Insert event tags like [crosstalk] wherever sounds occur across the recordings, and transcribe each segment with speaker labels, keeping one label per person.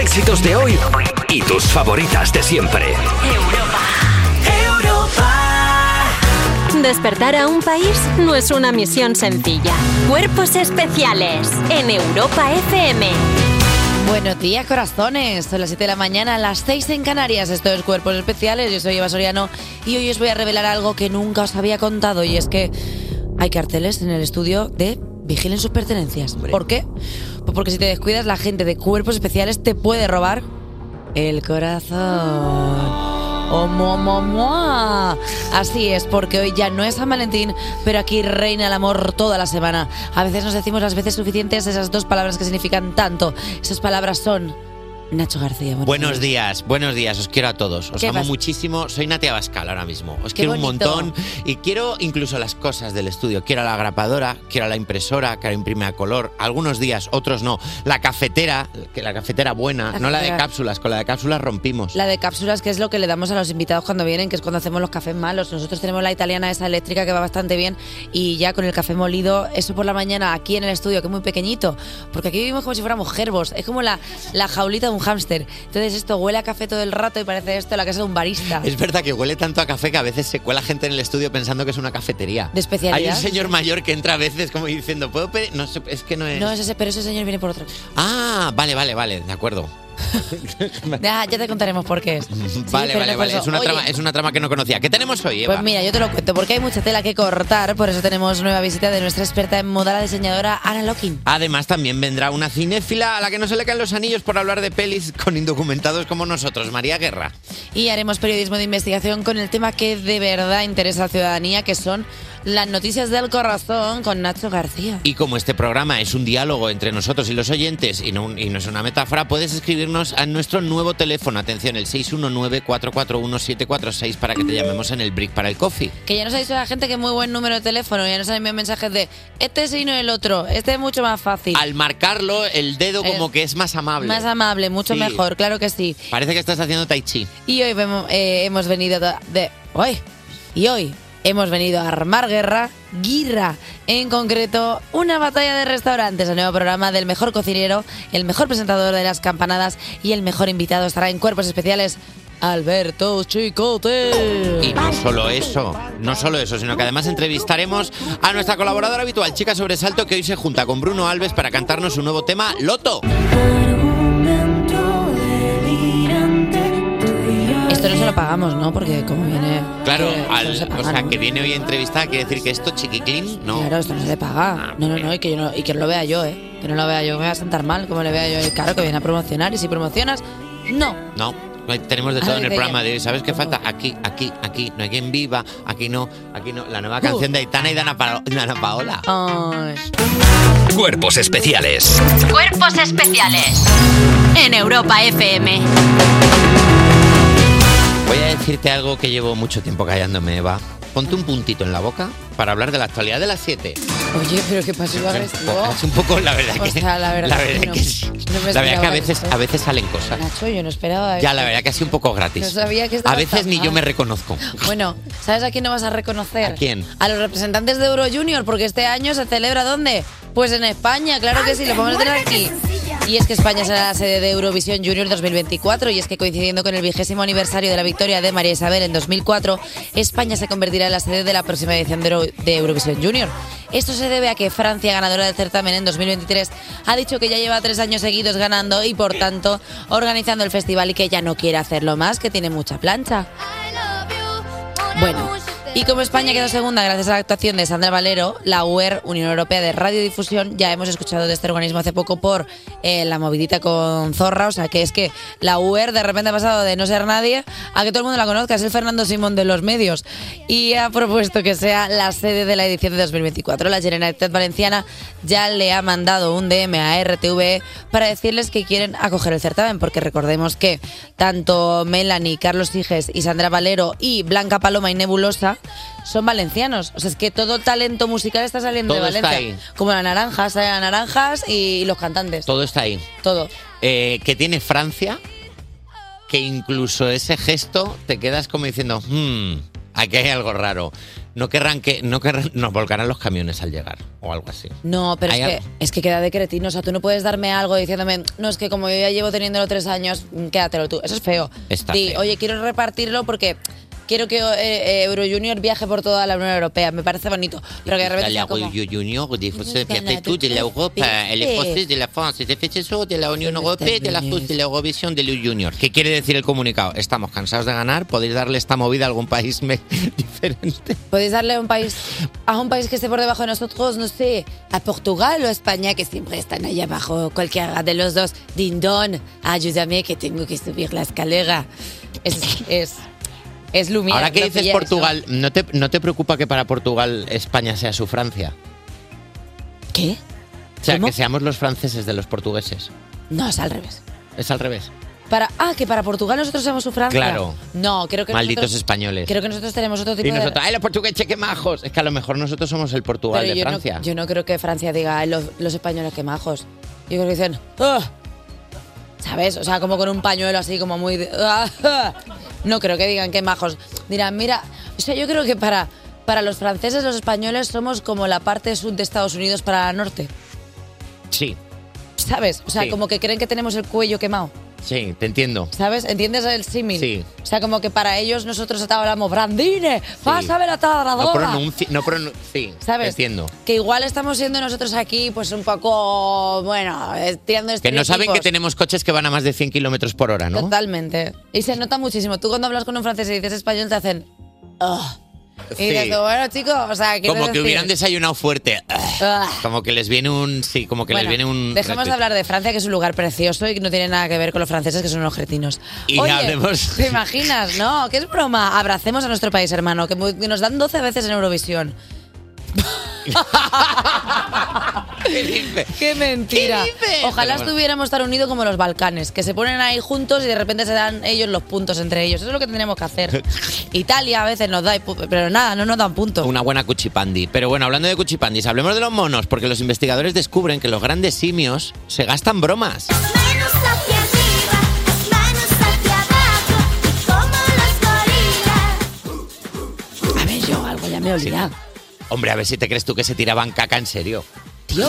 Speaker 1: éxitos de hoy y tus favoritas de siempre.
Speaker 2: Despertar a un país no es una misión sencilla. Cuerpos especiales en Europa FM.
Speaker 3: Buenos días, corazones. Son las 7 de la mañana, a las 6 en Canarias. Esto es Cuerpos Especiales. Yo soy Eva Soriano y hoy os voy a revelar algo que nunca os había contado y es que hay carteles en el estudio de vigilen sus pertenencias. ¿Por qué? Pues porque si te descuidas, la gente de Cuerpos Especiales te puede robar el corazón. Oh, mo, mo, moa. Así es, porque hoy ya no es San Valentín, pero aquí reina el amor toda la semana. A veces nos decimos las veces suficientes esas dos palabras que significan tanto. Esas palabras son Nacho García. buenos
Speaker 4: Buenos días, buenos días, os quiero a todos. Os
Speaker 3: ¿Qué
Speaker 4: amo
Speaker 3: vas-
Speaker 4: muchísimo, soy Natia Bascal ahora mismo. Os
Speaker 3: Qué
Speaker 4: quiero
Speaker 3: bonito.
Speaker 4: un montón y quiero incluso las cosas del estudio. Quiero a la grapadora, quiero a la impresora que ahora imprime a color, algunos días, otros no. La cafetera, que la cafetera buena,
Speaker 3: La
Speaker 4: no la de
Speaker 3: cafetera.
Speaker 4: cápsulas, con la de cápsulas rompimos.
Speaker 3: La de cápsulas, que es lo que le damos a los invitados cuando vienen, que es cuando hacemos los cafés malos. Nosotros tenemos la italiana esa eléctrica que va bastante bien y ya con el café molido, eso por la mañana aquí en el estudio, que es muy pequeñito, porque aquí vivimos como si fuéramos gerbos, es como la, la jaulita de un hámster. Entonces esto huele a café todo el rato y parece esto la casa de un barista.
Speaker 4: Es verdad que huele tanto a café que a veces se cuela gente en el estudio pensando que es una cafetería.
Speaker 3: De especialidad.
Speaker 4: Hay un señor mayor que entra a veces como diciendo, ¿puedo pedir? No, sé, es que no es...
Speaker 3: No, es ese, pero ese señor viene
Speaker 4: [laughs]
Speaker 3: por otro.
Speaker 4: Ah, vale, vale, vale, de acuerdo.
Speaker 3: Ya, ya te contaremos por qué es. Sí,
Speaker 4: Vale,
Speaker 3: pero
Speaker 4: vale,
Speaker 3: no por
Speaker 4: vale.
Speaker 3: eso.
Speaker 4: Es una,
Speaker 3: Oye,
Speaker 4: trama, es una trama que no conocía. ¿Qué tenemos hoy, Eva?
Speaker 3: Pues mira, yo te lo cuento, porque hay mucha tela que cortar, por eso tenemos nueva visita de nuestra experta en moda, la diseñadora Ana Locking.
Speaker 4: Además, también vendrá una cinéfila a la que no se le caen los anillos por hablar de pelis con indocumentados como nosotros, María Guerra.
Speaker 3: Y haremos periodismo de investigación con el tema que de verdad interesa a la ciudadanía, que son las noticias del corazón con Nacho García.
Speaker 4: Y como este programa es un diálogo entre nosotros y los oyentes y no, un- y no es una metáfora, puedes escribirnos a nuestro nuevo teléfono. Atención, el 619-441-746 para que te llamemos en el Brick para el Coffee.
Speaker 3: Que ya nos ha dicho la gente que muy buen número de teléfono, ya nos han enviado mensajes de este sí no el otro, este es mucho más fácil,
Speaker 4: Al marcarlo, el dedo como que es más amable.
Speaker 3: más amable, mucho
Speaker 4: Sí.
Speaker 3: mejor, claro que sí.
Speaker 4: Parece que estás haciendo tai chi.
Speaker 3: Y hoy vemo- eh, hemos venido da- de. hoy Y hoy hemos venido a armar guerra, guirra, en concreto, una batalla de restaurantes. El nuevo programa del mejor cocinero, el mejor presentador de las campanadas y el mejor invitado estará en cuerpos especiales. Alberto Chicote.
Speaker 4: Y no solo eso, no solo eso, sino que además entrevistaremos a nuestra colaboradora habitual, Chica Sobresalto, que hoy se junta con Bruno Alves para cantarnos su nuevo tema, Loto.
Speaker 3: Esto no se lo pagamos, ¿no? Porque como viene.
Speaker 4: Claro,
Speaker 3: que
Speaker 4: al-
Speaker 3: esto no se paga,
Speaker 4: o sea,
Speaker 3: ¿no?
Speaker 4: que viene hoy entrevistada, quiere decir que esto, chiquiclín, no.
Speaker 3: Claro, esto no se le paga. No, no, no, y que, yo no, y que no lo vea yo, ¿eh? Que no lo vea yo, me voy a sentar mal, como le vea yo. Y claro, que viene a promocionar, y si promocionas, no.
Speaker 4: No, no, tenemos de todo
Speaker 3: Ay,
Speaker 4: en el
Speaker 3: bella.
Speaker 4: programa de hoy. ¿Sabes qué falta? Aquí, aquí, aquí, no hay quien viva, aquí no, aquí no. La nueva canción de Aitana y Dana, Pa- Dana Paola.
Speaker 3: Ay.
Speaker 1: Cuerpos especiales
Speaker 2: Cuerpos especiales en Europa FM.
Speaker 4: Voy a decirte algo que llevo mucho tiempo callándome, Eva. Ponte un puntito en la boca para hablar de la actualidad de las 7.
Speaker 3: Oye, pero qué pasivo agresivo.
Speaker 4: Es un poco, la verdad
Speaker 3: O
Speaker 4: que...
Speaker 3: sea, la verdad,
Speaker 4: la verdad
Speaker 3: que no,
Speaker 4: que sí.
Speaker 3: no me
Speaker 4: [laughs] La verdad que a
Speaker 3: esperaba
Speaker 4: veces,
Speaker 3: esto.
Speaker 4: a veces salen cosas.
Speaker 3: Nacho, yo no esperaba.
Speaker 4: Ya,
Speaker 3: esto.
Speaker 4: la verdad que ha sido un poco gratis.
Speaker 3: No sabía que estaba
Speaker 4: a veces
Speaker 3: tan
Speaker 4: ni yo
Speaker 3: mal.
Speaker 4: me
Speaker 3: [laughs]
Speaker 4: reconozco.
Speaker 3: Bueno, ¿sabes a quién no vas a reconocer?
Speaker 4: ¿A quién?
Speaker 3: A los representantes de Euro Junior, porque este año se celebra ¿dónde? Pues en España, claro que sí, lo vamos a tener aquí. Y es que España será la sede de Eurovisión Junior 2024 y es que coincidiendo con el vigésimo aniversario de la victoria de María Isabel en 2004, España se convertirá en la sede de la próxima edición de, Euro- de Eurovisión Junior. Esto se debe a que Francia, ganadora del certamen en 2023, ha dicho que ya lleva tres años seguidos ganando y por tanto organizando el festival y que ya no quiere hacerlo más, que tiene mucha plancha. Bueno, y como España quedó segunda gracias a la actuación de Sandra Valero, la UER, Unión Europea de Radiodifusión, ya hemos escuchado de este organismo hace poco por eh, la movidita con Zorra, o sea que es que la UER de repente ha pasado de no ser nadie a que todo el mundo la conozca, es el Fernando Simón de los medios, y ha propuesto que sea la sede de la edición de 2024. La Generalitat Valenciana ya le ha mandado un DM a RTV para decirles que quieren acoger el certamen, porque recordemos que tanto Melanie, Carlos Siges y Sandra Valero y Blanca Paloma y Nebulosa son valencianos. O sea, es que todo talento musical está saliendo
Speaker 4: Todo
Speaker 3: de
Speaker 4: está
Speaker 3: Valencia.
Speaker 4: ahí.
Speaker 3: Como las naranjas, salen las naranjas y los cantantes.
Speaker 4: Todo está ahí.
Speaker 3: Todo.
Speaker 4: Eh, que tiene Francia, que incluso ese gesto te quedas como diciendo, hmm, aquí hay algo raro. no querrán que no querrán, nos volcarán los camiones al llegar o algo así.
Speaker 3: No, pero es
Speaker 4: Hay
Speaker 3: que,
Speaker 4: algo-
Speaker 3: es que queda de cretino. O sea, tú no puedes darme algo diciéndome, no, es que como yo ya llevo teniéndolo tres años, mm, quédatelo tú. Eso es feo.
Speaker 4: Está
Speaker 3: Di,
Speaker 4: feo.
Speaker 3: oye, quiero repartirlo porque quiero que eh, eh, Euro Junior viaje por toda la Unión Europea. Me parece bonito. Pero que de repente.
Speaker 4: Dale
Speaker 3: sea
Speaker 4: a
Speaker 3: como-
Speaker 4: Rio Junior, des Français,
Speaker 3: Dans la
Speaker 4: fierté tout de la Europa, el Escocés de la France, el FSO de la Unión Europea, de la FUS, de la Eurovisión de Lou Junior. ¿Qué quiere decir el comunicado? Estamos cansados de ganar, podéis darle esta movida a algún país [laughs] me- diferente.
Speaker 3: Podéis darle un país a un país que esté por debajo de nosotros, no sé, a Portugal o a España, que siempre están ahí abajo, cualquiera de los dos. Dindón, ayúdame que tengo que subir la escalera. Es, es, es Lumière,
Speaker 4: Ahora que
Speaker 3: lo
Speaker 4: dices
Speaker 3: pilláis, ¿no?
Speaker 4: Portugal, ¿no te, ¿no te preocupa que para Portugal España sea su Francia?
Speaker 3: ¿Qué?
Speaker 4: O sea, que seamos los franceses de los portugueses.
Speaker 3: No, es al revés.
Speaker 4: Es al revés.
Speaker 3: Para, ah, que para Portugal nosotros somos su Francia.
Speaker 4: Claro.
Speaker 3: No, creo que
Speaker 4: Malditos
Speaker 3: nosotros-
Speaker 4: españoles.
Speaker 3: Creo que nosotros tenemos otro tipo
Speaker 4: Y
Speaker 3: de...
Speaker 4: nosotros, ¡ay, los portugueses, qué majos! Es que a lo mejor nosotros somos el Portugal
Speaker 3: Pero
Speaker 4: de
Speaker 3: yo no-
Speaker 4: Francia.
Speaker 3: yo no creo que Francia diga "Ay, los, los españoles que majos. Yo creo que dicen, "Ah", ¿sabes? O sea, como con un pañuelo así, como muy. de, "Ah, ah". No creo que digan que majos. Dirán, mira, o sea, yo creo que para, para los franceses, los españoles somos como la parte sur de Estados Unidos para la norte,
Speaker 4: Sí,
Speaker 3: ¿sabes? O sea,
Speaker 4: Sí.
Speaker 3: como que creen que tenemos el cuello quemado,
Speaker 4: sí, te entiendo.
Speaker 3: ¿sabes? ¿Entiendes el símil?
Speaker 4: Sí.
Speaker 3: O sea, como que para ellos nosotros hasta hablamos, Brandine, pásame la
Speaker 4: No
Speaker 3: taladora.
Speaker 4: pronuncio, no pronun- sí,
Speaker 3: ¿Sabes?
Speaker 4: entiendo.
Speaker 3: que igual estamos siendo nosotros aquí, pues un poco, bueno, eh, tirando
Speaker 4: Que no saben que
Speaker 3: estereotipos.
Speaker 4: tenemos coches que van a más de 100 kilómetros por hora, ¿no?
Speaker 3: Totalmente. Y se nota muchísimo. Tú cuando hablas con un francés y dices español te hacen. "Ugh". Y
Speaker 4: Sí.
Speaker 3: dices, tú, bueno, chicos, o sea, quiero
Speaker 4: Como que
Speaker 3: decir,
Speaker 4: hubieran desayunado fuerte.
Speaker 3: "Ugh".
Speaker 4: Como que les viene un. Sí, como que
Speaker 3: Bueno,
Speaker 4: les viene un.
Speaker 3: Dejemos de hablar de Francia, que es un lugar precioso y que no tiene nada que ver con los franceses, que son unos cretinos.
Speaker 4: Y
Speaker 3: Oye,
Speaker 4: hablemos-
Speaker 3: ¿Te imaginas? No, que es broma. Abracemos a nuestro país, hermano, que mu- que nos dan 12 veces
Speaker 4: [laughs]
Speaker 3: en Eurovisión. [laughs] ¡Qué mentira!
Speaker 4: Pero
Speaker 3: Ojalá
Speaker 4: bueno.
Speaker 3: estuviéramos tan unidos como los Balcanes, que se ponen ahí juntos y de repente se dan ellos los puntos entre ellos. Eso es lo que tendríamos
Speaker 4: [laughs]
Speaker 3: que hacer. Italia a veces nos da, y pu- pero nada, no nos dan puntos.
Speaker 4: Una buena cuchipandi. Pero bueno, hablando de cuchipandis, hablemos de los monos, porque los investigadores descubren que los grandes simios se gastan bromas.
Speaker 3: A ver, yo algo ya me he olvidado.
Speaker 4: Hombre, a ver si te crees tú que se tiraban caca en serio.
Speaker 3: Tío,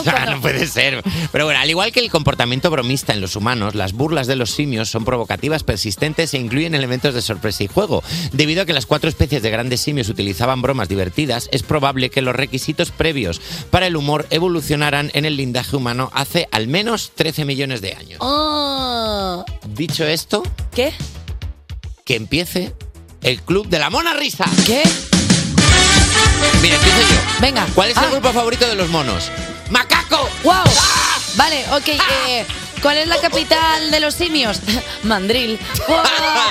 Speaker 4: [laughs] O sea,
Speaker 3: cuando-
Speaker 4: no puede ser. Pero bueno, al igual que el comportamiento bromista en los humanos, las burlas de los simios son provocativas, persistentes e incluyen elementos de sorpresa y juego. Debido a que las cuatro especies de grandes simios utilizaban bromas divertidas, es probable que los requisitos previos para el humor evolucionaran en el lindaje humano hace al menos 13 millones de años.
Speaker 3: Oh,
Speaker 4: Dicho esto,
Speaker 3: ¿Qué?
Speaker 4: que empiece el Club de la Mona Risa.
Speaker 3: ¿Qué?
Speaker 4: Mira, empiezo yo.
Speaker 3: Venga.
Speaker 4: ¿Cuál es
Speaker 3: Ah.
Speaker 4: el grupo favorito de los monos? ¡Macaco! Ah.
Speaker 3: ¡Wow! Vale, ok. eh, ¿Cuál es la capital de los simios? [laughs] Mandril.
Speaker 4: [laughs]
Speaker 3: Wow,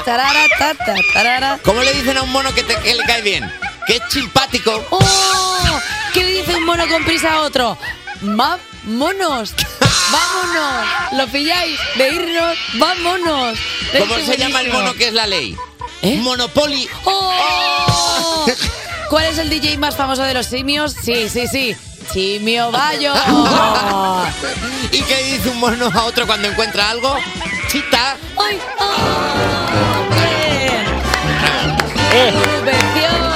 Speaker 3: tarara, ta, ta, tarara.
Speaker 4: ¿Cómo le dicen a un mono que, te, que le cae bien? Que es simpático.
Speaker 3: ¡Oh! ¿Qué le dice un mono con prisa a otro? ¡Ma
Speaker 4: [laughs]
Speaker 3: monos! ¡Vámonos! ¿Lo pilláis? De irnos, vámonos. Es
Speaker 4: ¿Cómo
Speaker 3: que
Speaker 4: se llama el
Speaker 3: buenísimo. ¿Eh?
Speaker 4: mono que es la ley? Monopoly.
Speaker 3: ¡Oh! ¿Cuál es el DJ más famoso de los simios? Sí, sí, sí.
Speaker 4: [laughs]
Speaker 3: Simio Bayo.
Speaker 4: ¿Y qué dice un mono a otro cuando encuentra algo? Chita.
Speaker 3: ¡Ay!
Speaker 4: Eh.
Speaker 3: ¡Subvención!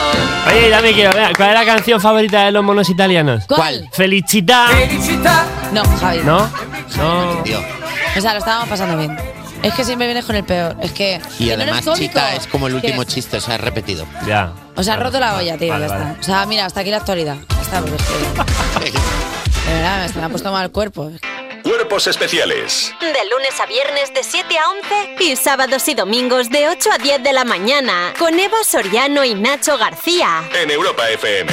Speaker 5: Oye, dame quiero ver, ¿cuál es la canción favorita de los monos italianos?
Speaker 3: ¿Cuál?
Speaker 5: Felicità.
Speaker 3: No, Javi.
Speaker 5: ¿No? No.
Speaker 4: Tío.
Speaker 3: O sea, lo estábamos pasando bien. Es que siempre vienes con el peor. Es que.
Speaker 4: Y
Speaker 3: que no eres
Speaker 4: además,
Speaker 3: cómico.
Speaker 4: chita es como el último
Speaker 3: Que-
Speaker 4: chiste, o sea, repetido.
Speaker 5: Ya.
Speaker 3: O sea, has roto la olla, tío,
Speaker 5: Vale,
Speaker 3: ya
Speaker 5: vale.
Speaker 3: está. O sea, mira, hasta aquí la actualidad. Ya está, porque es que- de verdad, se me ha puesto mal el cuerpo.
Speaker 6: Cuerpos especiales
Speaker 2: De lunes a viernes de 7 a 11 y sábados y domingos de 8 a 10 de la mañana con Eva Soriano y Nacho García.
Speaker 6: en Europa FM.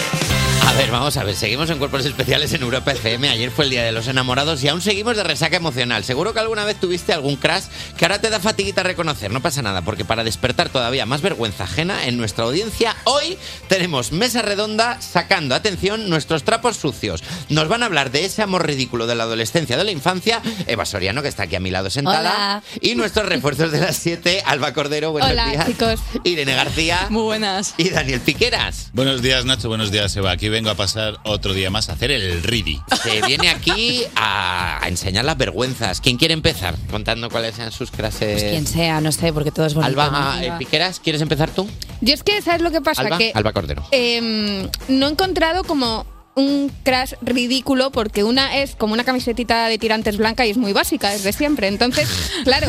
Speaker 4: A ver, vamos a ver, seguimos en Cuerpos Especiales en Europa FM. Ayer fue el Día de los Enamorados y aún seguimos de resaca emocional. Seguro que alguna vez tuviste algún crash que ahora te da fatiguita reconocer. No pasa nada, porque para despertar todavía más vergüenza ajena en nuestra audiencia, hoy tenemos mesa redonda sacando, atención, nuestros trapos sucios. Nos van a hablar de ese amor ridículo de la adolescencia, de la infancia, Eva Soriano, que está aquí a mi lado sentada,
Speaker 7: Hola.
Speaker 4: y nuestros refuerzos de las 7, Alba Cordero, buenos
Speaker 7: Hola,
Speaker 4: días.
Speaker 7: chicos.
Speaker 4: Irene García
Speaker 7: Muy buenas.
Speaker 4: y Daniel Piqueras.
Speaker 8: Buenos días, Nacho. Buenos días, Eva. Aquí
Speaker 6: vengo a pasar otro día más a hacer el ready.
Speaker 4: Se viene aquí a, a enseñar las vergüenzas. ¿Quién quiere empezar contando cuáles sean sus clases?
Speaker 8: Pues
Speaker 3: Quien sea, no sé, porque todo es bonito.
Speaker 4: Alba
Speaker 3: ¿no?
Speaker 4: eh, Piqueras, ¿quieres empezar tú?
Speaker 8: Yo es que, ¿sabes lo que pasa?
Speaker 4: Alba,
Speaker 8: que
Speaker 4: Alba Cordero.
Speaker 8: em, no he encontrado como un crash ridículo porque una es como una camisetita de tirantes blanca y es muy básica desde
Speaker 4: [laughs]
Speaker 8: siempre. Entonces, claro,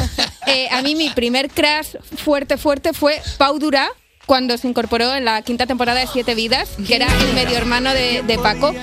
Speaker 8: eh, a mí mi primer crash fuerte, fuerte fue Pau Durá cuando se incorporó en la quinta temporada de Siete Vidas, que era el medio hermano de, de Paco.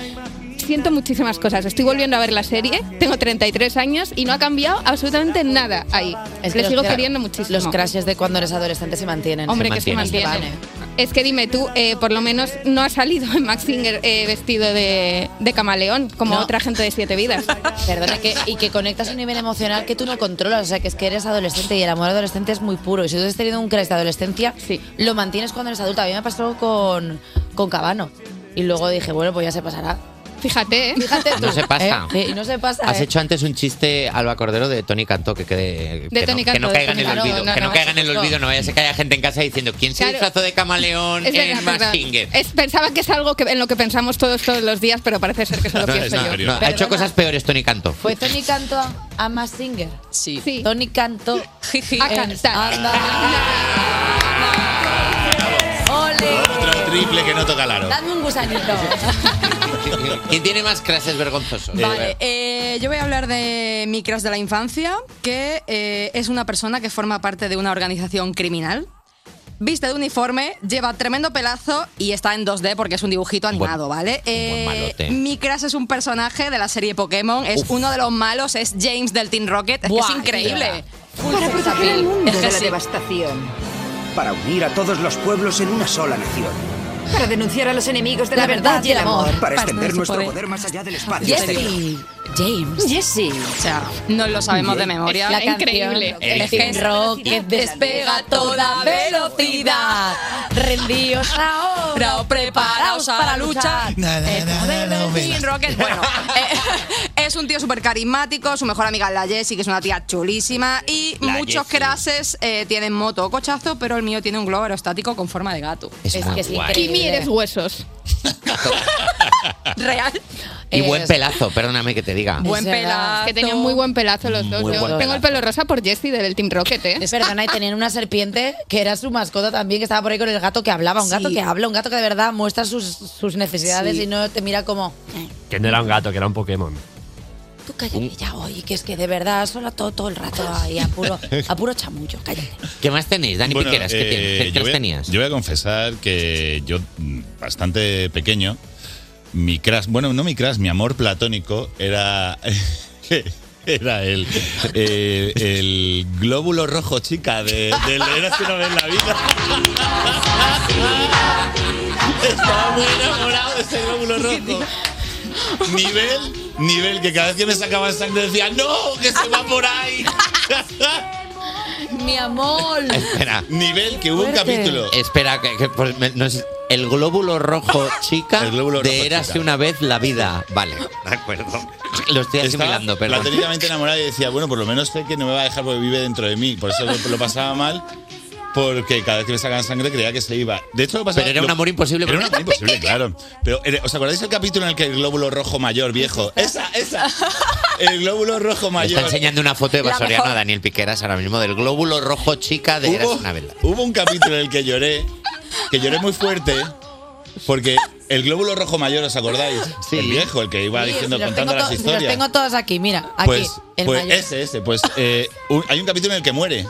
Speaker 8: Siento muchísimas cosas. Estoy volviendo a ver la serie, tengo 33 años y no ha cambiado absolutamente nada ahí.
Speaker 3: Es que
Speaker 8: Le
Speaker 3: los
Speaker 8: sigo
Speaker 3: cra-
Speaker 8: queriendo muchísimo.
Speaker 3: Los crashes de cuando eres adolescente se mantienen.
Speaker 8: Hombre, que se mantiene. Es que dime tú, eh, por lo menos no ha salido [laughs] en Max Singer eh, vestido de, de camaleón, como
Speaker 3: No.
Speaker 8: otra gente de siete vidas. [laughs]
Speaker 3: Perdona, que, y que conectas a un nivel emocional que tú no controlas. O sea, que es que eres adolescente y el amor adolescente es muy puro. Y si tú has tenido un crash de adolescencia, lo mantienes cuando eres adulta. A mí me pasó con, con Cabano. Y luego dije, bueno, pues ya se pasará.
Speaker 8: Fíjate, ¿eh?
Speaker 3: Fíjate tú.
Speaker 4: No se pasa.
Speaker 3: ¿eh? Sí, no se pasa.
Speaker 4: Has
Speaker 3: ¿eh?
Speaker 4: hecho antes un chiste, Alba Cordero, de Tony Cantó, que, quede,
Speaker 8: De
Speaker 4: que,
Speaker 8: Tony
Speaker 4: no, que no
Speaker 8: Cantó, de
Speaker 4: caiga en
Speaker 8: Tony
Speaker 4: el
Speaker 8: Cantó.
Speaker 4: olvido.
Speaker 8: No,
Speaker 4: que no,
Speaker 8: no,
Speaker 4: caiga en el
Speaker 8: justo.
Speaker 4: olvido, no vaya a ser que haya gente en casa diciendo ¿Quién se
Speaker 8: Claro.
Speaker 4: disfrazó de camaleón
Speaker 8: Es verdad,
Speaker 4: en Max
Speaker 8: perdón.
Speaker 4: Singer?
Speaker 8: Es- pensaba que es algo que, en lo que pensamos todos todos los días, pero parece ser que solo
Speaker 4: No,
Speaker 8: pienso
Speaker 4: no,
Speaker 8: yo.
Speaker 4: no, ha hecho cosas peores Tony Cantó.
Speaker 3: ¿Fue Tony Canto a, a Mass Singer? Sí.
Speaker 8: Sí.
Speaker 3: Tony Canto.
Speaker 8: A cantar.
Speaker 3: ¡Ole!
Speaker 6: Otro triple que no toca el aro.
Speaker 3: Dame un gusanito.
Speaker 4: [laughs] ¿Quién tiene más clases vergonzosas?
Speaker 9: Vale,
Speaker 4: [laughs]
Speaker 9: eh, yo voy a hablar de mi crush de la infancia, que eh, es una persona que forma parte de una organización criminal. Viste de uniforme, lleva tremendo pelazo y está en 2D porque es un dibujito animado, ¿vale? Eh,
Speaker 4: malote.
Speaker 9: mi crush es un personaje de la serie Pokémon, es
Speaker 4: Uf.
Speaker 9: uno de los malos, es James del Team Rocket, es, que
Speaker 3: Buah,
Speaker 9: es increíble.
Speaker 10: Para proteger al mundo
Speaker 9: Es que
Speaker 10: de la
Speaker 9: sí.
Speaker 10: devastación.
Speaker 1: Para unir a todos los pueblos en una sola nación.
Speaker 10: Para denunciar a los enemigos de la, verdad y el amor.
Speaker 1: Para
Speaker 9: de
Speaker 1: extender
Speaker 9: ese
Speaker 1: nuestro
Speaker 9: poder.
Speaker 1: poder. más allá del espacio. exterior.
Speaker 3: Jesse. James.
Speaker 10: Jesse.
Speaker 9: O sea, no lo sabemos de memoria.
Speaker 8: La canción,
Speaker 9: Increíble.
Speaker 3: El
Speaker 9: que
Speaker 3: Team
Speaker 9: es-
Speaker 3: Rocket despega a toda velocidad. Rendíos ahora,
Speaker 9: Preparaos, preparaos para luchar.
Speaker 6: Na, na,
Speaker 3: Eh,
Speaker 9: El
Speaker 6: na,
Speaker 9: poder
Speaker 6: na,
Speaker 9: del
Speaker 6: na,
Speaker 9: Team
Speaker 6: na.
Speaker 9: Rocket, bueno, eh, es un tío súper carismático. Su mejor amiga es la Jessie, que es una tía chulísima. Y
Speaker 4: La
Speaker 9: muchos
Speaker 4: Jessie.
Speaker 9: crases eh, tienen moto o cochazo, pero el mío tiene un globo aerostático con forma de gato.
Speaker 3: Es
Speaker 4: muy
Speaker 3: que es
Speaker 4: guay.
Speaker 3: increíble.
Speaker 8: Kimi eres huesos.
Speaker 4: [laughs]
Speaker 9: Real.
Speaker 4: Y buen
Speaker 3: Es-
Speaker 4: pelazo, perdóname que te diga.
Speaker 9: Buen
Speaker 3: verdad.
Speaker 9: pelazo.
Speaker 8: Que tenían muy buen pelazo los dos.
Speaker 4: Muy
Speaker 8: Yo
Speaker 4: buen
Speaker 8: tengo
Speaker 4: pelazo.
Speaker 8: el pelo rosa por Jesse del Team Rocket, ¿eh?
Speaker 3: Es verdad, y tenían una serpiente que era su mascota también, que estaba por ahí con el gato que hablaba, un gato
Speaker 9: Sí.
Speaker 3: que habla, un gato que de verdad muestra sus, sus necesidades
Speaker 9: Sí.
Speaker 3: y no te mira como,
Speaker 5: Que no era un gato, que era un Pokémon.
Speaker 3: tú cállate ya hoy, que es que de verdad solo todo, todo el rato ahí a puro, a puro chamullo, cállate.
Speaker 4: ¿Qué más tenéis? Dani
Speaker 6: Bueno,
Speaker 4: Piqueras, ¿qué
Speaker 6: eh,
Speaker 4: tienes? ¿Qué
Speaker 6: yo,
Speaker 4: clases
Speaker 6: voy a,
Speaker 4: tenías?
Speaker 6: yo voy a confesar que yo, mm, bastante pequeño, mi crash, bueno, no mi crash, mi amor platónico era. [laughs] Era el, eh, el glóbulo rojo chica de, del Eras una vez en la vida. [laughs] Estaba muy enamorado de ese glóbulo rojo. Nivel, nivel que cada vez que me sacaban sangre decía, ¡No! ¡Que se va por ahí!
Speaker 3: Mi amor.
Speaker 4: Espera,
Speaker 6: nivel que hubo un
Speaker 3: Fuerte.
Speaker 6: capítulo.
Speaker 4: espera, que, que por- me- no es- el glóbulo
Speaker 3: [laughs]
Speaker 4: rojo chica
Speaker 6: El glóbulo
Speaker 4: de
Speaker 6: rojo
Speaker 4: Érase
Speaker 6: chica.
Speaker 4: una vez la vida. Vale, de acuerdo. Lo estoy asimilando,
Speaker 6: Estaba
Speaker 4: perdón.
Speaker 6: platónicamente enamorada y decía, bueno, por lo menos sé que no me va a dejar porque vive dentro de mí. Por eso lo, lo pasaba mal, porque cada vez que me sacaban sangre creía que se iba. De hecho, lo pasaba
Speaker 4: Pero era un
Speaker 6: lo-
Speaker 4: amor imposible
Speaker 6: Era un
Speaker 4: porque
Speaker 6: amor imposible, claro. Pero, era- ¿os acordáis el capítulo en el que el glóbulo rojo mayor, viejo? Esa, esa. El glóbulo rojo
Speaker 4: Me está
Speaker 6: mayor.
Speaker 4: enseñando [laughs] una foto de
Speaker 9: La
Speaker 4: Basoriano a
Speaker 9: mejor.
Speaker 4: Daniel Piqueras ahora mismo del glóbulo rojo chica de Eras
Speaker 6: Hubo,
Speaker 4: una vela.
Speaker 6: hubo un capítulo en el que lloré, que lloré muy fuerte, porque el glóbulo rojo mayor, ¿os acordáis?
Speaker 4: Sí.
Speaker 6: El viejo, el que iba
Speaker 3: Sí,
Speaker 6: diciendo,
Speaker 3: si los
Speaker 6: contando
Speaker 3: tengo
Speaker 6: las
Speaker 3: to- si
Speaker 6: historias.
Speaker 3: Los tengo todos aquí, mira, aquí,
Speaker 6: Pues,
Speaker 3: Ah, el
Speaker 6: pues
Speaker 3: mayor.
Speaker 6: ese, ese. Pues eh, un- hay un capítulo en el que muere.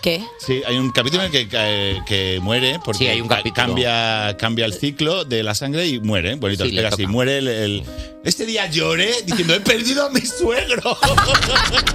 Speaker 3: ¿Qué?
Speaker 6: Sí, hay un capítulo en el que, cae- que muere porque
Speaker 4: Sí, hay un
Speaker 6: ca-
Speaker 4: capítulo.
Speaker 6: Cambia, cambia el ciclo de la sangre y muere. ¿eh? Bonito,
Speaker 4: Sí, le
Speaker 6: pega así.
Speaker 4: toca.
Speaker 6: Muere el, el- Este día lloré diciendo, he perdido a mi suegro.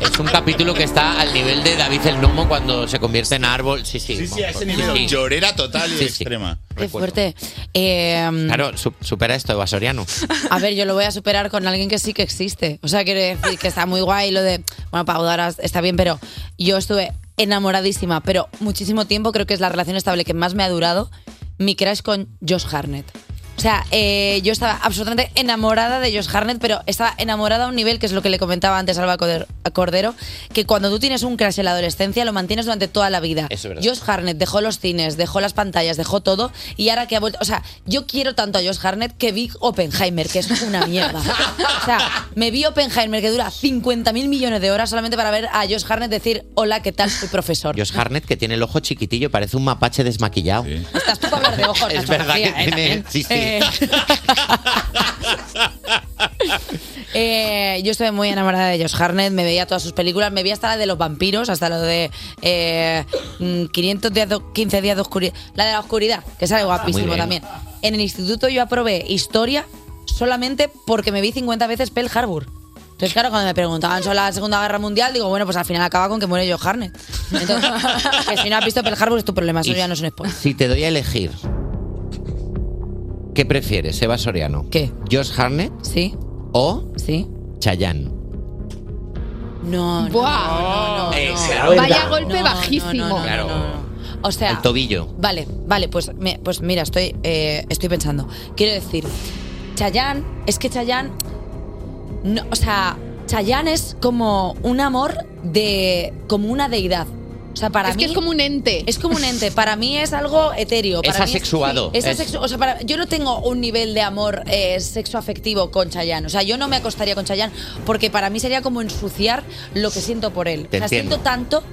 Speaker 4: Es un capítulo que está al nivel de David el Nomo cuando se convierte en árbol. Sí, sí.
Speaker 6: sí, sí, a ese
Speaker 4: Sí,
Speaker 6: nivel.
Speaker 4: sí.
Speaker 6: Llorera total y
Speaker 4: Sí, sí.
Speaker 6: extrema.
Speaker 3: Qué
Speaker 4: Recuerdo.
Speaker 3: fuerte. Eh,
Speaker 4: Claro, su- supera esto, Basoriano.
Speaker 3: A ver, yo lo voy a superar con alguien que sí que existe. O sea, quiero decir que está muy guay lo de. Bueno, Pau ahora está bien, pero yo estuve enamoradísima, pero muchísimo tiempo. Creo que es la relación estable que más me ha durado. Mi crash con Josh Harnett. O sea, eh, yo estaba absolutamente enamorada de Josh Harnett, pero estaba enamorada a un nivel, que es lo que le comentaba antes a Alba Cordero- a Cordero, que cuando tú tienes un crash en la adolescencia, lo mantienes durante toda la vida.
Speaker 4: Eso es verdad.
Speaker 3: Josh Harnett dejó los cines, dejó las pantallas, dejó todo, y ahora que ha vuelto... O sea, yo quiero tanto a Josh Harnett que vi Oppenheimer, que es una mierda. o sea, me vi Oppenheimer, que dura 50.000 millones de horas solamente para ver a Josh Harnett decir, hola, ¿qué tal? Soy profesor.
Speaker 4: Josh Harnett, que tiene el ojo chiquitillo, parece un mapache desmaquillado.
Speaker 3: Hablar de ojos,
Speaker 4: Es
Speaker 3: Nacho
Speaker 4: verdad
Speaker 3: García,
Speaker 4: que
Speaker 3: ¿eh?
Speaker 4: tiene-
Speaker 3: También.
Speaker 4: sí, sí.
Speaker 3: Eh, Eh, yo estuve muy enamorada de Josh Harnett, me veía todas sus películas, me veía hasta la de los vampiros, hasta lo de eh, mm, 500 días de- 15 días de oscuridad, la de la oscuridad, que
Speaker 4: Ah,
Speaker 3: sale guapísimo
Speaker 9: bien.
Speaker 3: también. En el instituto yo aprobé historia solamente porque me vi 50 veces Pearl Harbor. Entonces, claro, cuando me preguntaban sobre la Segunda Guerra Mundial, digo, bueno, pues al final acaba con que muere Josh Harnett. Entonces, [laughs] que si no has visto Pearl Harbor es tu problema, eso
Speaker 4: Y-
Speaker 3: ya no es un spoiler.
Speaker 4: Si te doy a elegir, ¿qué prefieres, Eva Soriano?
Speaker 3: ¿Qué?
Speaker 4: ¿Josh Harnett?
Speaker 3: Sí.
Speaker 4: ¿O?
Speaker 3: Sí.
Speaker 4: Chayanne.
Speaker 3: No, no, no, no, no.
Speaker 4: Eh, será verdad.
Speaker 3: Vaya golpe
Speaker 8: bajísimo.
Speaker 4: claro.
Speaker 3: O sea,
Speaker 4: El tobillo.
Speaker 3: Vale, vale, pues, me- pues mira, estoy, eh, estoy pensando. Quiero decir, Chayanne, es que Chayanne, no, o sea, Chayanne es como un amor de, como una deidad. O sea, para
Speaker 8: Es
Speaker 3: mí
Speaker 8: que es como
Speaker 3: un ente. Es como un ente. Para mí es algo etéreo.
Speaker 4: Es
Speaker 3: para mí
Speaker 4: asexuado.
Speaker 3: es
Speaker 4: Es-
Speaker 3: asexu- o sea, para- yo no tengo un nivel de amor sexo afectivo con Chayanne. O sea, yo no me acostaría con Chayanne porque para mí sería como ensuciar lo que siento por él.
Speaker 4: Te
Speaker 3: o sea,
Speaker 4: entiendo.
Speaker 3: siento tanto,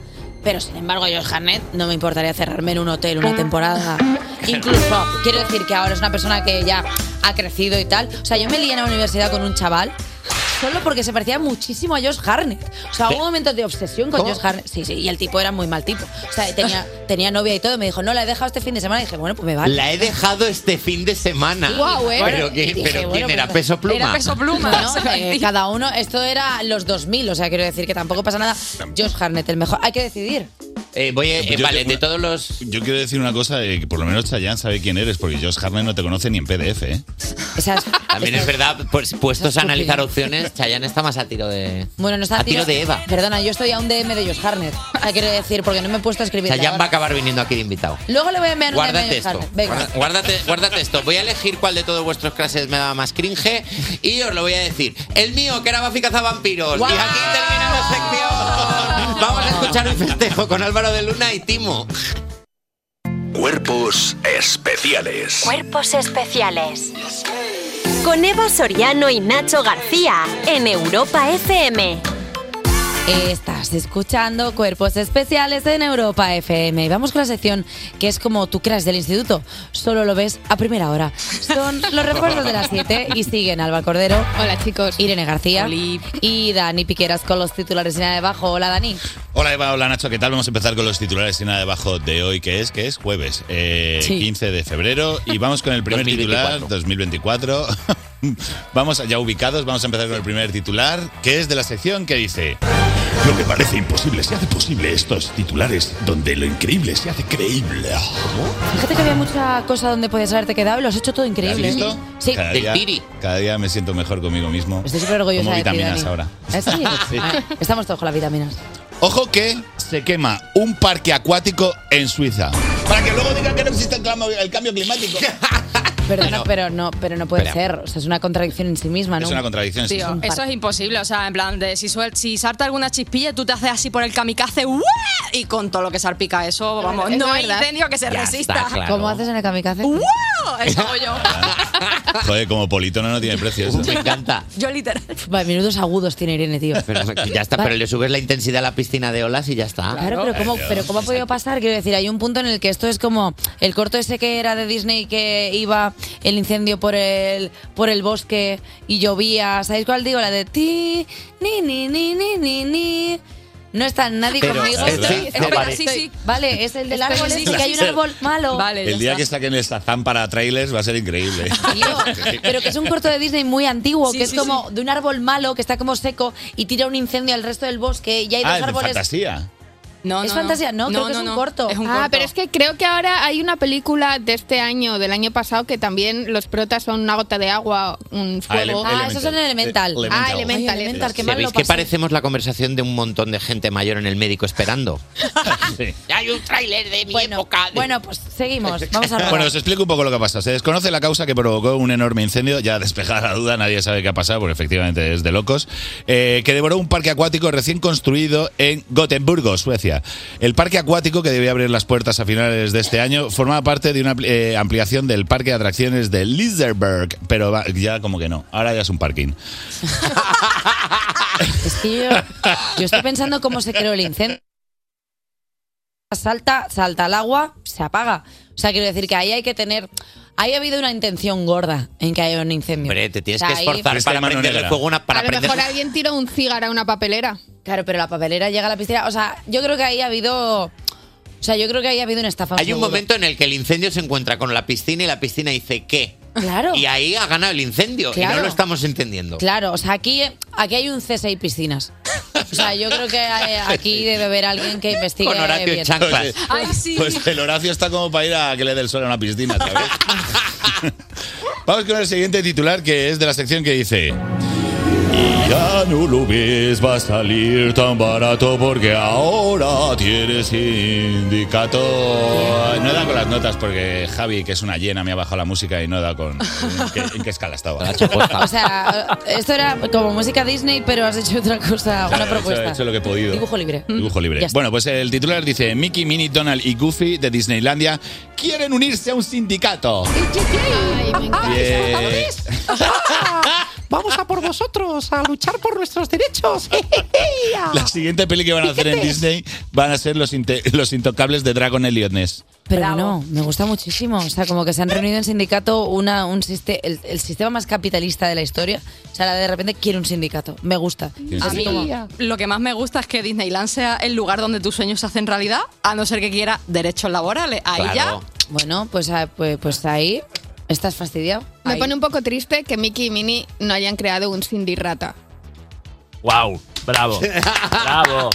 Speaker 3: pero sin embargo, yo, Harnett, no me importaría cerrarme en un hotel una temporada. Incluso, quiero decir que ahora es una persona que ya ha crecido y tal. O sea, yo me lié en la universidad con un chaval. Solo porque se parecía muchísimo a Josh Harnett. O sea, hubo momentos de obsesión con Josh Harnett. Sí, sí, y el tipo era muy mal tipo. O
Speaker 4: [laughs]
Speaker 3: sea, tenía, tenía novia y todo. Me dijo, no, la he dejado este fin de semana. Y dije, bueno, pues me vale.
Speaker 4: La he dejado este fin de semana.
Speaker 3: Guau, ¿eh?
Speaker 4: Pero, qué-
Speaker 3: Y dije,
Speaker 4: pero
Speaker 3: bueno,
Speaker 4: ¿quién era?
Speaker 3: pues,
Speaker 4: ¿Peso pluma?
Speaker 3: Era peso pluma, ¿no? Eh, cada uno, esto era los 2000, o sea, quiero decir que tampoco pasa nada. Josh Harnett, el mejor. Hay que decidir.
Speaker 4: Eh, voy a- eh,
Speaker 7: Yo
Speaker 4: vale,
Speaker 7: tengo
Speaker 4: de todos los.
Speaker 7: Yo quiero decir una cosa, eh, que por lo menos Chayanne sabe quién eres, porque Josh Harnett no te conoce ni en PDF, ¿eh?
Speaker 3: Esas-
Speaker 4: También es verdad, pues, puestos a
Speaker 3: estúpido.
Speaker 4: analizar opciones, Chayanne está más a tiro
Speaker 3: [laughs]
Speaker 4: de.
Speaker 3: [laughs] bueno, no está
Speaker 4: a tiro de Eva.
Speaker 3: Perdona, yo estoy a un DM de Josh Harnett. O sea, quiero decir, porque no me he puesto a escribir.
Speaker 4: Chayanne va a acabar viniendo aquí de invitado.
Speaker 3: Luego le voy a enviar un DM a
Speaker 4: Guárdate
Speaker 3: Josh
Speaker 4: esto.
Speaker 3: Harnett. Venga.
Speaker 4: Guarda- Guárdate, guárdate esto. Voy a elegir cuál de todos vuestros clases me daba más cringe y os lo voy a decir. El mío, que era Buffy Cazavampiros. Y aquí termina la sección. Vamos a escuchar un festejo con Álvaro de Luna y Timo.
Speaker 6: Cuerpos especiales.
Speaker 2: Cuerpos especiales. Con Eva Soriano y Nacho García en Europa FM.
Speaker 3: eh, Estás escuchando Cuerpos Especiales en Europa FM. Y vamos con la sección que es como tu crash del instituto. Solo lo ves a primera hora.
Speaker 7: [laughs]
Speaker 3: Son los refuerzos de las 7 y siguen Alba Cordero. Hola chicos. Irene García. Y Dani Piqueras con los titulares y nada debajo. Hola Dani.
Speaker 7: Hola Eva, hola Nacho, ¿qué tal? Vamos a empezar con los titulares y nada debajo de hoy, que es que es jueves, eh,
Speaker 3: Sí.
Speaker 7: 15 de febrero, y vamos con el primer
Speaker 3: [laughs]
Speaker 7: titular, 2024. [laughs] vamos ya ubicados, vamos a empezar con el primer titular, que es de la sección que dice...
Speaker 6: Lo que parece imposible se hace posible estos titulares donde lo increíble se hace creíble.
Speaker 3: Fíjate que había mucha cosa donde podías haberte quedado y lo has hecho todo
Speaker 7: ¿Has
Speaker 3: increíble.
Speaker 7: visto?
Speaker 3: Sí.
Speaker 7: Cada día, cada día me siento mejor conmigo mismo.
Speaker 3: Estoy súper orgullosa
Speaker 7: Como
Speaker 3: de ti,
Speaker 7: vitaminas
Speaker 3: Dani.
Speaker 7: ahora.
Speaker 3: ¿Eh, sí?
Speaker 7: [laughs] Sí.
Speaker 3: Ah, estamos todos con las vitaminas.
Speaker 7: Ojo que se quema un parque acuático en Suiza. Para que luego digan que no existe el, clamo- el cambio
Speaker 6: [laughs]
Speaker 7: climático.
Speaker 3: Perdona, pero no, pero no puede
Speaker 7: Espera.
Speaker 3: ser. O sea, es una contradicción en sí misma, ¿no?
Speaker 7: Es una contradicción en sí
Speaker 10: Tío,
Speaker 7: misma.
Speaker 10: eso es imposible. O sea, en plan, de si, suel- si salta alguna chispilla, tú te haces así por el kamikaze ¡uah! y con todo lo que salpica eso, vamos,
Speaker 3: es
Speaker 10: no hay
Speaker 3: verdad.
Speaker 10: incendio que se
Speaker 7: Ya
Speaker 10: resista.
Speaker 7: está, claro.
Speaker 3: ¿Cómo haces en el kamikaze?
Speaker 10: ¡Uah! Eso hago yo.
Speaker 7: Joder, como politono no tiene precio eso.
Speaker 4: Me encanta.
Speaker 10: Yo literal.
Speaker 3: Vale, minutos agudos tiene Irene, tío.
Speaker 4: Pero ya está,
Speaker 3: Vale.
Speaker 4: pero le subes la intensidad a la piscina de olas y ya está.
Speaker 3: Claro, pero ¿cómo, pero ¿cómo ha podido pasar? Quiero decir, hay un punto en el que esto es como el corto ese que era de Disney que iba el incendio por el por el bosque y llovía. ¿Sabéis cuál digo? La de ti, ni, ni, ni, ni, ni, ni. No está nadie
Speaker 7: Pero,
Speaker 3: conmigo.
Speaker 7: es verdad,
Speaker 3: Estoy-
Speaker 7: no vale.
Speaker 3: Vale, es el del
Speaker 10: Estoy-
Speaker 3: árbol
Speaker 10: sí,
Speaker 3: ese,
Speaker 10: sí,
Speaker 3: que hay un
Speaker 10: sí.
Speaker 3: árbol malo.
Speaker 7: El día que saquen esta para trailers va a ser increíble.
Speaker 3: Pero que es un corto de Disney muy antiguo,
Speaker 10: Sí,
Speaker 3: que es
Speaker 10: sí,
Speaker 3: como de un árbol malo que está como seco y tira un incendio al resto del bosque y hay
Speaker 7: Ah,
Speaker 3: dos
Speaker 7: es de
Speaker 3: árboles
Speaker 7: fantasía.
Speaker 9: No,
Speaker 3: Es
Speaker 9: no,
Speaker 3: fantasía, no, creo que es un corto.
Speaker 9: Es un
Speaker 8: ah,
Speaker 9: corto.
Speaker 8: pero es que creo que ahora hay una película de este año, del año pasado, que también los protas son una gota de agua, un
Speaker 4: Ah, ele-
Speaker 8: fuego.
Speaker 4: Ah, esos son Elemental.
Speaker 8: Elemental.
Speaker 4: en Elemental.
Speaker 8: Ah, Elemental.
Speaker 4: Ay,
Speaker 8: Elemental, qué
Speaker 4: ¿Ya
Speaker 8: mal
Speaker 4: veis
Speaker 8: lo
Speaker 4: que
Speaker 8: pasé.
Speaker 4: parecemos la conversación de un montón de gente mayor en el médico
Speaker 3: [laughs]
Speaker 4: esperando? Hay un tráiler de mi época.
Speaker 3: Bueno, pues seguimos. Vamos a rodar.
Speaker 6: Bueno, os explico un poco lo que ha pasado. Se desconoce la causa que provocó un enorme incendio, ya despejada la duda, nadie sabe qué ha pasado, porque efectivamente es de locos, eh, que devoró un parque acuático recién construido en Gotemburgo, Suecia. El parque acuático, que debía abrir las puertas a finales de este año, formaba parte de una eh, ampliación del parque de atracciones de Liseberg, pero va- ya como que no, ahora ya es un parking.
Speaker 3: Es que yo, yo estoy pensando cómo se creó el incendio. Salta, salta al agua, se apaga. O sea, quiero decir que ahí hay que tener. Ahí ha habido una intención gorda en que haya un incendio.
Speaker 4: Hombre, te tienes
Speaker 3: O sea,
Speaker 4: que
Speaker 3: ahí-
Speaker 4: esforzar
Speaker 6: Este
Speaker 4: para
Speaker 6: mano
Speaker 4: prender el
Speaker 6: negra.
Speaker 4: fuego, una, para
Speaker 8: a lo
Speaker 4: prender...
Speaker 8: mejor alguien tira un cigarro a una papelera.
Speaker 3: Claro, pero la papelera llega a la piscina. O sea, yo creo que ahí ha habido. O sea, yo creo que ahí ha habido una estafa.
Speaker 4: Hay un
Speaker 3: seguro.
Speaker 4: momento en el que el incendio se encuentra con la piscina y la piscina dice ¿qué?
Speaker 3: Claro.
Speaker 4: Y ahí ha ganado el incendio y
Speaker 3: Claro.
Speaker 4: no lo estamos entendiendo.
Speaker 3: Claro, o sea, aquí, aquí hay un cese y piscinas. O sea, yo creo que
Speaker 6: [laughs]
Speaker 3: eh, aquí debe haber alguien que investigue.
Speaker 6: Con Horacio
Speaker 3: bien.
Speaker 6: Chanclas.
Speaker 3: Ay, sí.
Speaker 6: Pues el Horacio está como para ir a que le dé el sol a una piscina,
Speaker 3: [laughs]
Speaker 6: ¿sabes? Vamos con el siguiente titular que es de la sección que dice. "Y Ya no lo ves, va a salir tan barato porque ahora tienes sindicato. Ay, No he dado con las notas porque Javi, que es una llena, me ha bajado la música y no he dado con. ¿En qué, en qué escala estaba?
Speaker 3: pues, O sea, esto era como música Disney, pero has hecho otra cosa, una
Speaker 6: Claro,
Speaker 3: propuesta.
Speaker 6: He hecho, he hecho lo que he podido.
Speaker 3: Dibujo libre.
Speaker 6: Dibujo libre.
Speaker 3: Ya está.
Speaker 6: Bueno, pues el titular dice: Mickey, Minnie, Donald y Goofy de Disneylandia quieren unirse a un sindicato. Y, eh,
Speaker 11: Vamos a por vosotros, a luchar por nuestros
Speaker 3: [laughs]
Speaker 11: derechos.
Speaker 3: Eh,
Speaker 6: la siguiente peli que van a hacer en Disney van a ser los, inte- los intocables de Dragon Elliot Ness.
Speaker 3: Pero no, me gusta muchísimo. O sea, como que se han reunido en sindicato una, un siste- el, el sistema más capitalista de la historia. O sea, la de repente quiere un sindicato. Me gusta.
Speaker 9: A mí lo que más me gusta es que Disneyland sea el lugar donde tus sueños se hacen realidad, a no ser que quiera derechos laborales. Ahí ya.
Speaker 3: Bueno, pues, ah, pues, pues ahí estás fastidiado.
Speaker 8: Me
Speaker 3: Ahí.
Speaker 8: pone un poco triste que Mickey y Minnie no hayan creado un Cindy Rata.
Speaker 5: ¡Wow! ¡Bravo! ¡Bravo!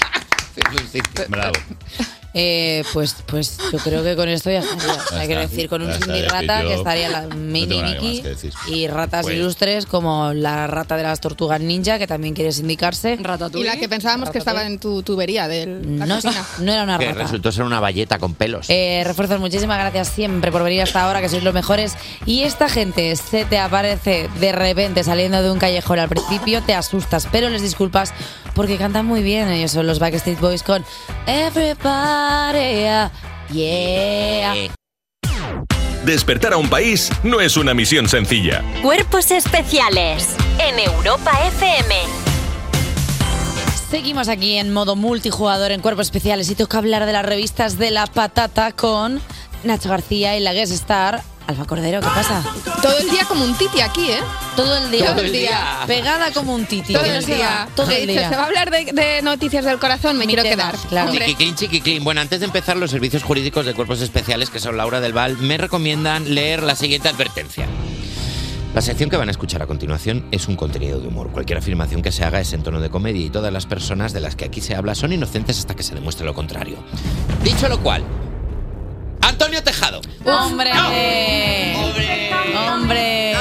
Speaker 6: Bravo.
Speaker 3: Eh, pues, pues yo creo que con esto ya estaría. O sea,
Speaker 5: Ya
Speaker 3: quiero
Speaker 5: está.
Speaker 3: decir, con un
Speaker 5: Ya está,
Speaker 3: Cindy
Speaker 5: es que
Speaker 3: Rata
Speaker 5: yo
Speaker 3: que estaría la
Speaker 5: no tengo
Speaker 3: mini
Speaker 5: nada
Speaker 3: Mickey
Speaker 5: más que decir.
Speaker 3: y ratas
Speaker 5: Pues-
Speaker 3: ilustres como la rata de las tortugas ninja que también quiere sindicarse.
Speaker 8: Y la que pensábamos que estaba en tu tubería de la
Speaker 3: No,
Speaker 8: cocina.
Speaker 3: no era una
Speaker 4: Que
Speaker 3: rata.
Speaker 4: resultó ser una valleta con pelos.
Speaker 3: Eh, refuerzos, muchísimas gracias siempre por venir hasta ahora, que sois los mejores. Y esta gente se te aparece de repente saliendo de un callejón al principio, te asustas, pero les disculpas porque cantan muy bien. Ellos son los Backstreet Boys con Everybody, ah, yeah. yeah.
Speaker 12: Despertar a un país no es una misión sencilla.
Speaker 2: Cuerpos especiales en Europa FM.
Speaker 3: Seguimos aquí en modo multijugador en cuerpos especiales y tengo que hablar de las revistas de la patata con Nacho García y la guest star Alba Cordero. ¿Qué pasa?
Speaker 8: Todo el día como un titi aquí, ¿eh?
Speaker 3: Todo el día.
Speaker 8: Todo el día.
Speaker 3: Pegada como un titi.
Speaker 8: Todo
Speaker 3: que no
Speaker 8: el
Speaker 3: se
Speaker 8: día.
Speaker 3: va, Todo
Speaker 8: He
Speaker 3: el
Speaker 8: dicho,
Speaker 3: día.
Speaker 8: Se va a hablar de, de noticias del corazón, me quiero quedar. Hombre.
Speaker 4: Chiquiclín, chiquiclín. Bueno, antes de empezar, los servicios jurídicos de cuerpos especiales, que son Laura del Val, me recomiendan leer la siguiente advertencia. La sección que van a escuchar a continuación es un contenido de humor. Cualquier afirmación que se haga es en tono de comedia y todas las personas de las que aquí se habla son inocentes hasta que se demuestre lo contrario. Dicho lo cual, Antonio Tejado.
Speaker 3: Hombre. Hombre. Hombre.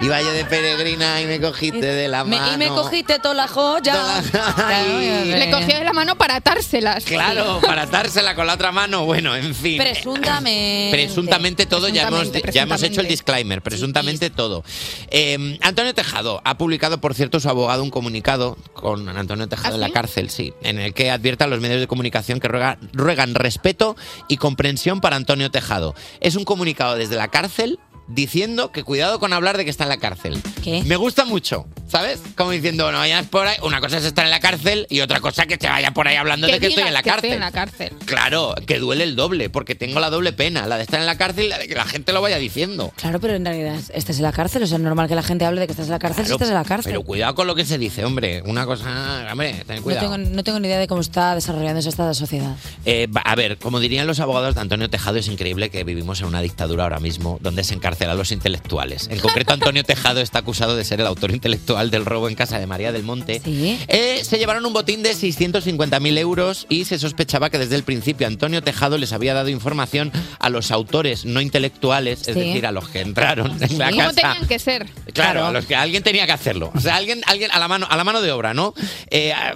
Speaker 4: Iba yo de peregrina y me cogiste de la
Speaker 3: Me-
Speaker 4: mano.
Speaker 3: y
Speaker 4: [laughs]
Speaker 3: me cogiste Ah, toda la joya. Claro,
Speaker 8: Le cogió de la mano para atárselas.
Speaker 4: Claro, para atársela con la otra mano. Bueno, en fin.
Speaker 3: Presuntamente.
Speaker 4: Presuntamente todo, ya, hemos,
Speaker 3: Presuntamente,
Speaker 4: ya hemos hecho el
Speaker 3: presuntamente.
Speaker 4: disclaimer, presuntamente todo. Eh, Antonio Tejado ha publicado, por cierto, su abogado un comunicado con Antonio Tejado
Speaker 13: ¿Ah,
Speaker 4: en la
Speaker 13: sí?
Speaker 4: cárcel, sí, en el que advierte a los medios de comunicación que ruega- ruegan respeto y comprensión para Antonio Tejado. Es un comunicado desde la cárcel diciendo que cuidado con hablar de que está en la cárcel.
Speaker 3: ¿Qué?
Speaker 4: Me gusta mucho, ¿sabes? Como diciendo, no vayas por ahí. Una cosa es estar en la cárcel y otra cosa que te vaya por ahí hablando de que estoy
Speaker 8: digas
Speaker 4: en la
Speaker 8: que
Speaker 4: cárcel.
Speaker 8: en la cárcel.
Speaker 4: Claro, que duele el doble, porque tengo la doble pena, la de estar en la cárcel y la de que la gente lo vaya diciendo.
Speaker 3: Claro, pero en realidad estás en la cárcel. O sea, es normal que la gente hable de que estás en la cárcel si
Speaker 4: Claro,
Speaker 3: estás en la cárcel.
Speaker 4: Pero cuidado con lo que se dice, hombre. Una cosa, hombre, ten
Speaker 3: No
Speaker 4: cuidado.
Speaker 3: tengo, no tengo ni idea de cómo está desarrollándose esta sociedad.
Speaker 4: Eh, va- a ver, como dirían los abogados de Antonio Tejado, es increíble que vivimos en una
Speaker 3: [laughs]
Speaker 4: dictadura ahora mismo donde se encarcelan los intelectuales. En concreto, Antonio Tejado está acusado de ser el autor intelectual actual del robo en casa de María del Monte, eh, se llevaron un botín de 650.000 euros y se sospechaba que desde el principio Antonio Tejado les había dado información a los autores no intelectuales, es
Speaker 8: Sí.
Speaker 4: decir, a los que entraron en la
Speaker 8: ¿Cómo
Speaker 4: casa.
Speaker 8: tenían que ser?
Speaker 4: Claro, a los que alguien tenía que hacerlo. O sea, alguien, alguien a la mano, a la mano de obra, ¿no? Eh, a-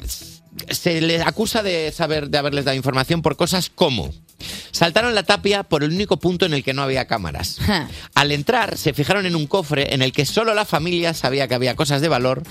Speaker 4: se les acusa de saber, de haberles dado información por cosas como saltaron la tapia por el único punto en el que no había cámaras. Al entrar se fijaron en un cofre en el que solo la familia sabía que había cosas de valor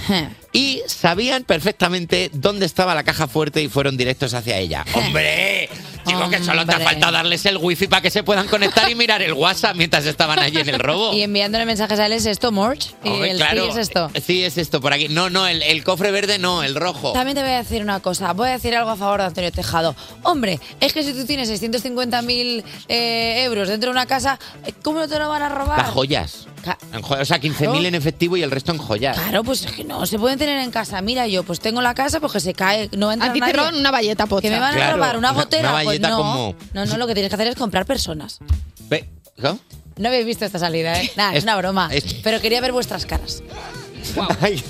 Speaker 4: y sabían perfectamente
Speaker 14: [laughs]
Speaker 4: dónde estaba la caja fuerte y fueron directos hacia ella. ¡Hombre! Digo que solo te ha faltado darles el wifi para que se puedan conectar y mirar el WhatsApp mientras estaban allí en el robo.
Speaker 3: Y enviándole mensajes a él es esto, Morch. Y
Speaker 4: Hombre,
Speaker 3: el
Speaker 4: claro.
Speaker 3: sí es esto.
Speaker 4: Sí, es esto, por aquí. No, no, el, el cofre verde no, el rojo.
Speaker 3: También te voy a decir una cosa, voy a decir algo a favor de Antonio Tejado. Hombre, es que si tú tienes 650.000 eh, euros dentro de una casa, eh, ¿cómo no te lo van a robar?
Speaker 4: Las joyas.
Speaker 3: Ca-
Speaker 4: En joy- o sea, 15.000 en efectivo y el resto en joyas.
Speaker 3: Claro, pues es que no, se pueden tener en casa. Mira, yo pues tengo la casa, pues que se cae, no entra
Speaker 8: A ti te
Speaker 3: nadie.
Speaker 8: roban una valleta pocha.
Speaker 3: Que me van a
Speaker 4: Claro,
Speaker 3: robar una
Speaker 4: una-
Speaker 3: gotera,
Speaker 4: una
Speaker 3: pues
Speaker 4: valleta
Speaker 3: no.
Speaker 4: como-
Speaker 3: No, no, lo que tienes que hacer es comprar personas.
Speaker 4: Ve- ¿no?
Speaker 3: No habéis visto esta salida,
Speaker 4: [laughs]
Speaker 3: ¿eh? Nada, es,
Speaker 4: Es-
Speaker 3: una broma.
Speaker 4: es-
Speaker 3: Pero quería ver vuestras caras.
Speaker 4: [laughs] Ay,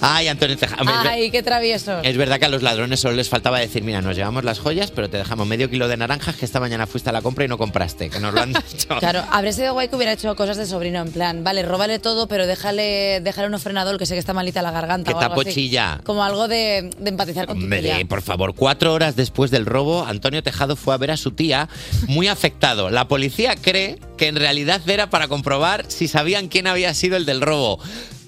Speaker 4: Ay, Antonio Tejado. Es ver-
Speaker 3: Ay, qué traviesos.
Speaker 4: Es verdad que a los ladrones solo les faltaba decir, mira, nos llevamos las joyas, pero te dejamos medio kilo de naranjas que esta mañana fuiste a la compra y no compraste, que nos lo han [laughs] dicho.
Speaker 3: Claro, habría sido guay que hubiera hecho cosas de sobrino, en plan, vale, róbale todo, pero déjale, déjale un ofrenador que sé que está malita la garganta.
Speaker 4: Que
Speaker 3: o algo
Speaker 4: tapo
Speaker 3: así.
Speaker 4: chilla.
Speaker 3: Como algo de, de empatizar con tu tía.
Speaker 4: Hombre, por favor, cuatro horas después del robo, Antonio Tejado fue a ver a su tía muy afectado. La policía cree que en realidad era para comprobar si sabían quién había sido el del robo.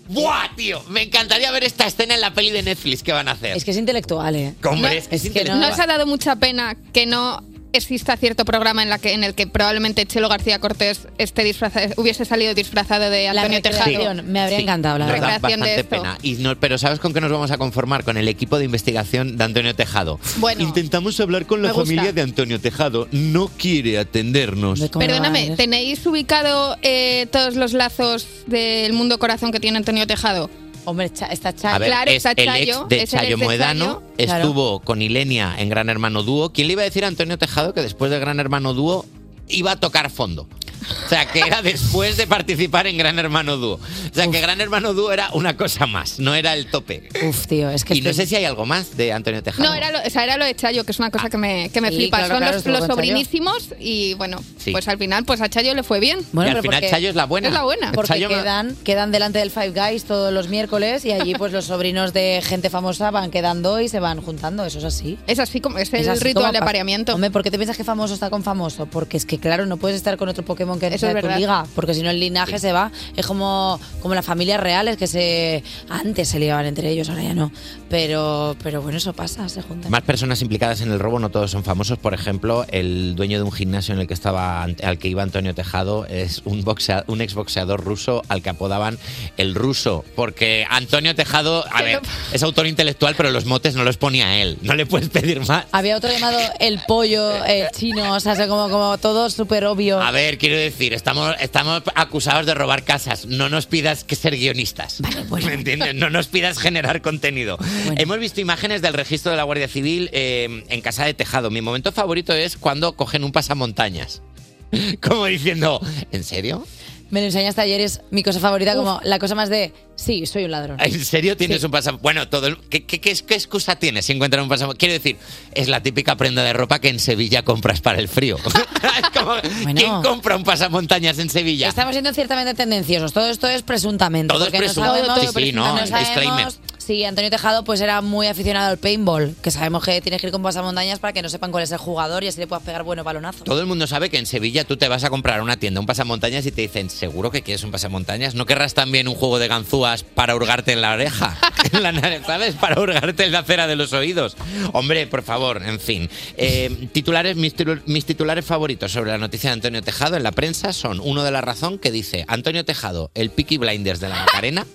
Speaker 4: ¡Buah, tío! Me encantaría ver esta escena en la peli de Netflix que van a hacer.
Speaker 3: Es que es intelectual, ¿eh?
Speaker 4: Hombre, es que es
Speaker 8: ¿No
Speaker 4: intelectual.
Speaker 8: os ha dado mucha pena que no exista cierto programa en, la que, en el que probablemente Chelo García Cortés esté disfraza- hubiese salido disfrazado de Antonio Tejado?
Speaker 3: recreación, me habría encantado, la
Speaker 4: nos da
Speaker 8: verdad. Recreación de
Speaker 4: bastante
Speaker 8: esto.
Speaker 4: pena. Y no- pero ¿sabes con qué nos vamos a conformar? Con el equipo de investigación de Antonio Tejado.
Speaker 8: Bueno.
Speaker 4: Intentamos hablar con
Speaker 8: Me gusta.
Speaker 4: de Antonio Tejado. No quiere atendernos.
Speaker 8: Perdóname, ¿tenéis ubicado eh, todos los lazos del mundo corazón que tiene Antonio Tejado?
Speaker 3: Hombre, está
Speaker 4: A
Speaker 3: Chayo.
Speaker 4: ver,
Speaker 8: claro,
Speaker 4: es
Speaker 8: está
Speaker 4: el
Speaker 8: Chayo.
Speaker 4: ex de
Speaker 8: es el
Speaker 4: Chayo
Speaker 8: ex de
Speaker 4: Moedano,
Speaker 8: Chayo.
Speaker 4: estuvo con Ilenia en Gran Hermano Dúo. ¿Quién le iba a decir a Antonio Tejado que después de Gran Hermano Dúo iba a tocar fondo? O sea, que era después de participar en Gran Hermano Dúo. O sea, que Gran Hermano Dúo era una cosa más, no era el tope.
Speaker 3: Uf, tío, es que...
Speaker 4: Y no sé si hay algo más de Antonio Tejado.
Speaker 8: No, era lo, o sea, era lo de Chayo, que es una
Speaker 4: Ah,
Speaker 8: cosa que me, que me
Speaker 3: Sí,
Speaker 8: flipa.
Speaker 3: claro,
Speaker 8: Son
Speaker 3: claro,
Speaker 8: los-
Speaker 3: estuvo
Speaker 8: los,
Speaker 3: con Chayo.
Speaker 8: sobrinnísimos y bueno,
Speaker 4: Sí.
Speaker 8: pues al final pues a Chayo le fue bien.
Speaker 4: Bueno, Y al pero final porque- Chayo es la buena.
Speaker 8: Es la buena.
Speaker 3: Porque
Speaker 4: Chayo me-
Speaker 3: quedan, quedan delante del Five Guys todos los miércoles y allí pues los sobrinos de gente famosa van quedando y se van juntando, eso es así.
Speaker 8: Es así como es el
Speaker 3: así
Speaker 8: ritual
Speaker 3: como
Speaker 8: de
Speaker 3: pasa.
Speaker 8: apareamiento.
Speaker 3: Hombre, ¿por qué te piensas que famoso está con famoso? Porque es que claro, no puedes estar con otro Pokémon que no
Speaker 8: Eso
Speaker 3: sea
Speaker 8: es
Speaker 3: de tu
Speaker 8: verdad.
Speaker 3: liga, porque si no el linaje se va. Es como, como las familias reales que se antes se liaban entre ellos, ahora ya no. Pero, pero bueno, eso pasa, se juntan.
Speaker 4: Más personas implicadas en el robo, no todos son famosos. Por ejemplo, el dueño de un gimnasio en el que estaba, al que iba Antonio Tejado, es un, boxea, un exboxeador ruso al que apodaban el ruso. Porque Antonio Tejado, a ver, es autor intelectual, pero los motes no los ponía él. No le puedes pedir más.
Speaker 3: Había otro llamado el pollo eh, chino, o sea, como, como todo súper obvio.
Speaker 4: A ver, quiero decir, estamos, estamos acusados de robar casas. No nos pidas que ser guionistas. [laughs] ¿Me entiendes? No nos pidas generar contenido. Hemos visto imágenes del registro de la Guardia Civil eh, en Casa de Tejado. Mi momento favorito es cuando cogen un pasamontañas. [laughs] Como diciendo, ¿en serio?
Speaker 3: Me lo enseñaste ayer, es mi cosa favorita, como la cosa más de, sí, soy un ladrón.
Speaker 4: ¿En serio tienes un pasamontañas? Bueno, todo el- ¿qué, qué, qué es- qué excusa tienes si encuentran un pasamontañas? Quiero decir, es la típica prenda de ropa que en Sevilla compras para el frío. [laughs] Es como, ¿Quién compra un pasamontañas en Sevilla?
Speaker 3: Estamos siendo ciertamente tendenciosos. Todo esto es presuntamente.
Speaker 4: Todo es
Speaker 3: porque
Speaker 4: presunto.
Speaker 3: No sabemos,
Speaker 4: Sí, sí, no,
Speaker 3: no sabemos
Speaker 4: disclaimer.
Speaker 3: si Antonio Tejado pues era muy aficionado al paintball, que sabemos que tienes que ir con pasamontañas para que no sepan cuál es el jugador y así le puedas pegar buenos balonazos.
Speaker 4: Todo el mundo sabe que en Sevilla tú te vas a comprar una tienda, un pasamontañas y te dicen, seguro que quieres un pasamontañas. ¿No querrás también un juego de ganzúas para hurgarte en la
Speaker 8: [laughs]
Speaker 4: oreja? [laughs] En la nariz, ¿Sabes? Para hurgarte en la cera de los oídos. Hombre, por favor, en fin. Eh, titulares, mis, titul- mis titulares favoritos sobre la noticia de Antonio Tejado en la prensa son uno de la razón que dice, Antonio Tejado, el Peaky Blinders de la
Speaker 8: [laughs]
Speaker 4: Macarena,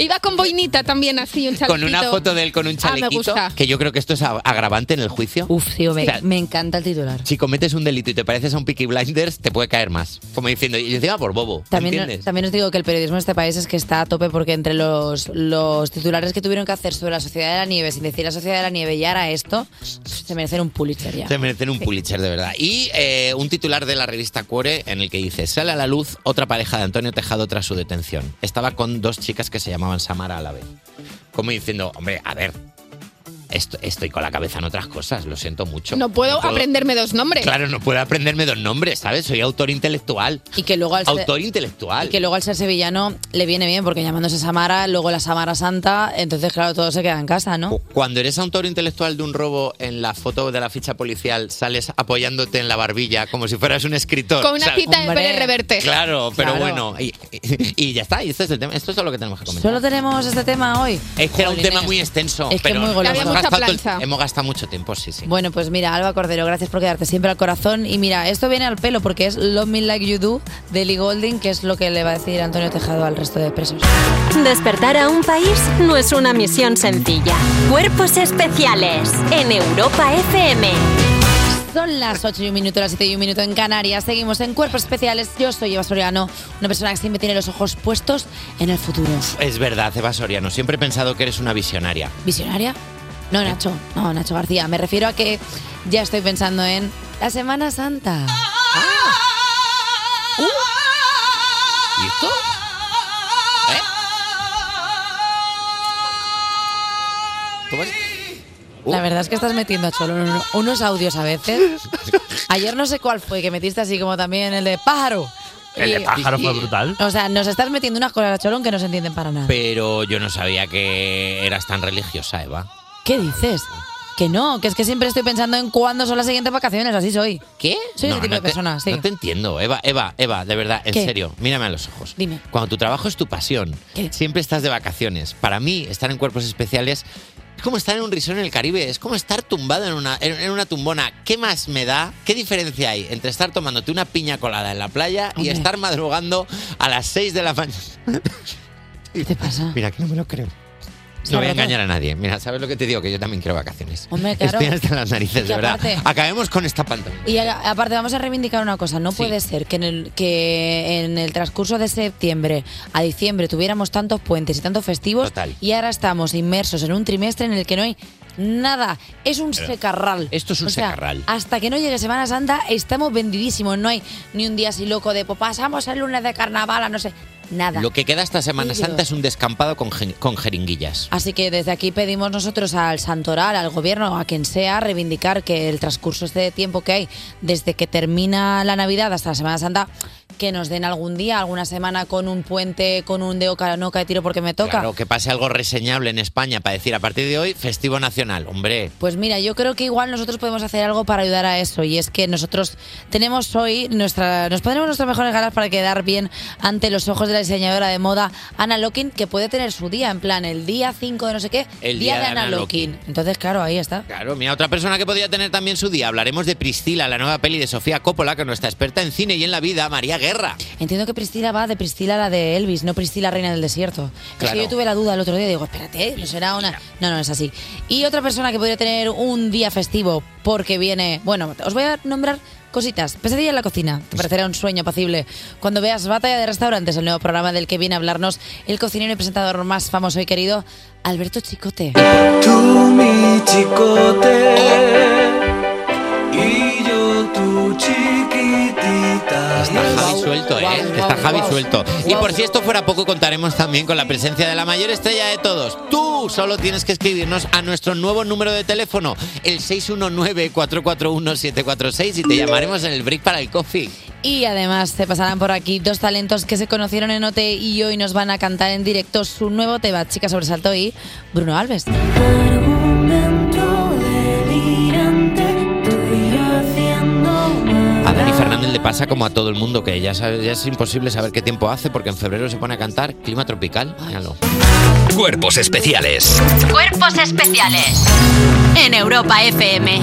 Speaker 8: Iba con boinita también así, un
Speaker 4: con
Speaker 8: chalequito.
Speaker 4: una foto de él con un
Speaker 8: Ah, me
Speaker 4: chalequito,
Speaker 8: gusta.
Speaker 4: que yo creo que esto es a- agravante en el juicio. Uf,
Speaker 3: Tío, me, me encanta el titular.
Speaker 4: si cometes un delito y te pareces a un Peaky Blinders, te puede caer más. Como diciendo, y encima por bobo.
Speaker 3: También,
Speaker 4: ¿entiendes?
Speaker 3: también os digo que el periodismo en este país es que está a tope porque entre los, los titulares que tuvieron que hacer sobre la Sociedad de la Nieve, sin decir la Sociedad de la Nieve y ahora esto, se merecen un Pulitzer ya.
Speaker 4: Se merecen un Pulitzer, de verdad. Y eh, un titular de la revista Cuore en el que dice, sale a la luz otra pareja de Antonio Tejado tras su detención. Estaba con dos chicas chicas que se llamaban Samara a la vez. Como diciendo, hombre, a ver, esto- estoy con la cabeza en otras cosas, lo siento mucho.
Speaker 8: No puedo aprenderme dos nombres.
Speaker 4: Claro, no puedo aprenderme dos nombres, ¿sabes? Soy autor intelectual.
Speaker 3: Y que luego al ser-
Speaker 4: Autor intelectual.
Speaker 3: Y que luego al ser sevillano le viene bien porque llamándose Samara, luego la Samara Santa, entonces claro, todo se queda en casa, ¿no?
Speaker 4: Cuando eres autor intelectual de un robo en la foto de la ficha policial, sales apoyándote en la barbilla como si fueras un escritor.
Speaker 8: Con una
Speaker 4: ¿sabes?
Speaker 8: cita de Hombre. Pérez Reverte.
Speaker 4: Claro, pero
Speaker 8: Claro.
Speaker 4: bueno. Y, y- y ya está, y este es el tema. Esto es todo lo que tenemos que comentar.
Speaker 3: Solo tenemos este tema hoy.
Speaker 4: Es que era un
Speaker 3: Jolines.
Speaker 4: tema muy extenso.
Speaker 3: Es que
Speaker 4: pero
Speaker 3: muy goloso. Había
Speaker 4: hemos,
Speaker 3: mucha
Speaker 4: gastado, el-
Speaker 3: plancha.
Speaker 4: hemos gastado mucho tiempo, sí, sí.
Speaker 3: Bueno, pues mira, Alba Cordero, gracias por quedarte siempre al corazón. Y mira, esto viene al pelo porque es Love Me Like You Do de Lee Golding, que es lo que le va a decir Antonio Tejado al resto de presos.
Speaker 2: Despertar a un país no es una misión sencilla. Cuerpos especiales en Europa FM.
Speaker 3: Son las 8 y un minuto, las 7 y un minuto en Canarias. Seguimos en Cuerpos Especiales. Yo soy Eva Soriano, una persona que siempre tiene los ojos puestos en el futuro.
Speaker 4: Es verdad, Eva Soriano. Siempre he pensado que eres una visionaria.
Speaker 3: ¿Visionaria? No, Nacho. No, Nacho García. Me refiero a que ya estoy pensando en la Semana Santa. Uh.
Speaker 4: ¿Y esto? ¿Eh? ¿Cómo es?
Speaker 3: La verdad es que estás metiendo a Cholo un- unos audios a veces. Ayer no sé cuál fue, que metiste así como también el de pájaro.
Speaker 5: El de
Speaker 3: Y-
Speaker 5: pájaro fue
Speaker 3: y-
Speaker 5: brutal.
Speaker 3: O sea, nos estás metiendo unas cosas a Cholón que no se entienden para nada.
Speaker 4: Pero yo no sabía que eras tan religiosa, Eva.
Speaker 3: ¿Qué dices? Que no, que es que siempre estoy pensando en cuándo son las siguientes vacaciones, así soy.
Speaker 4: ¿Qué?
Speaker 3: Soy ese tipo de
Speaker 4: te,
Speaker 3: persona, sí.
Speaker 4: no te entiendo, Eva, Eva, Eva, de verdad, en
Speaker 3: ¿Qué?
Speaker 4: serio, mírame a los ojos.
Speaker 3: Dime.
Speaker 4: Cuando tu trabajo es tu pasión, siempre estás de vacaciones. Para mí, estar en cuerpos especiales es como estar en un resort en el Caribe, es como estar tumbado en una, en, en una tumbona. ¿Qué más me da? ¿Qué diferencia hay entre estar tomándote una piña colada en la playa y
Speaker 3: Hombre.
Speaker 4: estar madrugando a las 6 de la mañana?
Speaker 3: ¿Qué te pasa?
Speaker 4: Mira, que no me lo creo.
Speaker 3: Se
Speaker 4: No voy a
Speaker 3: ha roto.
Speaker 4: engañar a nadie. Mira, ¿sabes lo que te digo? Que yo también quiero vacaciones.
Speaker 3: Hombre, claro.
Speaker 4: Estoy hasta las narices,
Speaker 3: Y
Speaker 4: de verdad.
Speaker 3: aparte-
Speaker 4: Acabemos con esta pantalla.
Speaker 3: Y a- aparte vamos a reivindicar una cosa, no puede ser que en el que en el transcurso de septiembre a diciembre tuviéramos tantos puentes y tantos festivos y ahora estamos inmersos en un trimestre en el que no hay nada, es un
Speaker 4: Pero,
Speaker 3: secarral.
Speaker 4: esto es un
Speaker 3: O sea,
Speaker 4: secarral.
Speaker 3: Hasta que no llegue Semana Santa estamos vendidísimos, no hay ni un día así loco de pues, pasamos el lunes de carnaval, a no sé, nada.
Speaker 4: Lo que queda esta Semana
Speaker 3: Vídeo.
Speaker 4: Santa es un descampado con, gen- con jeringuillas.
Speaker 3: Así que desde aquí pedimos nosotros al Santoral, al gobierno, a quien sea, reivindicar que el transcurso este de tiempo que hay, desde que termina la Navidad hasta la Semana Santa, que nos den algún día, alguna semana con un puente, con un de oca, no cae tiro porque me toca.
Speaker 4: Claro, que pase algo reseñable en España para decir a partir de hoy festivo nacional. Hombre,
Speaker 3: Pues mira, yo creo que igual nosotros podemos hacer algo para ayudar a eso y es que nosotros tenemos hoy nuestra, nos pondremos nuestras mejores ganas para quedar bien ante los ojos de la diseñadora de moda Ana Lokin, que puede tener su día, en plan el día 5 de no sé qué,
Speaker 4: El día de Ana Lokin.
Speaker 3: Entonces, claro, ahí está.
Speaker 4: claro, mira, otra persona que podría tener también su día. Hablaremos de Priscila, la nueva peli de Sofía Coppola, con nuestra experta en cine y en la vida, María Guerra.
Speaker 3: Entiendo que Priscila va de Priscila la de Elvis, no Priscila reina del desierto. Es
Speaker 4: Claro.
Speaker 3: que yo tuve la duda el otro día, digo, espérate, no será una... No, no es así. Y otra persona que podría tener un día festivo porque viene... Bueno, os voy a nombrar cositas. Pesadilla en la cocina, te parecerá un sueño apacible. Cuando veas Batalla de Restaurantes, el nuevo programa del que viene a hablarnos el cocinero y presentador más famoso y querido, Alberto Chicote.
Speaker 15: Tú mi chicote y yo tu chiquitita.
Speaker 4: Está Javi suelto, ¿eh? Está Javi suelto. Y por si esto fuera poco, contaremos también con la presencia de la mayor estrella de todos. Tú solo tienes que escribirnos a nuestro nuevo número de teléfono, el 619-441-746, y te llamaremos en el break para el coffee.
Speaker 3: Y además se pasarán por aquí dos talentos que se conocieron en OT y hoy nos van a cantar en directo su nuevo tema, Chica Sobresalto y Bruno Alves.
Speaker 4: A Dani Fernández le pasa como a todo el mundo, que ya, sabe- ya es imposible saber qué tiempo hace porque en febrero se pone a cantar clima tropical. Míralo.
Speaker 1: Cuerpos especiales.
Speaker 2: Cuerpos especiales en Europa FM.
Speaker 4: Eh,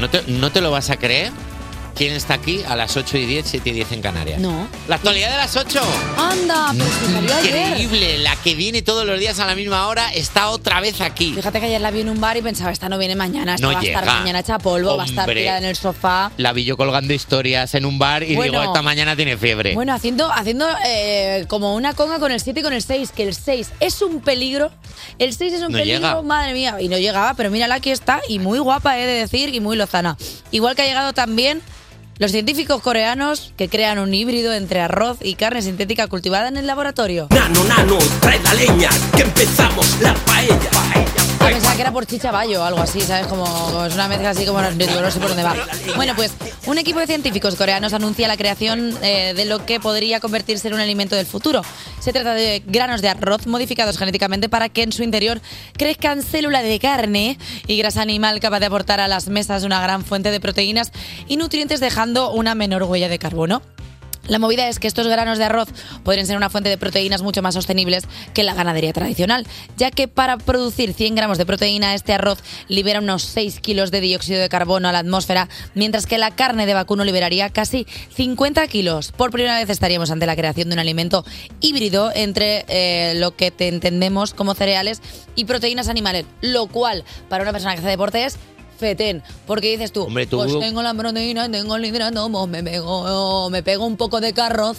Speaker 4: ¿no, te, no te lo vas a creer? ¿Quién está aquí a las 8 y 10, 7 y 10 en Canarias?
Speaker 3: No.
Speaker 4: La actualidad de las 8.
Speaker 3: Anda, pero si salió ayer.
Speaker 4: Increíble, la que viene todos los días a la misma hora está otra vez aquí.
Speaker 3: Fíjate que ayer la vi en un bar y pensaba, esta no viene mañana, esta
Speaker 4: No
Speaker 3: va a estar
Speaker 4: llega.
Speaker 3: mañana hecha polvo, va a estar
Speaker 4: Hombre.
Speaker 3: tirada en el sofá.
Speaker 4: La vi yo colgando historias en un bar y
Speaker 3: Bueno.
Speaker 4: digo, esta mañana tiene fiebre.
Speaker 3: Bueno, haciendo, haciendo eh, como una conga con el 7 y con el 6, que el 6 es un peligro. El 6 es un
Speaker 4: No
Speaker 3: peligro,
Speaker 4: llega.
Speaker 3: madre mía. Y no eh, llegaba, pero mírala, aquí está, y muy guapa, he de decir, y muy lozana. Igual que ha llegado también Los científicos coreanos que crean un híbrido entre arroz y carne sintética cultivada en el laboratorio.
Speaker 15: Nano, nano, trae la leña, que empezamos la paella.
Speaker 3: Ah, pensaba que era por chichaballo o algo así, ¿sabes? Como como es una mezcla así como no, no sé por dónde va. Bueno, pues un equipo de científicos coreanos anuncia la creación eh, de lo que podría convertirse en un alimento del futuro. Se trata de granos de arroz modificados genéticamente para que en su interior crezcan células de carne y grasa animal capaz de aportar a las mesas una gran fuente de proteínas y nutrientes dejando una menor huella de carbono. La movida es que estos granos de arroz podrían ser una fuente de proteínas mucho más sostenibles que la ganadería tradicional, ya que para producir 100 gramos de proteína este arroz libera unos 6 kilos de dióxido de carbono a la atmósfera, mientras que la carne de vacuno liberaría casi 50 kilos. Por primera vez estaríamos ante la creación de un alimento híbrido entre eh, lo que te entendemos como cereales y proteínas animales, lo cual para una persona que hace deporte es fetén. Porque dices tú,
Speaker 4: Hombre, tú-
Speaker 3: pues tengo la proteína, tengo el hidrato, mo- me pego, me pego un poco de carroz.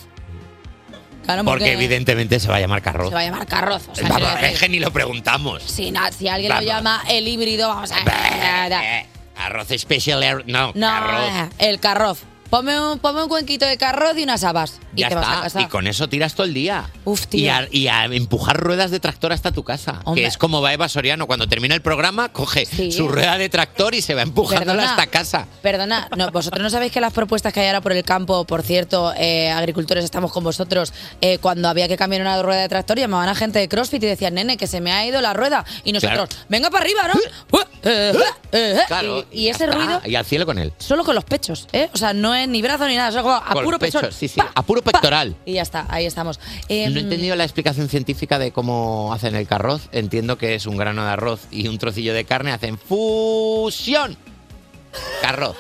Speaker 3: Claro,
Speaker 4: Porque ¿eh? evidentemente se va a llamar carro.
Speaker 3: se va a llamar carroz. O sea,
Speaker 4: Vamos,
Speaker 3: quiero decir,
Speaker 4: es que ni lo preguntamos.
Speaker 3: si, na- si alguien
Speaker 4: Vamos.
Speaker 3: lo llama el híbrido, vamos a
Speaker 4: eh,
Speaker 3: ver.
Speaker 4: Arroz special air- No,
Speaker 3: No, eh,
Speaker 4: carro.
Speaker 3: el carroz. Ponme un, ponme un cuenquito de carroz y unas habas. Y
Speaker 4: Ya
Speaker 3: te vas a
Speaker 4: está.
Speaker 3: casa.
Speaker 4: Y con eso tiras todo el día.
Speaker 3: Uf, tío.
Speaker 4: Y a, y a empujar ruedas de tractor hasta tu casa.
Speaker 3: Hombre.
Speaker 4: Que es como va Eva Soriano. Cuando termina el programa, coge su rueda de tractor y se va empujándola
Speaker 3: Perdona.
Speaker 4: hasta casa.
Speaker 3: Perdona, no, vosotros no sabéis que las propuestas que hay ahora por el campo, por cierto, eh, agricultores, estamos con vosotros, eh, cuando había que cambiar una rueda de tractor, llamaban a gente de CrossFit y decían, nene, que se me ha ido la rueda. Y nosotros,
Speaker 4: Claro.
Speaker 3: venga para arriba,
Speaker 4: [laughs]
Speaker 3: ¿no? Eh, eh, eh, eh.
Speaker 4: Claro,
Speaker 3: y, y ese
Speaker 4: Ah,
Speaker 3: ruido
Speaker 4: y al cielo con él.
Speaker 3: solo con los pechos, ¿eh? O sea, no es ni brazo ni nada, solo como a
Speaker 4: Con
Speaker 3: puro
Speaker 4: los pechos,
Speaker 3: pecho.
Speaker 4: sí, sí. A puro pectoral.
Speaker 3: Y ya está, ahí estamos. Eh,
Speaker 4: No he entendido la explicación científica de cómo hacen el carroz. Entiendo que es un grano de arroz y un trocillo de carne. Hacen fusión. Carroz.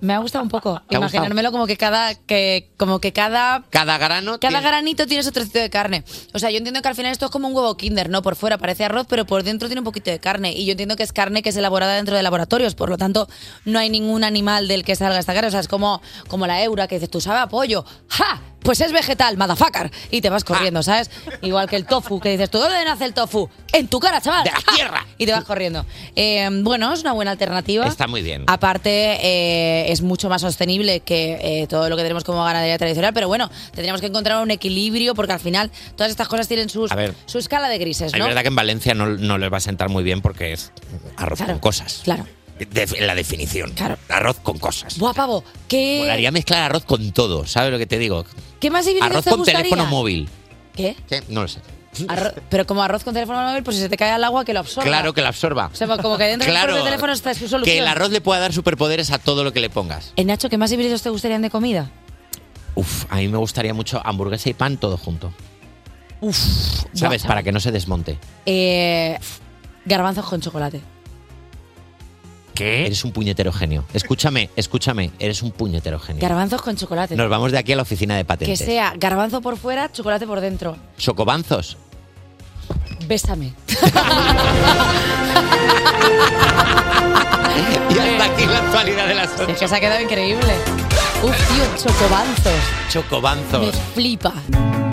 Speaker 3: me ha gustado un poco
Speaker 4: ¿Te ha gustado?
Speaker 3: imaginármelo como que cada que como que cada
Speaker 4: Cada grano.
Speaker 3: Cada
Speaker 4: tiene-
Speaker 3: granito tiene su trocito de carne. O sea, yo entiendo que al final esto es como un huevo kinder, ¿no? Por fuera parece arroz, pero por dentro tiene un poquito de carne. Y yo entiendo que es carne que es elaborada dentro de laboratorios. Por lo tanto, no hay ningún animal del que salga esta carne. O sea, es como, como la eura que dices, tú sabes a pollo. ¡Ja! Pues es vegetal, motherfucker. Y
Speaker 4: Ah.
Speaker 3: te vas corriendo, ¿sabes? Igual que el tofu, que dices, ¿tú dónde nace el tofu? En tu cara, chaval. De la
Speaker 4: tierra.
Speaker 3: Y te vas corriendo. Eh, bueno, es una buena alternativa.
Speaker 4: Está muy bien.
Speaker 3: Aparte, eh, es mucho más sostenible que eh, todo lo que tenemos como ganadería tradicional, pero bueno, tendríamos que encontrar un equilibrio porque al final todas estas cosas tienen sus,
Speaker 4: A ver.
Speaker 3: su escala de grises,
Speaker 4: Es
Speaker 3: ¿no?
Speaker 4: verdad que en Valencia no, no les va a sentar muy bien porque es arroz
Speaker 3: Claro,
Speaker 4: con cosas.
Speaker 3: Claro. Eh,
Speaker 4: De- la definición. Arroz con cosas.
Speaker 3: Buah, pavo, ¿qué,
Speaker 4: Molaría mezclar arroz con todo, ¿sabes lo que te digo?
Speaker 3: qué más híbrido
Speaker 4: Arroz
Speaker 3: te
Speaker 4: con
Speaker 3: gustaría?
Speaker 4: teléfono móvil.
Speaker 3: ¿Qué?
Speaker 4: ¿Qué? No lo sé.
Speaker 3: Arro- pero como arroz con teléfono móvil, pues si se te cae al agua que lo absorba.
Speaker 4: Claro que la absorba.
Speaker 3: O sea, pues como que dentro
Speaker 4: Claro.
Speaker 3: del propio teléfono está su solución.
Speaker 4: Que el arroz le pueda dar superpoderes a todo lo que le pongas.
Speaker 3: Eh, Nacho, ¿qué más híbridos te gustarían de comida?
Speaker 4: Uf, a mí me gustaría mucho hamburguesa y pan todo junto.
Speaker 3: Uf.
Speaker 4: ¿Sabes?
Speaker 3: guau,
Speaker 4: Para que no se desmonte.
Speaker 3: Eh, garbanzos con chocolate.
Speaker 4: ¿Qué? Eres un puñetero genio. Escúchame, escúchame. Eres un puñetero genio.
Speaker 3: Garbanzos con chocolate.
Speaker 4: Nos vamos de aquí a la oficina de
Speaker 3: Que
Speaker 4: patentes.
Speaker 3: sea garbanzo por fuera, chocolate por dentro.
Speaker 4: Chocobanzos.
Speaker 3: Bésame.
Speaker 4: [laughs] Y hasta aquí la actualidad de las
Speaker 3: Es que se ha quedado increíble. Uf, tío, chocobanzos.
Speaker 4: Chocobanzos.
Speaker 3: Flipa.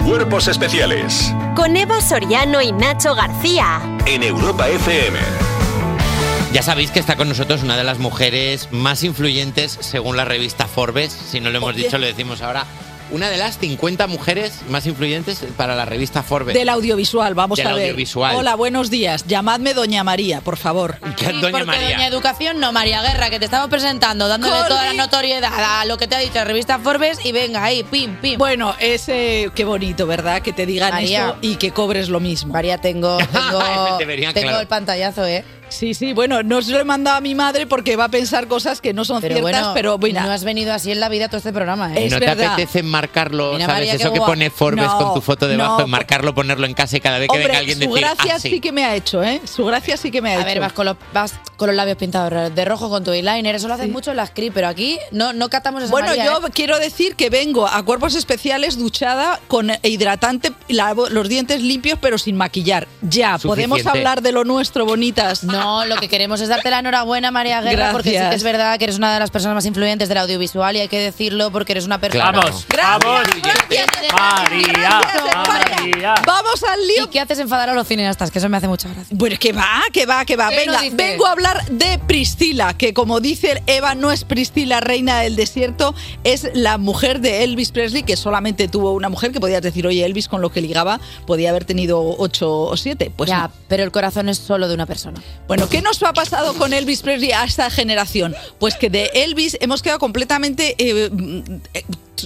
Speaker 12: Cuerpos especiales
Speaker 2: Con Eva Soriano y Nacho García.
Speaker 12: en Europa FM.
Speaker 4: Ya sabéis que está con nosotros una de las mujeres más influyentes según la revista Forbes. Si no lo hemos dicho, lo decimos ahora. Una de las 50 mujeres más influyentes para la revista Forbes.
Speaker 16: Del audiovisual, vamos
Speaker 4: Del
Speaker 16: a ver.
Speaker 4: audiovisual.
Speaker 16: Hola, buenos días. Llamadme Doña María, por favor.
Speaker 4: ¿Qué, Doña María?
Speaker 3: Doña Educación, no, María Guerra, que te estamos presentando, dándole
Speaker 16: Corre.
Speaker 3: toda la notoriedad a lo que te ha dicho la revista Forbes y venga ahí, pim, pim. Bueno,
Speaker 16: eh,
Speaker 3: ese, qué bonito, ¿verdad? Que te digan
Speaker 16: esto y que cobres lo mismo.
Speaker 3: María,
Speaker 4: [laughs]
Speaker 3: tengo, tengo,
Speaker 16: deberían,
Speaker 3: tengo
Speaker 16: claro.
Speaker 3: el pantallazo, ¿eh?
Speaker 16: Sí, sí, bueno, no se lo he mandado a mi madre porque va a pensar cosas que no son
Speaker 3: Pero
Speaker 16: ciertas,
Speaker 3: bueno,
Speaker 16: pero bueno.
Speaker 3: no has venido así en la vida a todo este programa, ¿eh?
Speaker 4: ¿No te apetece enmarcarlo,
Speaker 3: Mira,
Speaker 4: sabes?
Speaker 3: María,
Speaker 4: Eso
Speaker 3: qué
Speaker 4: que
Speaker 3: guapa.
Speaker 4: pone Forbes
Speaker 16: No,
Speaker 4: con tu foto debajo,
Speaker 16: no,
Speaker 4: enmarcarlo, ponerlo en casa y cada vez que
Speaker 16: Hombre,
Speaker 4: venga alguien
Speaker 16: su
Speaker 4: decir,
Speaker 16: gracia
Speaker 4: ah, sí.
Speaker 16: sí que me ha hecho, ¿eh? Su gracia sí que me ha
Speaker 3: A
Speaker 16: hecho.
Speaker 3: ver, vas con, los, vas con los labios pintados de rojo con tu eyeliner. Eso lo haces mucho en las CRI, pero aquí no, no catamos esa
Speaker 16: Bueno,
Speaker 3: María,
Speaker 16: yo
Speaker 3: ¿eh?
Speaker 16: quiero decir que vengo a cuerpos especiales duchada con hidratante, lavo los dientes limpios pero sin maquillar. Ya, Ah, podemos
Speaker 3: Suficiente.
Speaker 16: hablar de lo nuestro, bonitas.
Speaker 3: No, No, lo que queremos es darte la enhorabuena, María Guerra,
Speaker 16: Gracias.
Speaker 3: porque sí que es verdad que eres una de las personas más influyentes del audiovisual y hay que decirlo porque eres una persona.
Speaker 5: Claro. Vamos, vamos, María, María.
Speaker 16: Vamos al lío.
Speaker 3: ¿Y qué haces enfadar a los cineastas? Que eso me hace mucha gracia.
Speaker 16: Bueno, que va, Ah, que va, que va.
Speaker 3: ¿Qué
Speaker 16: Venga,
Speaker 3: nos dices?
Speaker 16: vengo a hablar de Priscila, que como dice Eva, no es Priscila, reina del desierto, es la mujer de Elvis Presley, que solamente tuvo una mujer que podías decir, oye, Elvis con lo que ligaba podía haber tenido ocho o siete. Pues
Speaker 3: ya,
Speaker 16: no.
Speaker 3: pero el corazón es solo de una persona.
Speaker 16: Bueno, ¿qué nos ha pasado con Elvis Presley a esta generación? Pues que de Elvis hemos quedado completamente eh, mm, eh,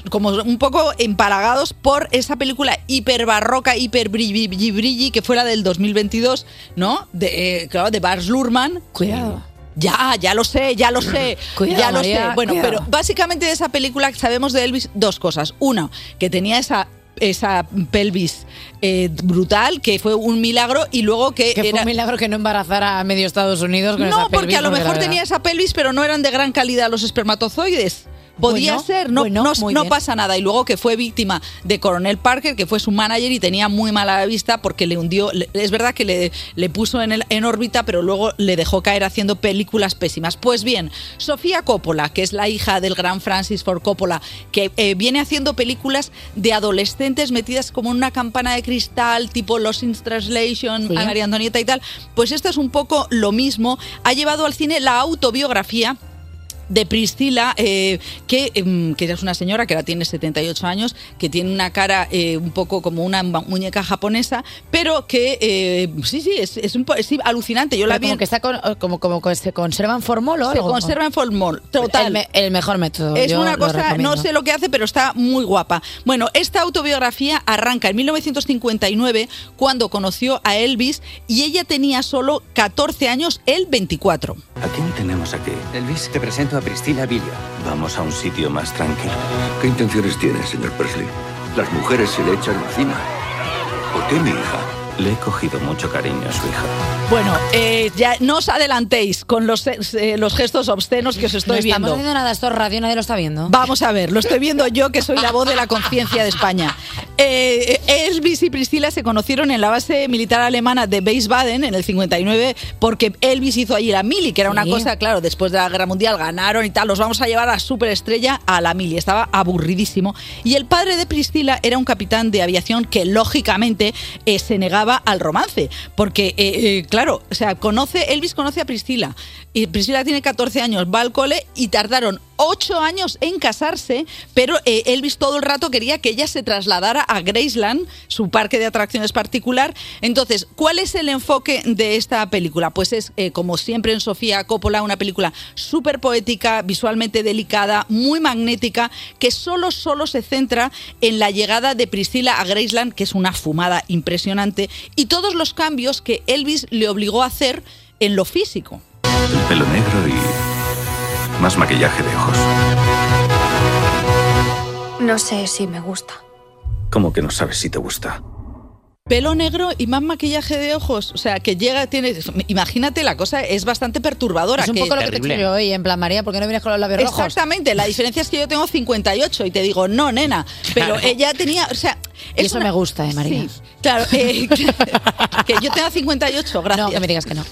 Speaker 16: como un poco empalagados por esa película hiperbarroca, hiper brilli brilli, que fue la del 2022, ¿no? De, eh, claro, de Bars Lurman. Cuidado. Ya, ya lo sé, ya lo sé,
Speaker 3: [laughs] Cuidado,
Speaker 16: ya lo
Speaker 3: María,
Speaker 16: sé. Bueno,
Speaker 3: cuidado.
Speaker 16: pero básicamente de esa película sabemos de Elvis dos cosas. Una, que tenía esa esa pelvis eh, brutal que fue un milagro y luego que,
Speaker 3: Que fue
Speaker 16: era
Speaker 3: un milagro que no embarazara a medio Estados Unidos
Speaker 16: no,
Speaker 3: con esa pelvis,
Speaker 16: porque a lo
Speaker 3: la
Speaker 16: mejor
Speaker 3: verdad-
Speaker 16: tenía esa pelvis, pero no eran de gran calidad los espermatozoides. Podía
Speaker 3: Bueno,
Speaker 16: ser, no,
Speaker 3: bueno,
Speaker 16: no,
Speaker 3: muy
Speaker 16: no
Speaker 3: bien.
Speaker 16: pasa nada. Y luego que fue víctima de Coronel Parker, que fue su manager y tenía muy mala vista porque le hundió. le- es verdad que le, le puso en, el- en órbita, pero luego le dejó caer haciendo películas pésimas. Pues bien, Sofía Coppola, que es la hija del gran Francis Ford Coppola, que eh, viene haciendo películas de adolescentes metidas como en una campana de cristal, tipo Los in Translation,
Speaker 3: Sí.
Speaker 16: Ana María Antonieta y tal, pues esto es un poco lo mismo. Ha llevado al cine la autobiografía de Priscila, eh, que, em, que es una señora que ahora tiene 78 años, que tiene una cara eh, un poco como una ma- muñeca japonesa, pero que eh, sí, sí, es, es un po- es alucinante. Yo la
Speaker 3: Pero
Speaker 16: vi
Speaker 3: como que está con- oh, como, como que se conserva en formol o
Speaker 16: se
Speaker 3: algo.
Speaker 16: conserva en formol, total.
Speaker 3: El, me- el mejor método.
Speaker 16: Es
Speaker 3: yo
Speaker 16: una
Speaker 3: lo
Speaker 16: cosa, no
Speaker 3: recomiendo.
Speaker 16: sé lo que hace, pero está muy guapa. Bueno, esta autobiografía arranca en 1959, cuando conoció a Elvis y ella tenía solo 14 años, él 24.
Speaker 17: ¿A quién tenemos aquí? Elvis, te presento a Priscila Villa. Vamos a un sitio más tranquilo. ¿Qué intenciones tiene, señor Presley? Las mujeres se le echan encima. ¿Por qué mi hija? Le he cogido mucho cariño a su hija.
Speaker 16: Bueno, eh, ya no os adelantéis con los, eh, los gestos obscenos que os
Speaker 3: No
Speaker 16: estoy
Speaker 3: estamos
Speaker 16: viendo.
Speaker 3: haciendo nada, esto es radio, nadie lo está viendo.
Speaker 16: Vamos a ver, lo estoy viendo yo, que soy la voz de la conciencia de España. Eh, Elvis y Priscila se conocieron en la base militar alemana de Baden en el 59 porque Elvis hizo allí la mili, que era una
Speaker 3: Sí.
Speaker 16: cosa, claro, después de la guerra mundial ganaron y tal, los vamos a llevar a la superestrella a la mili. Estaba aburridísimo. Y el padre de Priscila era un capitán de aviación que lógicamente eh, se negaba al romance, porque, eh, eh, claro, o sea, conoce, Elvis conoce a Priscila y Priscila tiene 14 años, va al cole y tardaron 8 años en casarse, pero eh, Elvis todo el rato quería que ella se trasladara a Graceland, su parque de atracciones particular. Entonces, ¿cuál es el enfoque de esta película? Pues es, eh, como siempre en Sofía Coppola, una película súper poética, visualmente delicada, muy magnética, que solo, solo se centra en la llegada de Priscila a Graceland, que es una fumada impresionante, y todos los cambios que Elvis le obligó a hacer en lo físico.
Speaker 12: El pelo negro y más maquillaje de ojos.
Speaker 18: No sé si me gusta.
Speaker 17: ¿Cómo que no sabes si te gusta?
Speaker 16: Pelo negro y más maquillaje de ojos. O sea, que llega, tiene. Imagínate, la cosa es bastante perturbadora.
Speaker 3: Es un
Speaker 16: que-
Speaker 3: poco lo que te escribo hoy, en plan, María, ¿por qué no vienes con los labios rojos?
Speaker 16: Exactamente, la diferencia es que yo tengo 58 y te digo, no,
Speaker 3: [laughs]
Speaker 16: nena. Pero
Speaker 3: Claro.
Speaker 16: ella tenía. O sea.
Speaker 3: Y eso me gusta, eh, María.
Speaker 16: Sí, claro, eh, [laughs] que, que yo tengo 58, gracias. No, que me
Speaker 3: digas
Speaker 16: [laughs]
Speaker 3: que no.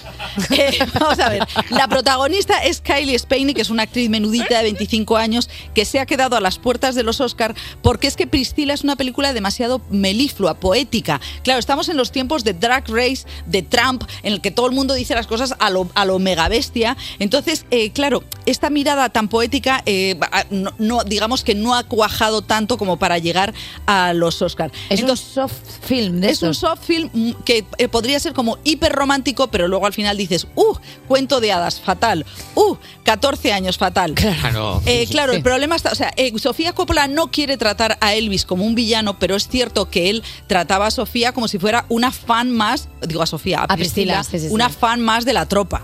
Speaker 16: vamos a ver, la protagonista es Kylie Spaney, que es una actriz menudita de 25 años que se ha quedado a las puertas de los Oscar porque es que Priscila es una película demasiado meliflua, poética. Claro, estamos en los tiempos de Drag Race, de Trump, en el que todo el mundo dice las cosas a lo, a lo mega bestia. Entonces, eh, claro, esta mirada tan poética, eh, va- no, no- digamos que no ha cuajado tanto como para llegar a los Oscar.
Speaker 3: Es un soft film de
Speaker 16: Es un soft film mm, que eh, podría ser como hiper romántico, pero luego al final dices, uh, cuento de hadas, fatal. Uh, 14 años, fatal.
Speaker 4: Claro.
Speaker 16: Eh, claro,
Speaker 4: Sí.
Speaker 16: el problema está, o sea, eh, Sofía Coppola no quiere tratar a Elvis como un villano, pero es cierto que él trataba a Sofía como si fuera una fan más, digo a Sofía, a,
Speaker 18: Priscila,
Speaker 16: Priscila,
Speaker 18: sí, sí, sí.
Speaker 16: una fan más de la tropa.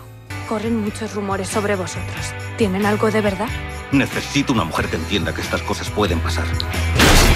Speaker 18: Corren muchos rumores sobre vosotros. ¿Tienen algo de verdad?
Speaker 17: Necesito una mujer que entienda que estas cosas pueden pasar.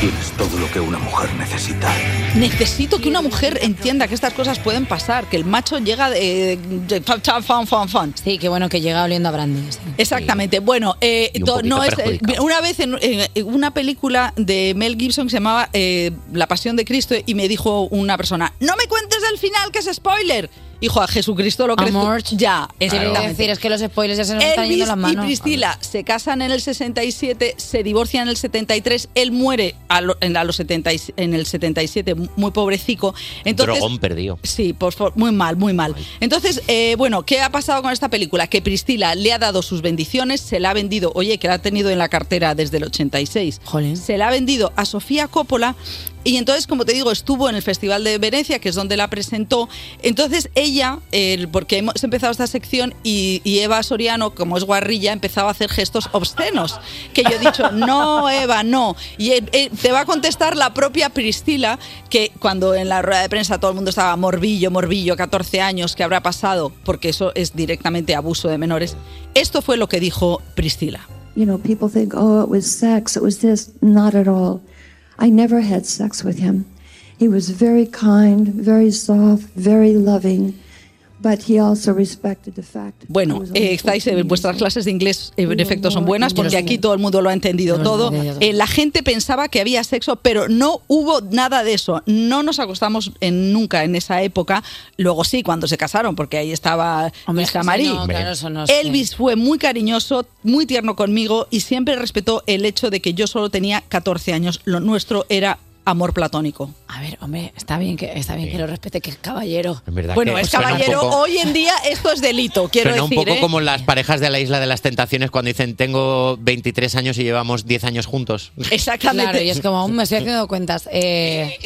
Speaker 17: Tienes todo lo que una mujer necesita.
Speaker 16: Necesito que una mujer entienda que estas cosas pueden pasar, que el macho llega de, de fan, fan, fan, fan, fan.
Speaker 3: Sí, qué bueno que llega oliendo a brandy.
Speaker 16: Exactamente. Bueno, eh,
Speaker 3: Y un
Speaker 16: to-
Speaker 3: poquito
Speaker 16: no es eh,
Speaker 3: perjudicado.
Speaker 16: una vez en eh, en una película de Mel Gibson que se llamaba eh, La Pasión de Cristo y me dijo una persona, "No me cuentes el final que es spoiler." Hijo, a Jesucristo lo creció. Ya,
Speaker 3: Quiero
Speaker 16: exactamente.
Speaker 3: decir, es que los spoilers ya se nos están yendo
Speaker 16: Elvis
Speaker 3: las manos.
Speaker 16: y Priscila se casan en el 67, se divorcian en el 73, él muere a lo- en, la- a los 70 y- en el 77, muy pobrecico. Entonces,
Speaker 4: Drogón perdido.
Speaker 16: Sí, por favor, muy mal, muy mal. Entonces, eh, bueno, ¿qué ha pasado con esta película? Que Priscila le ha dado sus bendiciones, se la ha vendido, oye, que la ha tenido en la cartera desde el 86, se la ha vendido a Sofía Coppola y entonces, como te digo, estuvo en el Festival de Venecia, que es donde la presentó. Entonces, ella, el- porque hemos empezado esta sección y, y Eva Soriano, como es guarrilla, empezaba a hacer gestos obscenos, que yo he dicho, no, Eva, no. Y eh, eh, te va a contestar la propia Priscila, que cuando en la rueda de prensa todo el mundo estaba morbillo, morbillo, 14 años, que habrá pasado? Porque eso es directamente abuso de menores. Esto fue lo que dijo Priscila.
Speaker 19: you know, people think, oh, it was sex, it was this. Not at all. I never had sex with him. He was very kind, very soft, very loving, but he also respected the fact. that he
Speaker 16: Bueno,
Speaker 3: Pues
Speaker 19: was
Speaker 16: eh,
Speaker 19: only
Speaker 16: estáis, eh,
Speaker 19: 14
Speaker 16: vuestras clases de inglés eh, en efecto son buenas
Speaker 19: Yo lo
Speaker 16: porque
Speaker 19: sé.
Speaker 16: aquí todo el mundo lo ha entendido
Speaker 19: Yo lo
Speaker 16: todo.
Speaker 19: sé, yo lo
Speaker 16: Eh, la gente pensaba que había sexo, pero no hubo nada de eso. No nos acostamos en- nunca en esa época. Luego sí, cuando se casaron, porque ahí estaba Luis
Speaker 3: que sí,
Speaker 16: Camarí.
Speaker 3: no, claro, eso no sé.
Speaker 16: Elvis fue muy cariñoso, muy tierno conmigo y siempre respetó el hecho de que yo solo tenía 14 años. Lo nuestro era amor platónico.
Speaker 3: A ver, hombre, está bien que está bien que lo respete, que es caballero.
Speaker 16: Bueno,
Speaker 4: que
Speaker 16: es
Speaker 4: suena un
Speaker 16: caballero,
Speaker 4: poco-
Speaker 16: hoy en día esto es delito, quiero
Speaker 4: Suena
Speaker 16: decir.
Speaker 4: un poco
Speaker 16: ¿eh?
Speaker 4: como las parejas de la Isla de las Tentaciones cuando dicen tengo 23 años y llevamos 10 años
Speaker 16: [laughs]
Speaker 4: juntos.
Speaker 16: Exactamente.
Speaker 3: Claro, y es como, aún me estoy haciendo cuentas. Eh,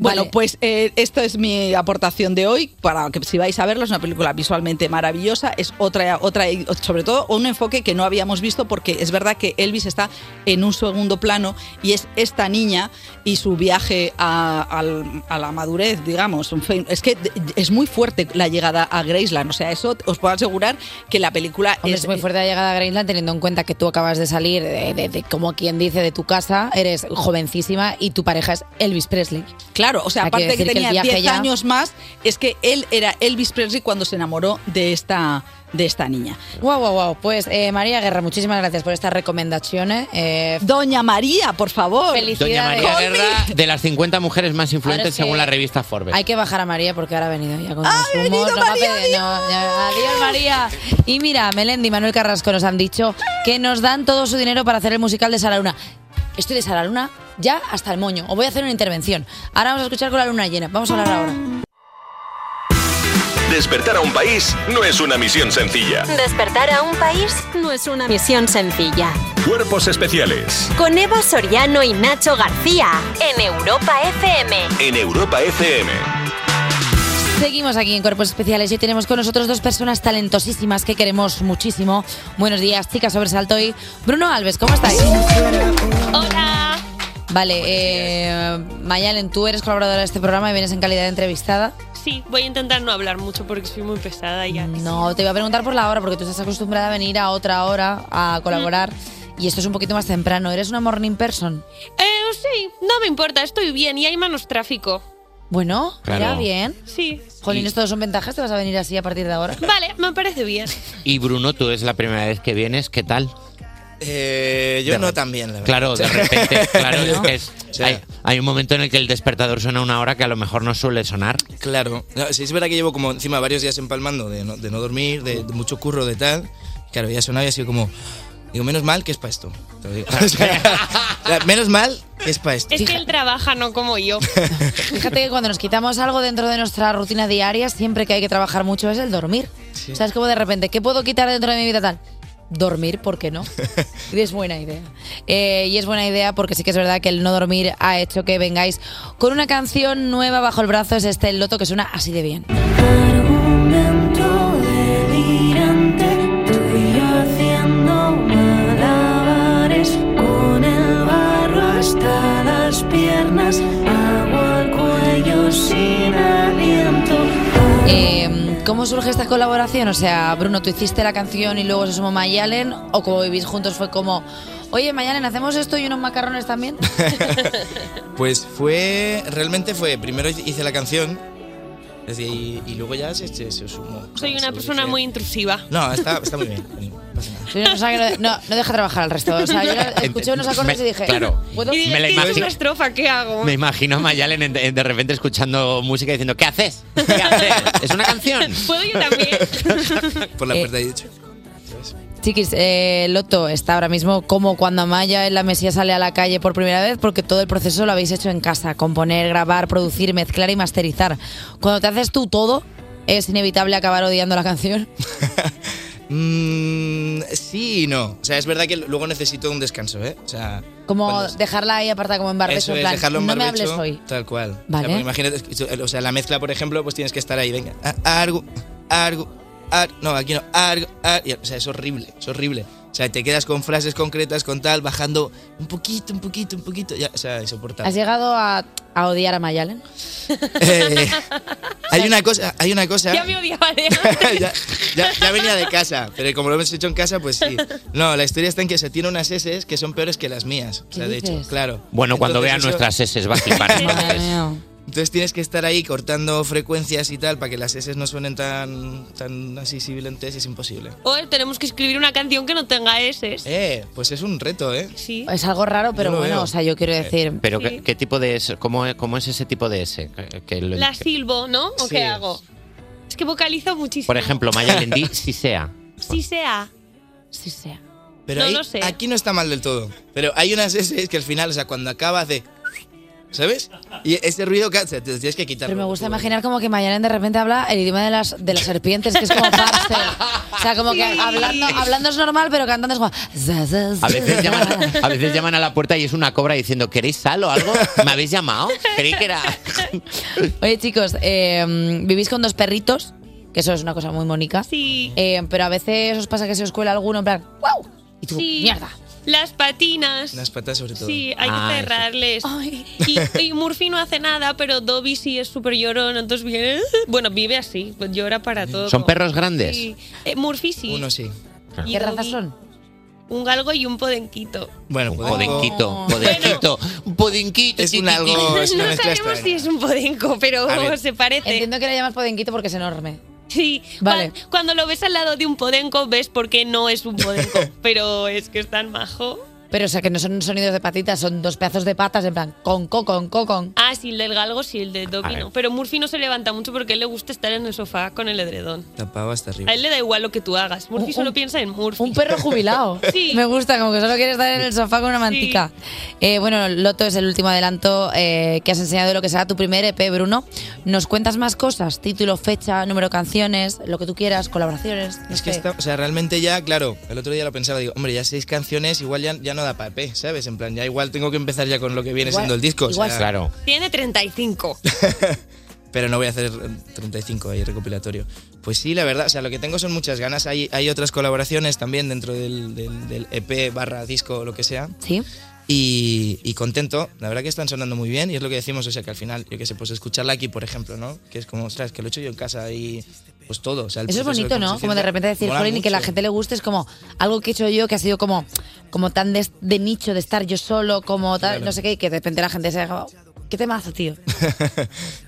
Speaker 16: Bueno, pues eh, esta es mi aportación de hoy. Para que si vais a verla, es una película visualmente maravillosa. Es otra, otra, sobre todo un enfoque que no habíamos visto, porque es verdad que Elvis está en un segundo plano y es esta niña y su viaje a, al- a la madurez, digamos. Un fe- Es que d- es muy fuerte la llegada a Graceland. O sea, eso os puedo asegurar que la película
Speaker 3: hombre, es muy fuerte la llegada a Greenland teniendo en cuenta que tú acabas de salir de, de- de- como quien dice de tu casa, eres jovencísima y tu pareja es Elvis Presley.
Speaker 16: Claro, o sea,
Speaker 3: Hay que
Speaker 16: aparte que,
Speaker 3: decir que el
Speaker 16: tenía
Speaker 3: viaje
Speaker 16: 10
Speaker 3: ya-
Speaker 16: años más, es que él era Elvis Presley cuando se enamoró de esta, de esta niña.
Speaker 3: Wow, wow, wow. Pues eh, María Guerra, muchísimas gracias por estas recomendaciones. Eh,
Speaker 16: Doña María, por favor.
Speaker 4: Doña
Speaker 3: Felicidades.
Speaker 4: María Guerra, de las 50 mujeres más
Speaker 3: Ahora
Speaker 4: influyentes
Speaker 3: es que
Speaker 4: según la revista Forbes.
Speaker 3: Hay que bajar a María porque ahora ha venido ya con
Speaker 16: ¡Ha
Speaker 3: los humos,
Speaker 16: venido
Speaker 3: no va a
Speaker 16: María,
Speaker 3: pedir- no, ya- adiós María. Y mira, Melendi y Manuel Carrasco nos han dicho que nos dan todo su dinero para hacer el musical de Sara Luna. Estoy de Sara Luna ya hasta el moño. Os voy a hacer una intervención. Ahora vamos a escuchar con la luna llena. Vamos a hablar ahora.
Speaker 12: Despertar a un país no es una misión sencilla.
Speaker 2: Despertar a un país no es una misión sencilla.
Speaker 12: Cuerpos especiales
Speaker 2: Con Eva Soriano y Nacho García en Europa FM.
Speaker 12: en Europa FM.
Speaker 3: Seguimos aquí en Cuerpos Especiales y hoy tenemos con nosotros dos personas talentosísimas que queremos muchísimo. Buenos días, chicas Sobresalto y Bruno Alves, ¿cómo estáis? Hola. Vale, eh, Mayalen, tú eres colaboradora de este programa y vienes en calidad de entrevistada.
Speaker 20: Sí, voy a intentar no hablar mucho porque soy muy pesada y ya.
Speaker 3: No, te iba a preguntar por la hora, porque tú estás acostumbrada a venir a otra hora
Speaker 20: Mm.
Speaker 3: a colaborar y esto es un poquito más temprano. ¿Eres una morning person?
Speaker 20: Eh, sí, no me importa, estoy bien y hay menos tráfico.
Speaker 3: Bueno,
Speaker 4: Claro.
Speaker 3: mira, bien.
Speaker 20: Sí.
Speaker 3: Jolín, ¿esto son ventajas? ¿Te vas a venir así a partir de ahora?
Speaker 20: Vale, me parece bien.
Speaker 4: Y Bruno, tú es la primera vez que vienes, ¿qué tal?
Speaker 14: Eh, yo
Speaker 4: De
Speaker 14: no
Speaker 4: re-
Speaker 14: tan bien, la verdad.
Speaker 4: Claro,
Speaker 14: [laughs]
Speaker 4: de repente, claro, es que es-
Speaker 14: Sí.
Speaker 4: hay, hay un momento en el que el despertador suena una hora que a lo mejor no suele sonar.
Speaker 14: Claro. No, sí, es verdad que llevo como encima varios días empalmando de no, de no dormir, de, de mucho curro, de tal. Claro, ya sonaba y ha sido como. Digo, menos mal que es para esto. Te lo digo. [laughs] O sea, [laughs] o sea, menos mal que es para esto.
Speaker 20: Es que él trabaja, no como yo.
Speaker 3: Fíjate que cuando nos quitamos algo dentro de nuestra rutina diaria, siempre que hay que trabajar mucho es el dormir. O sea, es como de repente, ¿qué puedo quitar dentro de mi vida tal? Dormir, ¿por qué no? Y es buena idea. Eh, y es buena idea porque sí que es verdad que el no dormir ha hecho que vengáis con una canción nueva bajo el brazo. Es este El Loto que suena así de bien.
Speaker 21: Argumento delirante, tú y yo haciendo malabares con el barro hasta las piernas, agua al cuello sin aliento.
Speaker 3: Eh, ¿Cómo surge esta colaboración? O sea, Bruno, tú hiciste la canción y luego se sumó Mayalen, o como vivís juntos fue como, oye, Mayalen, ¿hacemos esto y unos macarrones también?
Speaker 14: Pues fue. Realmente fue. Primero hice la canción. es decir, Y, y luego ya se, se, se sumó.
Speaker 20: Soy una persona muy intrusiva.
Speaker 14: No, está, está muy bien. pasa nada.
Speaker 3: Junior, o sea, que no, no- no deja trabajar al resto. O sea, yo la- escuché unos acordes
Speaker 4: Me-
Speaker 3: y dije,
Speaker 4: claro.
Speaker 3: ¿puedo?
Speaker 4: Y Me la
Speaker 20: ¿Qué es
Speaker 4: imagino.
Speaker 20: una estrofa? ¿Qué hago?
Speaker 4: Me imagino a Mayalen en- en- de repente escuchando música y diciendo, ¿qué haces? ¿Qué haces? Es una canción.
Speaker 20: ¿Puedo yo también?
Speaker 14: [laughs] Por la
Speaker 3: Eh,
Speaker 14: puerta he dicho.
Speaker 3: Chiquis, eh, Loto está ahora mismo como cuando Amaya en la Mesía sale a la calle por primera vez, porque todo el proceso lo habéis hecho en casa: componer, grabar, producir, mezclar y masterizar. Cuando te haces tú todo, es inevitable acabar odiando la canción.
Speaker 14: Mm, sí y no. O sea, es verdad que luego necesito un descanso, ¿eh? O sea,
Speaker 3: Como
Speaker 14: cuando-
Speaker 3: dejarla ahí apartada, como en barbecho,
Speaker 14: Eso
Speaker 3: en
Speaker 14: es,
Speaker 3: plan,
Speaker 14: dejarlo en
Speaker 3: no me
Speaker 14: barbecho,
Speaker 3: hables hoy.
Speaker 14: Tal cual. O sea,
Speaker 3: Vale.
Speaker 14: porque imagínate, o sea, la mezcla, por ejemplo, pues tienes que estar ahí, venga, a- algo, algo, ar- no, aquí no, algo, ar- y, o sea, es horrible, es horrible. O sea, te quedas con frases concretas, con tal, bajando un poquito, un poquito, un poquito, ya, o sea, insoportable.
Speaker 3: ¿Has llegado a, a odiar a Mayalen?
Speaker 14: Eh, hay una cosa, hay una cosa.
Speaker 20: [laughs] Ya me odiaba de
Speaker 14: [laughs] ya, ya- ya venía de casa, pero como lo hemos hecho en casa, pues sí. No, la historia está en que se tiene unas S que son peores que las mías. O sea, de hecho, claro.
Speaker 4: Bueno, cuando
Speaker 14: Entonces
Speaker 4: vean
Speaker 14: eso-
Speaker 4: nuestras heces va
Speaker 14: [laughs]
Speaker 4: a flipar. entonces.
Speaker 14: Entonces tienes que estar ahí cortando frecuencias y tal para que las S no suenen tan, tan así sibilantes y es imposible.
Speaker 20: O tenemos que escribir una canción que no tenga S.
Speaker 14: Eh, pues es un reto, ¿eh?
Speaker 20: Sí.
Speaker 3: Es algo raro, pero
Speaker 4: Yo lo
Speaker 3: bueno,
Speaker 4: veo.
Speaker 3: o sea, yo quiero decir.
Speaker 4: Pero ¿qué, qué tipo de S? ¿Cómo es, cómo es ese tipo de S? Que- que lo-
Speaker 20: La silbo, ¿no? ¿O
Speaker 4: Sí.
Speaker 20: qué hago? Es que vocalizo muchísimo.
Speaker 4: por ejemplo, Mayalen, di si sea.
Speaker 20: Sí sea.
Speaker 3: Sí sea.
Speaker 14: Pero
Speaker 20: No
Speaker 14: ahí-
Speaker 20: lo sé.
Speaker 14: aquí no está mal del todo. Pero hay unas S que al final, o sea, cuando acabas de... ¿Sabes? Y ese ruido que hace, te tienes que quitarlo.
Speaker 3: Pero me gusta imaginar como que Mayalen de repente habla el idioma de las, de las serpientes, que es como parcel. O sea, como que
Speaker 20: Sí.
Speaker 3: hablando, hablando es normal, pero cantando es como. za, za, za.
Speaker 4: A veces, llaman, a veces llaman a la puerta y es una cobra diciendo, ¿queréis sal o algo? ¿Me habéis llamado? Creí que era...
Speaker 3: Oye, chicos, eh, vivís con dos perritos, que eso es una cosa muy mónica. Eh,
Speaker 20: Sí.
Speaker 3: pero a veces os pasa que se os cuela alguno, en plan, ¡wow! Y tú,
Speaker 20: Sí.
Speaker 3: ¡mierda!
Speaker 20: Las patinas.
Speaker 14: Las patas sobre todo. Ah,
Speaker 20: Sí, hay que cerrarles. Y, y Murphy no hace nada, pero Dobby sí es súper llorón, entonces viene... Bueno, vive así, pues llora para todo.
Speaker 4: ¿Son perros grandes?
Speaker 20: Sí. Eh, Murphy sí.
Speaker 14: Uno sí.
Speaker 4: Claro.
Speaker 3: ¿Qué razas son?
Speaker 20: Un galgo y un podenquito.
Speaker 14: Bueno, pues-
Speaker 4: un podenquito, podenquito, un podenquito.
Speaker 14: Es un algo-
Speaker 4: chiquitín.
Speaker 14: es una
Speaker 20: no
Speaker 14: mezcla
Speaker 20: sabemos
Speaker 14: extraña.
Speaker 4: ¿eh?
Speaker 20: si es un podenco, pero
Speaker 14: A ver.
Speaker 20: se parece.
Speaker 3: Entiendo que le llamas podenquito porque es enorme.
Speaker 20: Sí,
Speaker 3: Vale.
Speaker 20: cuan- cuando, lo ves al lado de un podenco, ves por qué no es
Speaker 14: [laughs]
Speaker 20: un podenco, pero es que es tan majo.
Speaker 3: Pero, o sea, que no son sonidos de patitas, son dos pedazos de patas, en plan, con, con, con, con, con.
Speaker 20: Ah, sí, el del galgo, sí, el de Dobby
Speaker 14: ver.
Speaker 20: no. Pero Murphy no se levanta mucho porque a él le gusta estar en el sofá con el edredón.
Speaker 14: Tapado hasta arriba.
Speaker 20: A él le da igual lo que tú hagas.
Speaker 3: Uh,
Speaker 20: Murphy solo piensa en Murphy.
Speaker 3: Un perro jubilado. Me gusta, como que solo quieres estar en el sofá con una mantica. Eh, bueno, Loto es el último adelanto eh, que has enseñado de lo que será tu primer EP, Bruno. ¿Nos cuentas más cosas? Título, fecha, número de canciones, lo que tú quieras, colaboraciones. no
Speaker 14: Es que
Speaker 3: sé.
Speaker 14: está- o sea, realmente ya, claro, el otro día lo pensaba, digo, hombre, ya seis canciones, igual ya, ya no da para EP, ¿sabes? En plan, ya igual tengo que empezar ya con lo que viene
Speaker 20: Igual-
Speaker 14: siendo el disco. o
Speaker 20: igual
Speaker 14: sea,
Speaker 20: sí. Tiene 35.
Speaker 14: Pero no voy a hacer eh, 35 ahí recopilatorio. Pues sí, la verdad, o sea, lo que tengo son muchas ganas. Hay, hay otras colaboraciones también dentro del, del- del EP barra disco o lo que sea.
Speaker 3: Sí.
Speaker 14: Y, y contento, la verdad que están sonando muy bien y es lo que decimos, o sea, que al final, yo qué sé, pues escucharla aquí, por ejemplo, ¿no? Que es como, ostras, que lo he hecho yo en casa y pues todo. o sea, el
Speaker 3: Eso es
Speaker 14: proceso de
Speaker 3: bonito, ¿no?
Speaker 14: composición
Speaker 3: Como de repente decir,
Speaker 14: mola
Speaker 3: jolín, y que la
Speaker 14: mucho.
Speaker 3: gente le guste, es como algo que he hecho yo que ha sido como, como tan de, de nicho, de estar yo solo, como tal,
Speaker 14: Claro.
Speaker 3: no sé qué, y que de repente la gente se ha ¿Qué temazo, tío?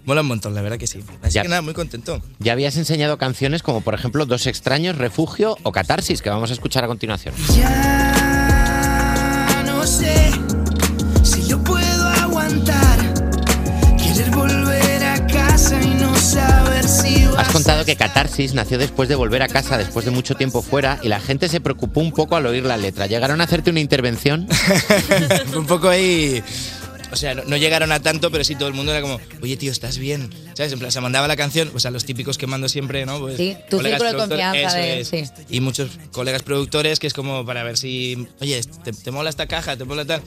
Speaker 14: Mola un montón, la verdad que sí. Así
Speaker 4: Ya.
Speaker 14: que nada, muy contento. [laughs]
Speaker 4: Ya habías enseñado canciones como, por ejemplo, Dos extraños, Refugio o Catarsis, que vamos a escuchar a continuación.
Speaker 22: no sé si yo puedo aguantar. Querer volver a casa y no saber si
Speaker 4: Has
Speaker 22: vas
Speaker 4: contado que Catarsis nació después de volver a casa después de mucho tiempo fuera y la gente se preocupó un poco al oír la letra. ¿Llegaron a hacerte una intervención?
Speaker 14: Fue un poco ahí. O sea, no, no llegaron a tanto, pero sí todo el mundo era como, oye tío, ¿estás bien? ¿Sabes? En plan, se mandaba la canción, o sea, los típicos que mando siempre, ¿no? Pues,
Speaker 3: Sí, tu
Speaker 14: colegas
Speaker 3: círculo de
Speaker 14: productores,
Speaker 3: confianza de-
Speaker 14: eso
Speaker 3: sí.
Speaker 14: es. Y muchos colegas productores que es como para ver si, oye, ¿te, te mola esta caja? ¿Te mola tal?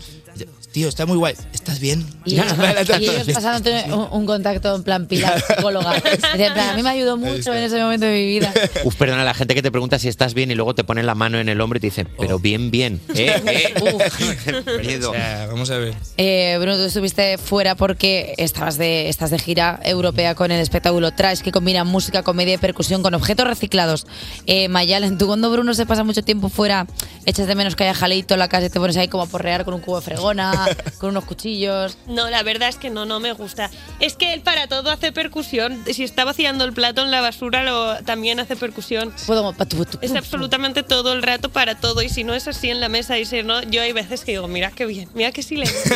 Speaker 14: Tío, está muy guay. ¿Estás bien?
Speaker 3: Y,
Speaker 14: [laughs]
Speaker 4: [laughs]
Speaker 3: y ellos pasándote un, un contacto en plan pilar psicóloga. Decía, en plan, a mí me ayudó mucho en ese momento de mi vida.
Speaker 4: Uf, perdona, la gente que te pregunta si estás bien y luego te ponen la mano en el hombro y te dicen,
Speaker 14: Oh.
Speaker 4: pero bien, bien. Eh, eh. Miedo.
Speaker 14: O sea, vamos a ver.
Speaker 3: Eh, Bruno, tú estuviste fuera porque estabas de, estás de gira europea europea con el espectáculo Trash, que combina música, comedia y percusión con objetos reciclados. Eh, Mayal, en tu cuando Bruno se pasa mucho tiempo fuera, echas de menos que haya jaleito en la casa y te pones ahí como a porrear con un cubo de fregona, con unos cuchillos.
Speaker 20: No, la verdad es que no, no me gusta. Es que él para todo hace percusión. Si está vaciando el plato en la basura, lo, también hace percusión.
Speaker 3: Puedo,
Speaker 20: Es absolutamente todo el rato para todo. Y si no es así en la mesa y si no, yo hay veces que digo, mira qué bien, mira qué silencio.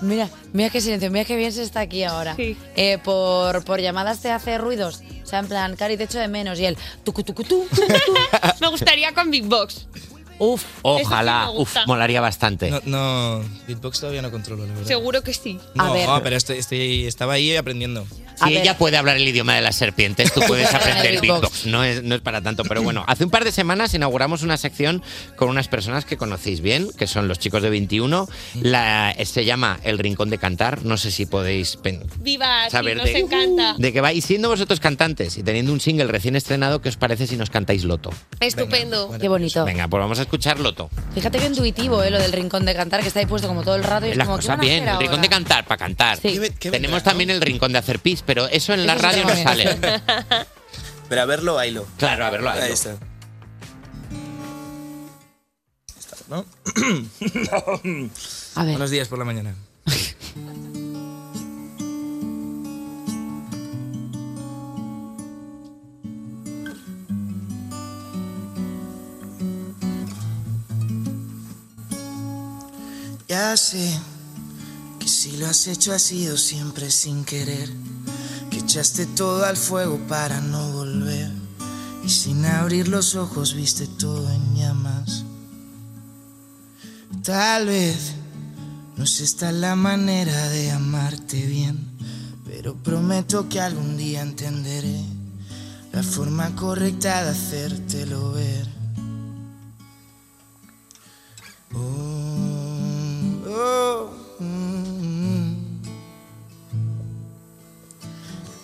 Speaker 3: Mira, mira qué silencio, mira qué bien se está aquí ahora. Eh, por, por llamadas te hace ruidos. O sea, en plan, Cari, te echo de menos. Y él, tucu, tucu, tu, tu, tu.
Speaker 20: [laughs] Me gustaría con Big Box.
Speaker 3: Uf,
Speaker 4: Ojalá,
Speaker 20: Eso sí me
Speaker 4: uf,
Speaker 20: gusta.
Speaker 4: molaría bastante.
Speaker 14: No, no, beatbox todavía no controlo, la verdad.
Speaker 20: Seguro que sí.
Speaker 14: No, ah, pero estoy, estoy- estaba ahí aprendiendo.
Speaker 4: Si ella puede hablar el idioma de las serpientes, tú
Speaker 3: [laughs]
Speaker 4: puedes aprender
Speaker 14: El
Speaker 4: beatbox.
Speaker 14: beatbox.
Speaker 4: No es, no es para tanto, pero bueno. Hace un par de semanas inauguramos una sección con unas personas que conocéis bien, que son los chicos de 21. La, eh, se llama El Rincón de Cantar. No sé si podéis pen-
Speaker 20: Viva, sí,
Speaker 4: saber
Speaker 20: nos
Speaker 4: de,
Speaker 20: encanta.
Speaker 4: de qué va. Y siendo vosotros cantantes y teniendo un single recién estrenado, ¿qué os parece si nos cantáis Loto?
Speaker 3: Estupendo. Qué bonito.
Speaker 4: Venga, pues vamos a escuchar Loto.
Speaker 3: Fíjate qué intuitivo, ¿eh? Lo del rincón de cantar, que está ahí puesto como todo el rato. Y es
Speaker 4: Las
Speaker 3: como, ¿qué
Speaker 4: cosas
Speaker 3: van a
Speaker 4: pues bien,
Speaker 3: hacer
Speaker 4: el rincón
Speaker 3: ahora?
Speaker 4: de cantar, para cantar.
Speaker 3: Sí.
Speaker 4: Tenemos también el rincón de hacer pis, pero eso en la
Speaker 3: Eso sí
Speaker 4: radio no
Speaker 14: [laughs]
Speaker 3: está
Speaker 4: sale.
Speaker 3: bien.
Speaker 14: Pero a verlo, bailo.
Speaker 4: Claro, a verlo. a
Speaker 14: Ahí
Speaker 4: verlo.
Speaker 14: está. Está, ¿no? Buenos días por la mañana.
Speaker 22: Ya sé que si lo has hecho ha sido siempre sin querer, que echaste todo al fuego para no volver y sin abrir los ojos viste todo en llamas. Tal vez no es esta la manera de amarte bien, pero prometo que algún día entenderé la forma correcta de hacértelo ver. Oh, mm, mm.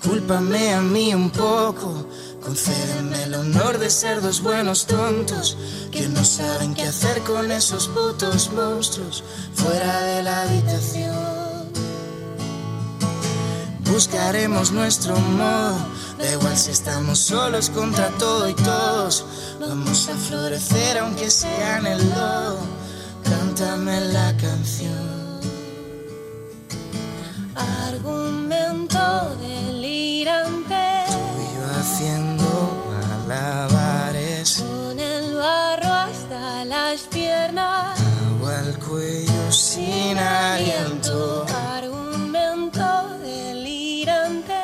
Speaker 22: Cúlpame a mí un poco, concédeme el honor de ser dos buenos tontos que no saben qué hacer con esos putos monstruos fuera de la habitación. Buscaremos nuestro modo, da igual si estamos solos contra todo y todos, vamos a florecer aunque sea en el lodo. Cántame la canción.
Speaker 21: Argumento delirante
Speaker 22: Yo haciendo malabares,
Speaker 21: con el barro hasta las piernas.
Speaker 22: agua al cuello sin aliento.
Speaker 21: Argumento delirante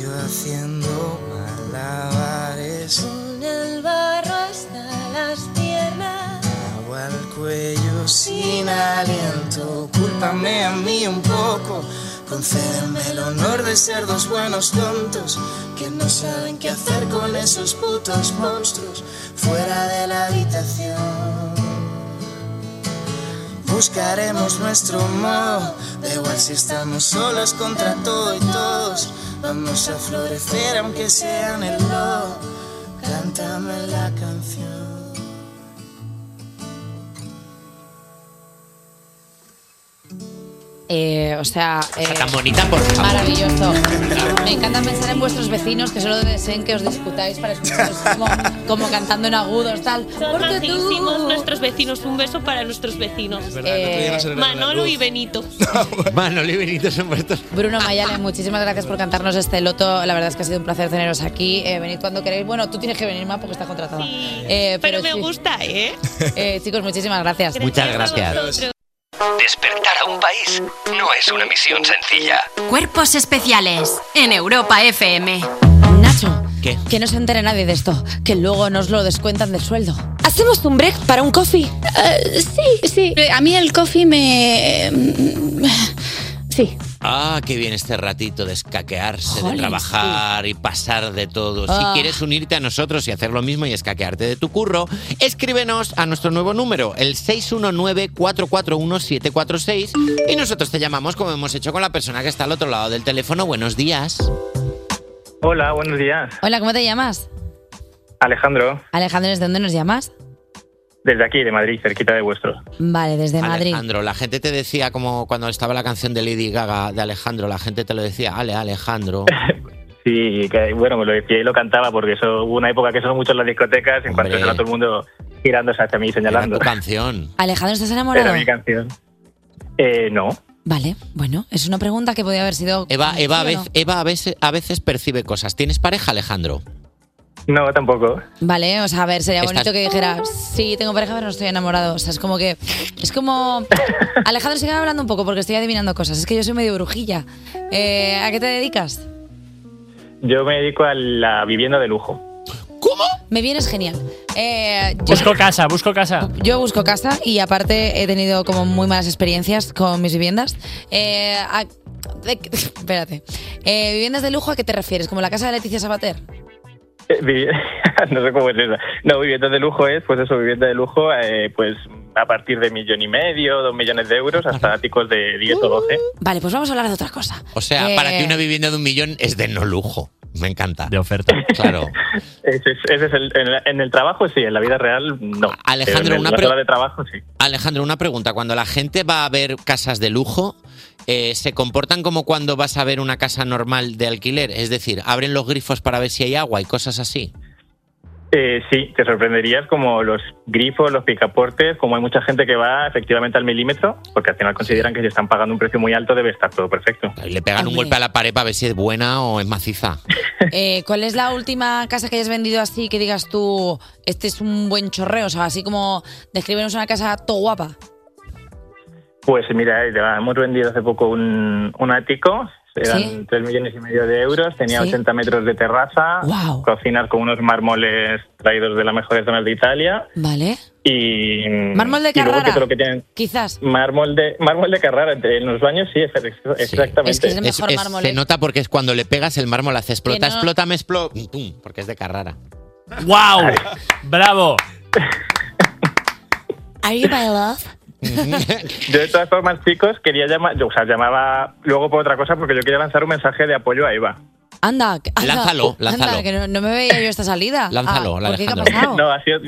Speaker 22: Yo haciendo malabares,
Speaker 21: con el barro hasta las piernas.
Speaker 22: agua al cuello sin aliento. Cúlpame a mí un poco. Concédeme el honor de ser dos buenos tontos que no saben qué hacer con esos putos monstruos fuera de la habitación. Buscaremos nuestro modo, da igual si estamos solos contra todo y todos. Vamos a florecer aunque sea en el lodo. Cántame la canción.
Speaker 3: [laughs] Eh, o sea, eh,
Speaker 4: Cosa tan bonita, por favor.
Speaker 3: maravilloso. Me encanta pensar en vuestros vecinos que solo deseen que os discutáis para escucharos como, como cantando en agudos, tal.
Speaker 20: Son
Speaker 3: Porque
Speaker 20: majísimos
Speaker 3: tú...
Speaker 20: nuestros vecinos. Un beso para nuestros vecinos. Eh,
Speaker 4: verdad, el otro día nos
Speaker 3: Eh,
Speaker 4: celebraron la
Speaker 20: Manolo
Speaker 4: luz.
Speaker 20: y Benito.
Speaker 4: [laughs] Mano, y Benito son vuestros.
Speaker 3: Bruno Mayale, muchísimas gracias por cantarnos este loto. La verdad es que ha sido un placer teneros aquí. Eh, venid cuando queréis. Bueno, tú tienes que venir más porque estás contratada. Eh,
Speaker 20: pero me
Speaker 3: gusta, ¿eh? [laughs] Eh, Chicos, muchísimas gracias.
Speaker 4: Muchas gracias.
Speaker 1: Despertar a un país no es una misión sencilla.
Speaker 2: Cuerpos especiales en Europa FM.
Speaker 3: Nacho,
Speaker 4: ¿Qué?
Speaker 3: que no se entere nadie de esto, que luego nos lo descuentan del sueldo. Eh, ¿Hacemos un break para un coffee?
Speaker 9: sí, sí. A mí el coffee me. Sí.
Speaker 4: Ah, qué bien este ratito de escaquearse, de
Speaker 9: Jolín,
Speaker 4: trabajar y pasar de todo.
Speaker 9: Ah.
Speaker 4: Si quieres unirte a nosotros y hacer lo mismo y escaquearte de tu curro, escríbenos a nuestro nuevo número, el 619-441-746, y nosotros te llamamos como hemos hecho con la persona que está al otro lado del teléfono. Buenos días.
Speaker 23: Hola, buenos días.
Speaker 3: Hola, ¿cómo te llamas?
Speaker 23: Alejandro,
Speaker 3: Alejandro, ¿desde dónde nos llamas?
Speaker 23: Desde aquí, de Madrid, cerquita de vuestros.
Speaker 3: Vale, desde Madrid.
Speaker 4: Alejandro, la gente te decía como cuando estaba la canción de Lady Gaga de Alejandro, la gente te lo decía, Ale, Alejandro.
Speaker 23: Sí, que, bueno, me lo decía y lo cantaba porque eso hubo una época que son muchos en las discotecas, en cuanto estaba todo el mundo girándose hacia mí [laughs] señalando.
Speaker 4: tu canción.
Speaker 3: Alejandro, ¿estás
Speaker 23: Era
Speaker 3: enamorado?
Speaker 23: mi canción. Eh, no.
Speaker 3: Vale, bueno, es una pregunta que podía haber sido...
Speaker 4: Eva,
Speaker 3: ¿sí
Speaker 4: Eva, a
Speaker 3: o no?
Speaker 4: veces, Eva a, veces, a veces percibe cosas. ¿Tienes pareja, Alejandro?
Speaker 23: No, tampoco.
Speaker 3: Vale, o sea, a ver, sería
Speaker 4: Estás-
Speaker 3: bonito que dijera, sí, tengo pareja, pero no estoy enamorado. O sea, es como que. Es como. Alejandro, sigue hablando un poco porque estoy adivinando cosas. Es que yo soy medio brujilla. Eh, ¿A qué te dedicas?
Speaker 23: Yo me dedico a la vivienda de lujo.
Speaker 3: ¿Cómo? Me vienes genial. Eh, yo,
Speaker 5: Busco casa, busco casa.
Speaker 3: yo busco casa y aparte he tenido como muy malas experiencias con mis viviendas. Eh, a- de- [laughs] espérate. Eh, ¿Viviendas de lujo a qué te refieres? ¿Como la casa de Leticia Sabater?
Speaker 23: Eh, vivi- [laughs] no sé cómo es eso. No, vivienda de lujo es, pues eso, vivienda de lujo, eh, pues a partir de millón y medio, dos millones de euros, hasta picos de 10 o 12.
Speaker 5: Uh.
Speaker 3: Vale, pues vamos a hablar de otra cosa.
Speaker 4: O sea,
Speaker 3: Eh.
Speaker 4: para ti una vivienda de un millón es de no lujo. Me encanta. De oferta. Claro.
Speaker 23: Ese es, ese es el, en, la- en el trabajo sí, en la vida real no.
Speaker 4: Alejandro,
Speaker 23: Pero en
Speaker 4: una
Speaker 23: la
Speaker 4: pre-
Speaker 23: sala de trabajo sí.
Speaker 4: Alejandro, una pregunta. Cuando la gente va a ver casas de lujo, eh, ¿se comportan como cuando vas a ver una casa normal de alquiler? Es decir, abren los grifos para ver si hay agua y cosas así.
Speaker 23: Eh, sí, te sorprenderías como los grifos, los picaportes, como hay mucha gente que va efectivamente al milímetro, porque al final consideran que si están pagando un precio muy alto debe estar todo perfecto.
Speaker 4: Y le pegan un golpe a la pared para ver si es buena o es maciza.
Speaker 3: Eh, ¿Cuál es la última casa que hayas vendido así que digas tú, este es un buen chorreo? O sea, así como describirnos una casa todo guapa.
Speaker 23: Pues mira, ahí te va. hemos vendido hace poco un, un ático, eran
Speaker 3: Sí.
Speaker 23: 3 millones y medio de euros, tenía
Speaker 3: Sí.
Speaker 23: 80 metros de terraza, cocinar con unos mármoles traídos de las mejores zonas de Italia
Speaker 3: Vale.
Speaker 23: y...
Speaker 3: Mármol de
Speaker 23: y luego que
Speaker 3: Carrara.
Speaker 23: todo lo que tienen-
Speaker 3: Quizás.
Speaker 23: Mármol de, mármol de Carrara, en los baños sí, ex- ex- exactamente.
Speaker 3: ¿eh?
Speaker 4: se nota porque es cuando le pegas el mármol hace explota,
Speaker 23: no-
Speaker 4: explota, me explota, pum, porque es de Carrara.
Speaker 5: ¡Wow! ¡Bravo!
Speaker 3: Are you my love?
Speaker 23: Yo [laughs] de todas formas, chicos, quería llamar, yo, o sea, llamaba luego por otra cosa porque yo quería lanzar un mensaje de apoyo a Eva.
Speaker 3: Anda, que- anda,
Speaker 23: Lánzalo,
Speaker 3: anda,
Speaker 23: lánzalo.
Speaker 3: que no, no me veía yo esta salida. Ah, ¿por qué? ¿Qué ha pasado?
Speaker 23: No, ha sido-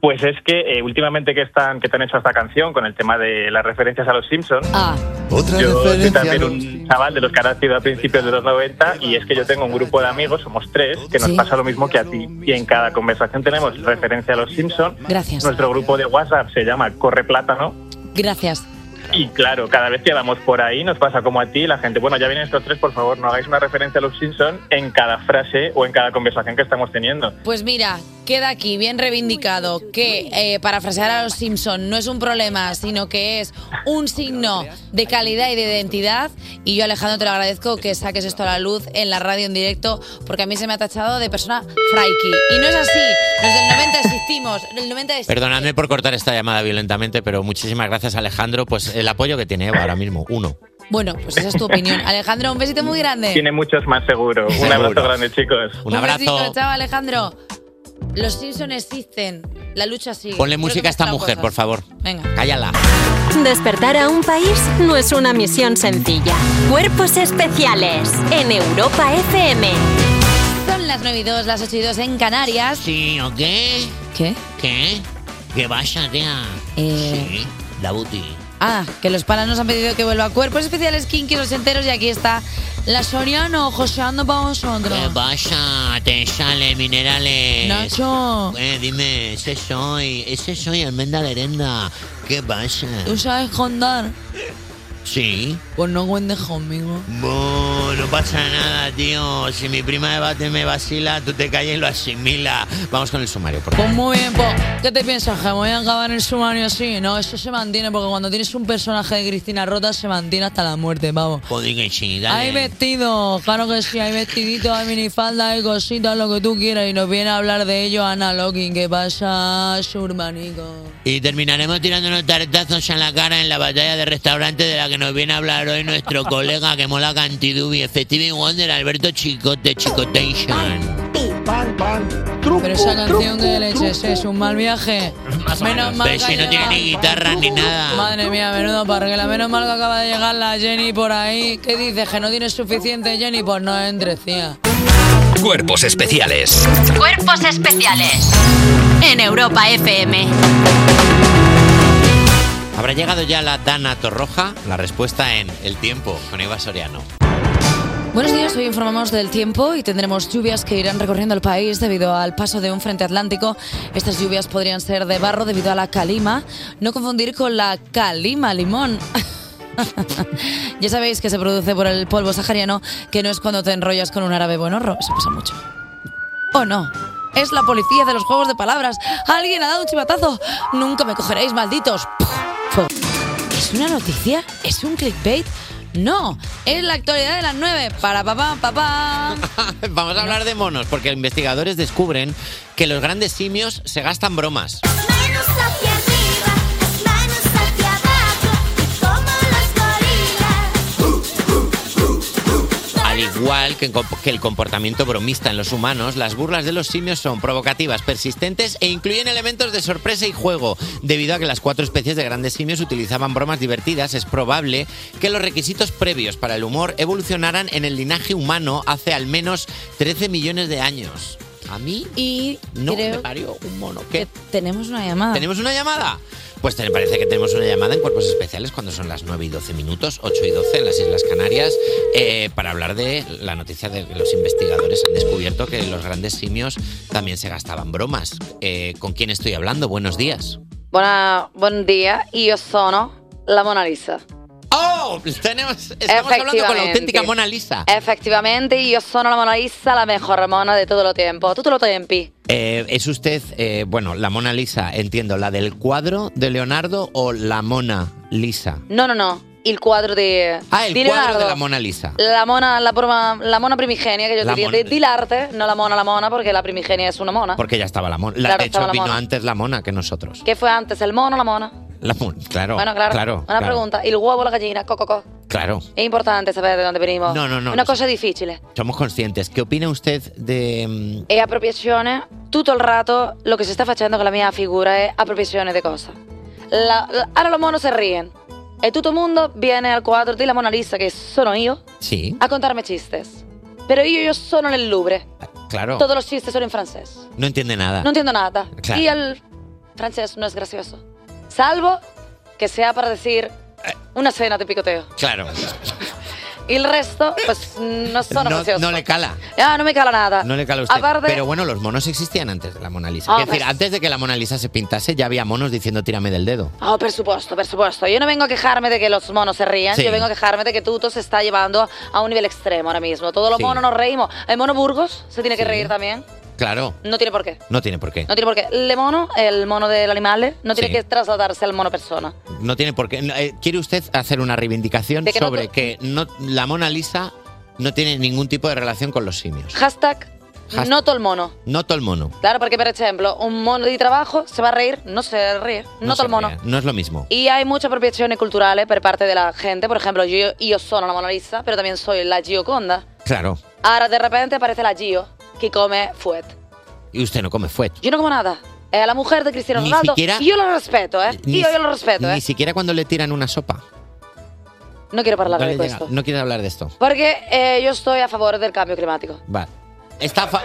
Speaker 23: pues es que eh, últimamente que están que te han hecho esta canción con el tema de las referencias a los Simpsons.
Speaker 3: Ah.
Speaker 6: Otra
Speaker 23: yo soy
Speaker 6: referencia
Speaker 23: también
Speaker 6: a los
Speaker 23: un chaval de los que han nacido a principios de los 90 y es que yo tengo un grupo de amigos, somos tres, que nos pasa lo mismo que a ti. Y en cada conversación tenemos referencia a los Simpsons.
Speaker 3: Gracias.
Speaker 23: Nuestro grupo de WhatsApp se llama Corre Plátano.
Speaker 3: Ah, Gracias.
Speaker 23: Y claro, cada vez que vamos por ahí nos pasa como a ti, la gente, bueno, ya vienen estos tres, por favor, no hagáis una referencia a los Simpson en cada frase o en cada conversación que estamos teniendo.
Speaker 3: Pues mira, queda aquí bien reivindicado que eh, parafrasear a los Simpson no es un problema, sino que es un signo de calidad y de identidad. Y yo, Alejandro, te lo agradezco que saques esto a la luz en la radio en directo, porque a mí se me ha tachado de persona fraiki. Y no es así. Desde el 90 existimos. El 90 es-
Speaker 4: Perdonadme por cortar esta llamada violentamente, pero muchísimas gracias Alejandro, pues el apoyo que tiene Eva ahora mismo, uno.
Speaker 3: Bueno, pues esa es tu opinión. Alejandro, un besito muy grande.
Speaker 23: Tiene muchos más seguro. Un abrazo grande, chicos.
Speaker 4: Un
Speaker 3: besito, chao, Alejandro. Los Simpson existen. La lucha sigue.
Speaker 4: Ponle
Speaker 3: Creo
Speaker 4: música
Speaker 3: que
Speaker 4: a esta
Speaker 3: hemos
Speaker 4: mujer,
Speaker 3: hablado
Speaker 4: por favor.
Speaker 3: cosas. Venga.
Speaker 4: Cállala.
Speaker 2: Despertar a un país no es una misión sencilla. Cuerpos especiales en Europa FM.
Speaker 3: Son las 9 y 2, las 8 y 2 en Canarias.
Speaker 4: Sí, ¿o qué?
Speaker 3: ¿Qué?
Speaker 4: ¿Qué? ¿Qué vaya, tía?
Speaker 3: Eh.
Speaker 4: Sí, la buti.
Speaker 3: Ah, que los panas nos han pedido que vuelva a Cuerpos Especiales Kinky Los Enteros y aquí está la Soriano joseando para vosotros.
Speaker 4: ¿Qué vaya? Te sale minerales.
Speaker 3: Nacho.
Speaker 4: Eh, dime, ese soy, ese soy almendra de herenda. ¿Qué pasa?
Speaker 3: ¿Tú sabes contar?
Speaker 4: Sí.
Speaker 3: Pues no cuentes conmigo.
Speaker 4: Bu, no pasa nada, tío. Si mi prima Eva te me vacila, tú te calles y lo asimila. Vamos con el sumario, por favor.
Speaker 3: Pues muy bien, pues, ¿qué te piensas? ¿Que voy a acabar el sumario así? No, eso se mantiene porque cuando tienes un personaje de Cristina Rota se mantiene hasta la muerte, vamos.
Speaker 4: Joder, que sí, dale.
Speaker 3: Hay vestidos, claro que sí, hay vestiditos, hay minifaldas, hay cositas, lo que tú quieras. Y nos viene a hablar de ello Ana Locking. ¿Qué pasa, surmanico?
Speaker 4: Y terminaremos tirándonos tartazos en la cara en la batalla de restaurante de la que nos viene a hablar hoy
Speaker 3: [laughs]
Speaker 4: nuestro colega que mola cantidubi, Stevie Wonder, Alberto Chicote, Chicotation.
Speaker 3: Pero esa canción que leches es un mal viaje. Menos mal
Speaker 4: Pero
Speaker 3: que
Speaker 4: si no tiene ni guitarra ni nada.
Speaker 3: Madre mía, menudo parguela. Menos mal que acaba de llegar la Jenny por ahí. ¿Qué dices? ¿Que no tienes suficiente, Jenny? Pues no entres, tía.
Speaker 15: Cuerpos especiales.
Speaker 2: Cuerpos especiales en Europa FM.
Speaker 4: ¿Habrá llegado ya la Dana Torroja? La respuesta en El Tiempo con Eva Soriano. [laughs]
Speaker 24: Buenos días, hoy informamos del tiempo y tendremos lluvias que irán recorriendo el país debido al paso de un frente atlántico. Estas lluvias podrían ser de barro debido a la calima, no confundir con la calima limón. [laughs] ya sabéis que se produce por el polvo sahariano, que no es cuando te enrollas con un árabe buenorro, eso pasa mucho. ¿O no? Es la policía de los juegos de palabras. Alguien ha dado un chivatazo. Nunca me cogeréis, malditos. Fue- ¿Es una noticia? ¿Es un clickbait? No, es la actualidad de las 9. Para papá,
Speaker 4: [laughs]
Speaker 24: papá.
Speaker 4: Vamos a hablar de monos, porque investigadores descubren que los grandes simios se gastan bromas. Al igual que, co- que el comportamiento bromista en los humanos, las burlas de los simios son provocativas, persistentes e incluyen elementos de sorpresa y juego. Debido a que las cuatro especies de grandes simios utilizaban bromas divertidas, es probable que los requisitos previos para el humor evolucionaran en el linaje humano hace al menos 13 millones de años. A mí
Speaker 24: Y
Speaker 4: no me
Speaker 24: creo
Speaker 4: parió un mono. ¿Qué?
Speaker 24: tenemos una
Speaker 3: Ah.
Speaker 24: llamada.
Speaker 4: ¿Tenemos una llamada? Pues te parece que tenemos una llamada en Cuerpos Especiales cuando son las 9 y 12 minutos, 8 y 12 en las Islas Canarias, eh, para hablar de la noticia de que los investigadores han descubierto que los grandes simios también se gastaban bromas. Eh, ¿Con quién estoy hablando? Buenos días.
Speaker 3: Buona, buon dia, io sono la Mona Lisa.
Speaker 4: ¡Oh! Tenemos, estamos hablando con la auténtica
Speaker 3: Effettivamente.
Speaker 4: Mona Lisa.
Speaker 3: Efectivamente, io sono la Mona Lisa, la mejor Mona de todo lo tiempo. Tutto lo tempi.
Speaker 4: Eh, ¿Es usted, eh, bueno, la Mona Lisa, entiendo, la del cuadro de Leonardo o la Mona Lisa?
Speaker 3: No, no, no. Il quadro di,
Speaker 4: Ah, el
Speaker 3: di
Speaker 4: cuadro
Speaker 3: Leonardo.
Speaker 4: de la Mona Lisa.
Speaker 3: La mona, la, broma- la mona primigenia, que yo
Speaker 4: La
Speaker 3: diría,
Speaker 4: mona-
Speaker 3: de, di l'arte, no la mona, la mona, porque la primigenia es una mona.
Speaker 4: Porque ya estaba la mona. La-
Speaker 3: Claro,
Speaker 4: de hecho,
Speaker 3: estaba la
Speaker 4: vino
Speaker 3: mona.
Speaker 4: antes la mona que nosotros.
Speaker 3: ¿Qué fue antes, el mono o la mona?
Speaker 4: La mona, claro.
Speaker 3: bueno, claro.
Speaker 4: claro
Speaker 3: una
Speaker 4: claro,
Speaker 3: pregunta. ¿El huevo o la gallina? Co, co, co.
Speaker 4: Claro.
Speaker 3: Es importante saber de dónde venimos.
Speaker 4: No, no, no,
Speaker 3: Una
Speaker 4: no.
Speaker 3: cosa difícil.
Speaker 4: Somos conscientes. ¿Qué opina usted de. mm,
Speaker 3: e appropriazione tutto il rato lo che si sta facendo con la mia figura è appropriazione di cosa la, la, allora lo mono si rien e tutto il mondo viene al quadro della Mona Lisa che sono io
Speaker 4: Sí,
Speaker 3: a contarmi chistes però io, io sono nel Louvre
Speaker 4: mm, claro.
Speaker 3: tutti i chistes sono in francese
Speaker 4: No entiende nada.
Speaker 3: non intendo nada
Speaker 4: Claro.
Speaker 3: y el francés no es gracioso salvo que sea para decir
Speaker 4: Eh.
Speaker 3: una cena de picoteo
Speaker 4: Claro.
Speaker 3: il resto pues no sono
Speaker 4: No,
Speaker 3: gracioso
Speaker 4: no le cala.
Speaker 3: ah, no me cala nada
Speaker 4: No le cala a usted.
Speaker 3: Aparte-
Speaker 4: Pero bueno, los monos existían antes de la Mona Lisa.
Speaker 3: Ah,
Speaker 4: es decir,
Speaker 3: pues-
Speaker 4: antes de que la Mona Lisa se pintase, ya había monos diciendo tírame del dedo.
Speaker 3: Oh, por supuesto, por supuesto. Yo no vengo a quejarme de que los monos se rían,
Speaker 4: Sí.
Speaker 3: yo vengo a quejarme de que Tuto se está llevando a un nivel extremo ahora mismo. Todos los
Speaker 4: Sí.
Speaker 3: monos nos reímos. El mono Burgos se tiene que
Speaker 4: Sí.
Speaker 3: reír también.
Speaker 4: Claro.
Speaker 3: No tiene por qué.
Speaker 4: No tiene por qué.
Speaker 3: No tiene por qué. El mono, el mono del animal, no tiene
Speaker 4: Sí.
Speaker 3: que trasladarse al mono persona.
Speaker 4: No tiene por qué. No, eh, ¿Quiere usted hacer una reivindicación
Speaker 3: De que no
Speaker 4: sobre
Speaker 3: to-
Speaker 4: que no, la Mona Lisa no tiene ningún tipo de relación con los simios?
Speaker 3: Hashtag,
Speaker 4: Hashtag.
Speaker 3: no todo el mono.
Speaker 4: No todo el mono.
Speaker 3: Claro, porque, por ejemplo, un mono de trabajo se va a reír, no se ríe. No,
Speaker 4: se
Speaker 3: todo el mono.
Speaker 4: ría, No es lo mismo.
Speaker 3: Y hay muchas apropiaciones culturales por parte de la gente. Por ejemplo, yo, yo soy la Mona Lisa, pero también soy la Gioconda.
Speaker 4: Claro.
Speaker 3: Ahora de repente aparece la Gio, que come fuet.
Speaker 4: Y usted no come fuet.
Speaker 3: Yo no como nada. Es la mujer de Cristiano
Speaker 4: Ni
Speaker 3: Ronaldo.
Speaker 4: siquiera-
Speaker 3: Y yo lo respeto, ¿eh?
Speaker 4: Ni
Speaker 3: Y yo,
Speaker 4: si-
Speaker 3: yo lo respeto,
Speaker 4: Ni
Speaker 3: ¿eh?
Speaker 4: siquiera cuando le tiran una sopa.
Speaker 3: No quiero hablar
Speaker 4: No,
Speaker 3: de
Speaker 4: le llega-
Speaker 3: esto.
Speaker 4: no quieres hablar de esto.
Speaker 3: Porque eh, yo estoy a favor del cambio climático.
Speaker 4: Vale. Está fa-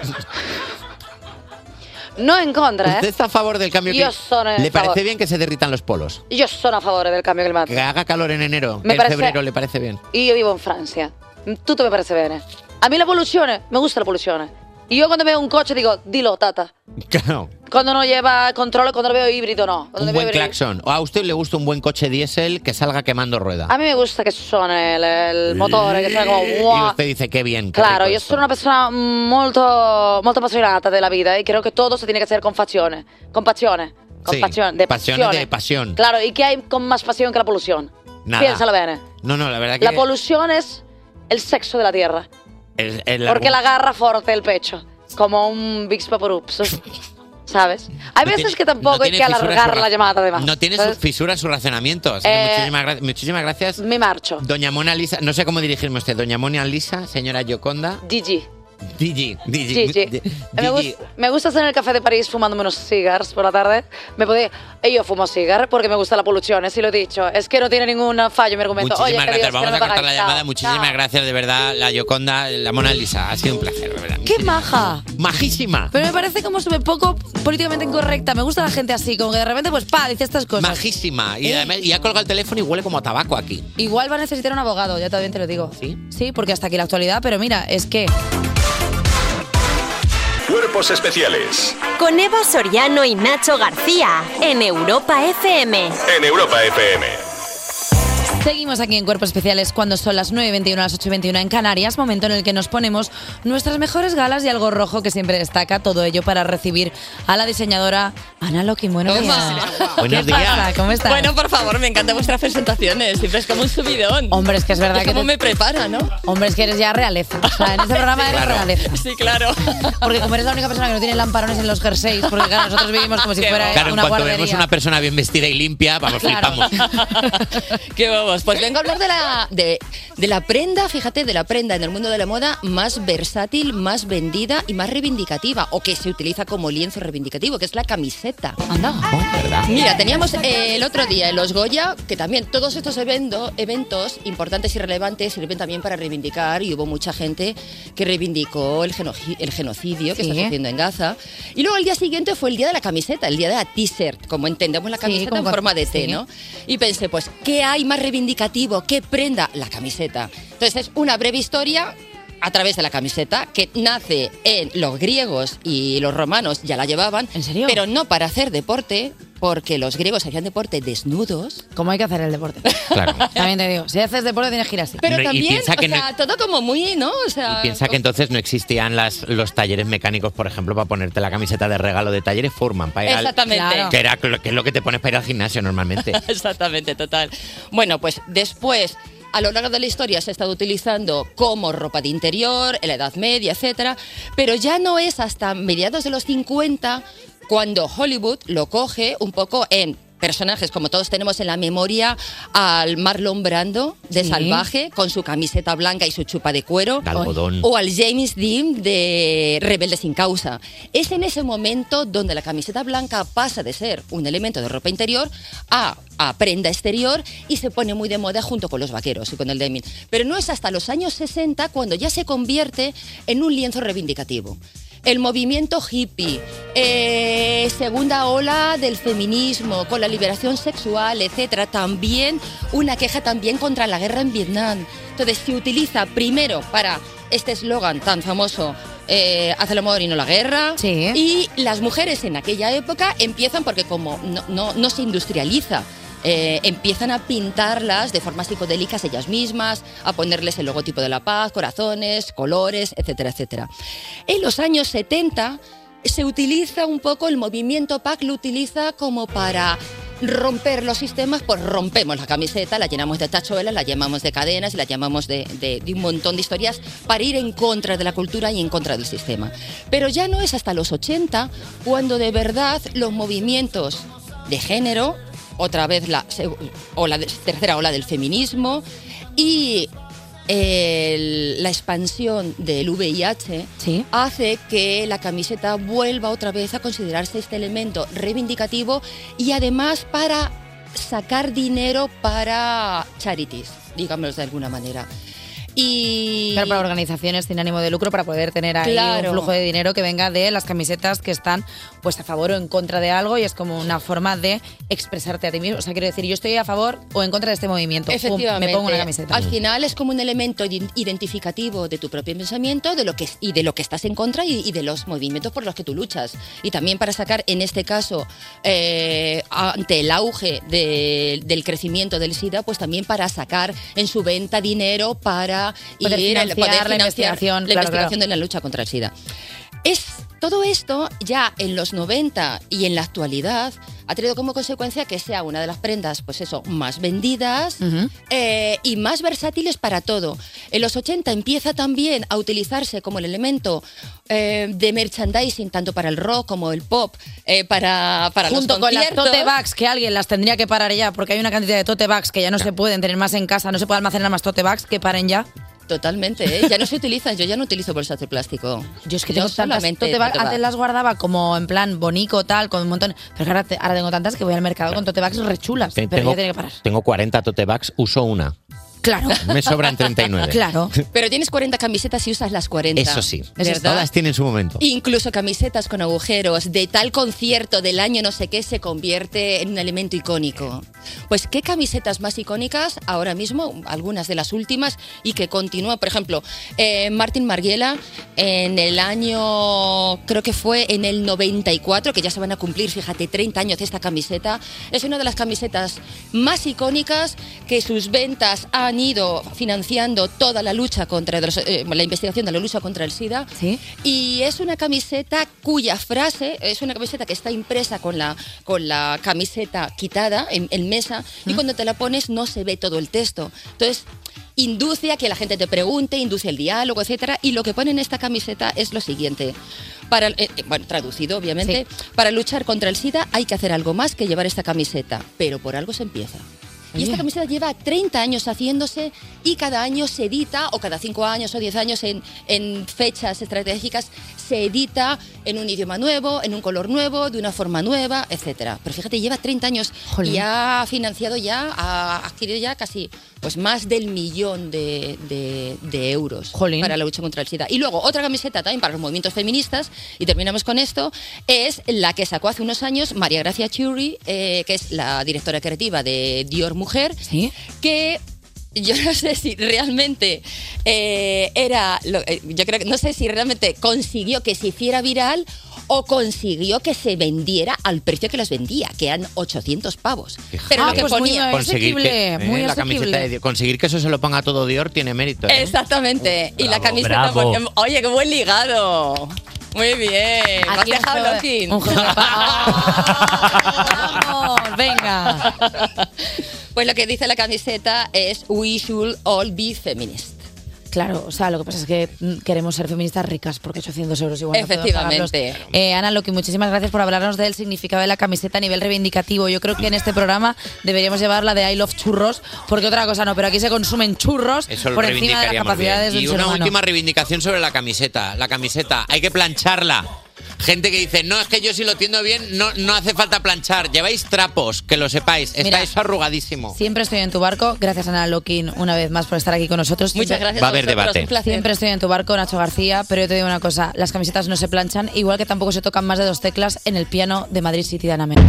Speaker 3: No en contra,
Speaker 4: ¿Usted
Speaker 3: ¿eh?
Speaker 4: está a favor del cambio
Speaker 3: Yo
Speaker 4: climático?
Speaker 3: soy a
Speaker 4: ¿Le
Speaker 3: favor.
Speaker 4: parece bien que se derritan los polos?
Speaker 3: Yo soy a favor del cambio climático.
Speaker 4: Que haga calor en enero,
Speaker 3: Me
Speaker 4: en
Speaker 3: parece-
Speaker 4: febrero, ¿le parece bien? [laughs]
Speaker 3: Y yo vivo en Francia. Tú te me parece bien. ¿eh? A mí la polución, ¿eh? me gusta la polución. Y yo cuando veo un coche digo, dilo, tata.
Speaker 4: Claro.
Speaker 3: Cuando no lleva control, cuando lo veo híbrido, no. Cuando
Speaker 4: Un
Speaker 3: veo
Speaker 4: buen
Speaker 3: híbrido-
Speaker 4: claxon. O a usted le gusta un buen coche diésel que salga quemando rueda.
Speaker 3: A mí me gusta que suene el, el motore, que suene como
Speaker 4: Y
Speaker 3: guau.
Speaker 4: usted dice, qué bien. qué
Speaker 3: Claro,
Speaker 4: rico
Speaker 3: io
Speaker 4: esto.
Speaker 3: sono una persona molto, molto appassionata della vita e creo que todo se tiene que hacer con passione. Con passione. Con
Speaker 4: Sí,
Speaker 3: passione. De
Speaker 4: passione
Speaker 3: passione.
Speaker 4: de pasión.
Speaker 3: Claro, ¿y qué hay con más pasión que la polución?
Speaker 4: Nada.
Speaker 3: Piénsalo bien. ¿eh?
Speaker 4: No, no, la verdad que...
Speaker 3: La polución es el sexo de la tierra.
Speaker 4: el- el
Speaker 3: porque
Speaker 4: argu-
Speaker 3: la agarra fuerte el pecho. Como un Big Paparups.
Speaker 4: [laughs]
Speaker 3: ¿Sabes? Hay
Speaker 4: No
Speaker 3: veces
Speaker 4: tiene-
Speaker 3: que tampoco
Speaker 4: no
Speaker 3: hay
Speaker 4: tiene
Speaker 3: que
Speaker 4: fisura su
Speaker 3: alargar
Speaker 4: ra-
Speaker 3: la llamada, además.
Speaker 4: No tiene sus
Speaker 3: ¿sabes?
Speaker 4: fisuras su racionamiento. Así que
Speaker 3: Eh,
Speaker 4: muchísimas, gra- muchísimas gracias.
Speaker 3: Me marcho.
Speaker 4: Doña Mona Lisa, no sé cómo dirigirme a usted. Doña Mona Lisa, señora Yoconda.
Speaker 3: Gigi.
Speaker 4: Digi, Digi.
Speaker 6: Gigi. Me, gus- me gusta estar en el café de París fumándome unos cigars por la tarde. Me podía... y Yo fumo cigar porque me gusta la polución, así lo he dicho. Es que no tiene ningún fallo mi argumento.
Speaker 4: Muchísimas
Speaker 6: Oye, que
Speaker 4: gracias.
Speaker 6: Dios,
Speaker 4: Vamos
Speaker 6: que no
Speaker 4: a
Speaker 6: te
Speaker 4: cortar la
Speaker 6: hagan-
Speaker 4: llamada.
Speaker 6: Chao,
Speaker 4: Muchísimas
Speaker 6: chao.
Speaker 4: gracias, de verdad, la Yoconda, la Mona Lisa. Ha sido un placer, de verdad.
Speaker 6: ¡Qué maja!
Speaker 4: Majísima.
Speaker 3: Pero me parece como súper poco políticamente incorrecta. Me gusta la gente así, como que de repente, pues, pa, dice estas cosas.
Speaker 4: Majísima. Y, además- y ha colgado el teléfono y huele como a tabaco aquí.
Speaker 3: Igual va a necesitar un abogado, ya también te lo digo.
Speaker 4: Sí.
Speaker 3: Sí, porque hasta aquí la actualidad, pero mira, es que.
Speaker 12: Cuerpos especiales
Speaker 2: Con Eva Soriano y Nacho García en Europa FM.
Speaker 12: en Europa FM.
Speaker 3: Seguimos aquí en Cuerpos Especiales cuando son las 9.21 a las 8.21 en Canarias, momento en el que nos ponemos nuestras mejores galas y algo rojo que siempre destaca, todo ello para recibir a la diseñadora Ana Loki. Buenos días.
Speaker 4: [laughs] Buenos
Speaker 3: ¿Qué
Speaker 4: días.
Speaker 3: pasa? ¿Cómo estás?
Speaker 10: Bueno, pues, por favor, me encantan vuestras presentaciones. Siempre es como un subidón.
Speaker 3: Hombre, es que es verdad que
Speaker 10: cómo
Speaker 3: te-
Speaker 10: me prepara, ¿no?
Speaker 3: Hombre, es que eres ya realeza. O sea,
Speaker 10: [laughs]
Speaker 3: en este programa eres
Speaker 10: Claro.
Speaker 3: realeza.
Speaker 10: Sí, claro.
Speaker 3: [laughs] Porque como eres la única persona que no tiene lamparones en los jerseys, porque claro, nosotros vivimos como si fuera
Speaker 4: Claro, en
Speaker 3: una
Speaker 4: cuanto
Speaker 3: guardería.
Speaker 4: vemos una persona bien vestida y limpia, vamos,
Speaker 10: Claro.
Speaker 4: flipamos.
Speaker 3: [laughs]
Speaker 10: Que vamos,
Speaker 4: [laughs]
Speaker 10: pues vengo a hablar de la, de, de la prenda, fíjate, de la prenda en el mundo de la moda más versátil, más vendida y más reivindicativa, o que se utiliza como lienzo reivindicativo, que es la camiseta. Ah, Mira, teníamos eh, el otro día en los Goya, que también todos estos evento- eventos importantes y relevantes sirven también para reivindicar, y hubo mucha gente que reivindicó el, genogi- el genocidio que
Speaker 3: Sí.
Speaker 10: está sucediendo en Gaza. Y luego el día siguiente fue el día de la camiseta, el día de la t-shirt, como entendemos la camiseta
Speaker 3: como
Speaker 10: en
Speaker 3: con-
Speaker 10: forma de T,
Speaker 3: sí.
Speaker 10: ¿no? Y pensé, pues, ¿qué hay más reivindicativo? ¿Qué prenda? La camiseta. Entonces es una breve historia a través de la camiseta que nace en los griegos y los romanos ya la llevaban, pero no para hacer deporte, porque los griegos hacían deporte desnudos.
Speaker 3: ¿Cómo hay que hacer
Speaker 10: [laughs]
Speaker 3: el deporte? También te digo, si haces deporte tienes que ir así.
Speaker 4: Pero No, y también, piensa que o no- sea,
Speaker 10: todo como muy, ¿no? O sea,
Speaker 4: Piensa que entonces no existían las, los talleres mecánicos, por ejemplo, para ponerte la camiseta de regalo de talleres Furman. Para ir al-
Speaker 10: Exactamente. Claro.
Speaker 4: Que, era lo- que es lo que te pones para ir al gimnasio [laughs] normalmente.
Speaker 10: [laughs] Exactamente, total. Bueno, pues después, a lo largo de la historia se ha estado utilizando como ropa de interior, en la Edad Media, etcétera, pero ya no es hasta mediados de los 50 cuando Hollywood lo coge un poco en personajes como todos tenemos en la memoria al Marlon Brando de
Speaker 3: Sí.
Speaker 10: Salvaje con su camiseta blanca y su chupa de cuero
Speaker 4: De algodón.
Speaker 10: o al James Dean de Rebelde sin causa. Es en ese momento donde la camiseta blanca pasa de ser un elemento de ropa interior a, a prenda exterior y se pone muy de moda junto con los vaqueros y con el denim. Pero no es hasta los años 60 cuando ya se convierte en un lienzo reivindicativo. El movimiento hippie, eh, segunda ola del feminismo, con la liberación sexual, etcétera, también una queja también contra la guerra en Vietnam. Entonces se utiliza primero para este eslogan tan famoso, eh, haz el amor y no la guerra. Y las mujeres en aquella época empiezan, porque como no, no- no se industrializa, eh, empiezan a pintarlas de formas psicodélicas ellas mismas, a ponerles el logotipo de la paz, corazones, colores, etcétera, etcétera. En los años 70 se utiliza un poco el movimiento PAC, lo utiliza como para romper los sistemas, pues rompemos la camiseta, la llenamos de tachuelas, la llamamos de cadenas y la llamamos de, de- de un montón de historias para ir en contra de la cultura y en contra del sistema. Pero ya no es hasta los 80 cuando de verdad los movimientos de género, otra vez la, seg- ola de- tercera ola del feminismo y el- la expansión del VIH hace que la camiseta vuelva otra vez a considerarse este elemento reivindicativo y además para sacar dinero para charities, digámoslo de alguna manera. Y
Speaker 3: Claro, para organizaciones sin ánimo de lucro para poder tener ahí
Speaker 10: Claro.
Speaker 3: un flujo de dinero que venga de las camisetas que están pues a favor o en contra de algo y es como una forma de expresarte a ti mismo. O sea, quiero decir, yo estoy a favor o en contra de este movimiento. Pum,
Speaker 10: Efectivamente.
Speaker 3: me pongo una camiseta.
Speaker 10: Al final es como un elemento ident- identificativo de tu propio pensamiento de lo que, y de lo que estás en contra y, y de los movimientos por los que tú luchas. Y también para sacar, en este caso, eh, ante el auge de- del crecimiento del SIDA, pues también para sacar en su venta dinero para
Speaker 3: Poder
Speaker 10: ir al-
Speaker 3: financiar la investigación,
Speaker 10: la
Speaker 3: claro,
Speaker 10: investigación
Speaker 3: claro.
Speaker 10: de la lucha contra el SIDA. Es todo esto ya en los 90 y en la actualidad ha traído como consecuencia que sea una de las prendas, pues eso, más vendidas eh, y más versátiles para todo. En los 80 empieza también a utilizarse como el elemento eh, de merchandising, tanto para el rock como el pop, eh, para, para los
Speaker 3: Junto con las
Speaker 10: conciertos.
Speaker 3: tote bags, que alguien las tendría que parar ya, porque hay una cantidad de tote bags que ya no se pueden tener más en casa, no se puede almacenar más tote bags, que paren ya.
Speaker 10: Totalmente, ¿eh? ya no se utilizan, yo ya no utilizo bolsas de plástico. Yo es
Speaker 3: que tengo tantas, no te bag, antes las guardaba como en plan bonico, tal, con un montón. Pero es que ahora, te- ahora tengo tantas que voy al mercado con tote bags rechulas.
Speaker 4: Te-
Speaker 3: Pero
Speaker 4: tengo,
Speaker 3: ya tiene que parar.
Speaker 4: tengo 40 tote bags, uso una.
Speaker 3: Claro.
Speaker 4: Me sobran 39.
Speaker 10: Claro. Pero tienes 40 camisetas y usas las 40.
Speaker 4: Eso sí,
Speaker 10: ¿verdad?
Speaker 4: todas tienen su momento.
Speaker 10: Incluso camisetas con agujeros de tal concierto del año no sé qué se convierte en un elemento icónico. Pues qué camisetas más icónicas ahora mismo, algunas de las últimas y que continúa, por ejemplo, eh, Martin Margiela en el año, creo que fue en el 94, que ya se van a cumplir, fíjate, 30 años de esta camiseta, es una de las camisetas más icónicas que sus ventas han ido financiando toda la lucha contra eh, la investigación de la lucha contra el SIDA. Y es una camiseta cuya frase es una camiseta que está impresa con la, con la camiseta quitada en, en mesa y cuando te la pones no se ve todo el texto. Entonces, induce a que la gente te pregunte, induce el diálogo, etcétera. Y lo que pone en esta camiseta es lo siguiente. Para, eh, eh, bueno, traducido, obviamente. Para luchar contra el SIDA hay que hacer algo más que llevar esta camiseta, pero por algo se empieza. Y esta camiseta lleva 30 años haciéndose y cada año se edita, o cada 5 años o 10 años en, en fechas estratégicas, se edita en un idioma nuevo, en un color nuevo, de una forma nueva, etc. Pero fíjate, lleva 30 años y
Speaker 3: Jolín.
Speaker 10: ha financiado ya, ha adquirido ya casi pues más del millón de, de- de euros para la lucha contra el SIDA. Y luego otra camiseta también para los movimientos feministas, y terminamos con esto, es la que sacó hace unos años María Gracia Churi, eh, que es la directora creativa de Dior Mujer, que yo no sé si realmente eh, era, lo- eh, yo creo que no sé si realmente consiguió que se hiciera viral o consiguió que se vendiera al precio que las vendía, que eran 800 pavos. Pero
Speaker 3: Ah,
Speaker 10: lo que
Speaker 3: pues muy
Speaker 10: ponía...
Speaker 4: Conseguir que,
Speaker 3: asequible, muy
Speaker 4: eh, la
Speaker 3: asequible.
Speaker 4: camiseta de Dior- conseguir que eso se lo ponga todo Dior tiene mérito. ¿eh?
Speaker 10: Exactamente. y la camiseta.
Speaker 4: bravo.
Speaker 10: ponía- Oye, qué buen ligado. Muy bien. Me has
Speaker 3: Aquí un
Speaker 10: dejado
Speaker 3: juego-
Speaker 10: looking. [laughs]
Speaker 3: un juego de Vamos, venga.
Speaker 10: Pues lo que dice la camiseta es We should all be feminist.
Speaker 3: Claro, o sea, lo que pasa es que mm, queremos ser feministas ricas porque 800 euros igual. no podemos
Speaker 10: Efectivamente.
Speaker 3: pagarlos. Eh, Ana Loki, muchísimas gracias por hablarnos del significado de la camiseta a nivel reivindicativo. Yo creo que en este programa deberíamos llevarla de I Love Churros, porque otra cosa no, pero aquí se consumen churros
Speaker 4: Eso lo
Speaker 3: por encima de
Speaker 4: reivindicaríamos
Speaker 3: las
Speaker 4: bien.
Speaker 3: capacidades
Speaker 4: Y
Speaker 3: del ser
Speaker 4: una
Speaker 3: humano.
Speaker 4: última reivindicación sobre la camiseta. La camiseta, hay que plancharla. Gente que dice, no, es que yo si lo tiendo bien, no, no hace falta planchar. Lleváis trapos, que lo sepáis. Está
Speaker 3: Mira.
Speaker 4: eso arrugadísimo.
Speaker 3: Siempre estoy en tu barco. Gracias, Ana Loquín, una vez más por estar aquí con nosotros.
Speaker 4: Muchas
Speaker 3: Siempre-
Speaker 4: gracias a Va a haber vosotros, debate. un placer.
Speaker 3: Siempre estoy en tu barco, Nacho García, pero yo te digo una cosa: las camisetas no se planchan, igual que tampoco se tocan más de dos teclas en el piano de Madrid City Dynamics.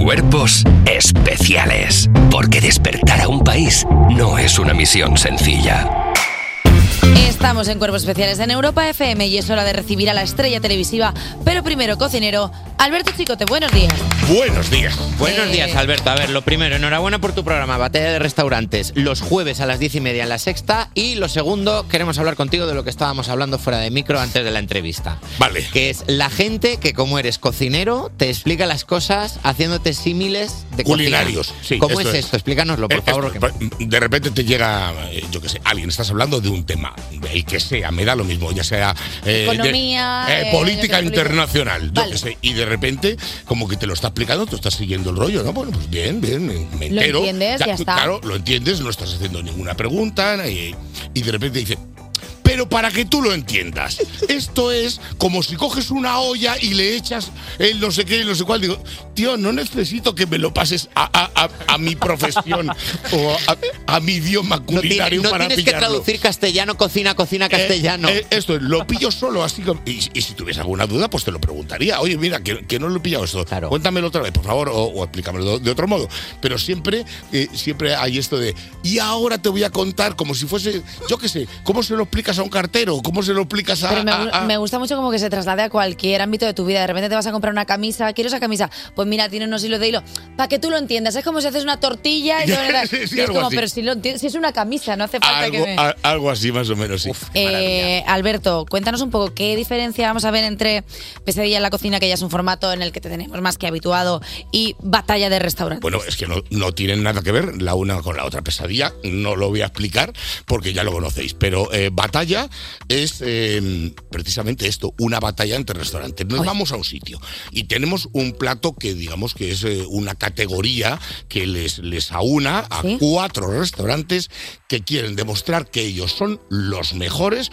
Speaker 15: Cuerpos especiales.
Speaker 1: Porque despertar a un país no es una misión sencilla.
Speaker 3: Estamos en Cuerpos Especiales en Europa FM y es hora de recibir a la estrella televisiva, pero primero cocinero, Alberto Chicote. Buenos días.
Speaker 4: Buenos días. Buenos días, Alberto. A ver, lo primero, enhorabuena por tu programa, Batalla de Restaurantes, los jueves a las diez y media en la sexta. Y lo segundo, queremos hablar contigo de lo que estábamos hablando fuera de micro antes de la entrevista. Vale. Que es la gente que, como eres cocinero, te explica las cosas haciéndote símiles de cocina.
Speaker 7: culinarios. Sí,
Speaker 4: ¿Cómo
Speaker 7: esto
Speaker 4: es,
Speaker 7: es.
Speaker 4: esto? Explícanoslo, por
Speaker 7: Eh,
Speaker 4: favor.
Speaker 7: esto, De repente te llega, eh, yo qué sé, alguien, estás hablando de un tema, el que sea, me da lo mismo, ya sea eh,
Speaker 3: Economía,
Speaker 7: de- eh,
Speaker 3: eh,
Speaker 7: política
Speaker 3: yo qué sé,
Speaker 7: internacional, yo
Speaker 3: Vale.
Speaker 7: qué sé, y de repente como que te lo está explicando, tú estás siguiendo el rollo, ¿no? Bueno, pues bien, bien, me- me
Speaker 3: Lo
Speaker 7: entero.
Speaker 3: entiendes, ya está.
Speaker 7: Claro, lo entiendes, no estás haciendo ninguna pregunta, eh, y de repente dice... Pero para que tú lo
Speaker 3: [laughs]
Speaker 7: entiendas, esto es como si coges una olla y le echas el no sé qué, el no sé cuál. Digo, tío, no necesito que me lo pases a, a- a- a mi profesión o a, a mi idioma
Speaker 4: No, tiene-
Speaker 7: culinario
Speaker 4: no
Speaker 7: para
Speaker 4: tienes que
Speaker 7: pillarlo.
Speaker 4: traducir castellano, cocina, cocina, castellano.
Speaker 7: Eh, eh, esto es, lo pillo solo, así que. Y, y si tuviese alguna duda, pues te lo preguntaría. Oye, mira, que, que no lo he pillado esto. Cuéntamelo otra vez, por favor, o, o explícamelo de, de otro modo. Pero siempre, eh, siempre hay esto de. Y ahora te voy a contar como si fuese. Yo qué sé, ¿cómo se lo explicas a un cartero? ¿Cómo se lo explicas a.?
Speaker 3: Pero me,
Speaker 7: a-
Speaker 3: gu-
Speaker 7: a-
Speaker 3: me gusta mucho como que se traslade a cualquier ámbito de tu vida. De repente te vas a comprar una camisa, quiero esa camisa. Pues mira, tiene unos hilos de hilo. Para que tú lo entiendas, es como si haces una
Speaker 7: [laughs]
Speaker 3: tortilla y,
Speaker 7: Sí,
Speaker 3: y
Speaker 7: sí,
Speaker 3: es
Speaker 7: algo
Speaker 3: como,
Speaker 7: así.
Speaker 3: pero si, lo enti- si es una camisa, no hace falta que
Speaker 7: algo,
Speaker 3: me...
Speaker 7: a- algo así, más o menos, sí.
Speaker 3: Eh, Alberto, cuéntanos un poco qué diferencia vamos a ver entre Pesadilla en la cocina, que ya es un formato en el que te tenemos más que habituado, y Batalla de restaurante.
Speaker 7: Bueno, es que no, no tienen nada que ver la una con la otra pesadilla. No lo voy a explicar porque ya lo conocéis. Pero eh, batalla batalla es eh, precisamente esto, una batalla entre restaurantes. Nos vamos a un sitio y tenemos un plato que digamos que es eh, una categoría que les, les aúna a cuatro restaurantes que quieren demostrar que ellos son los mejores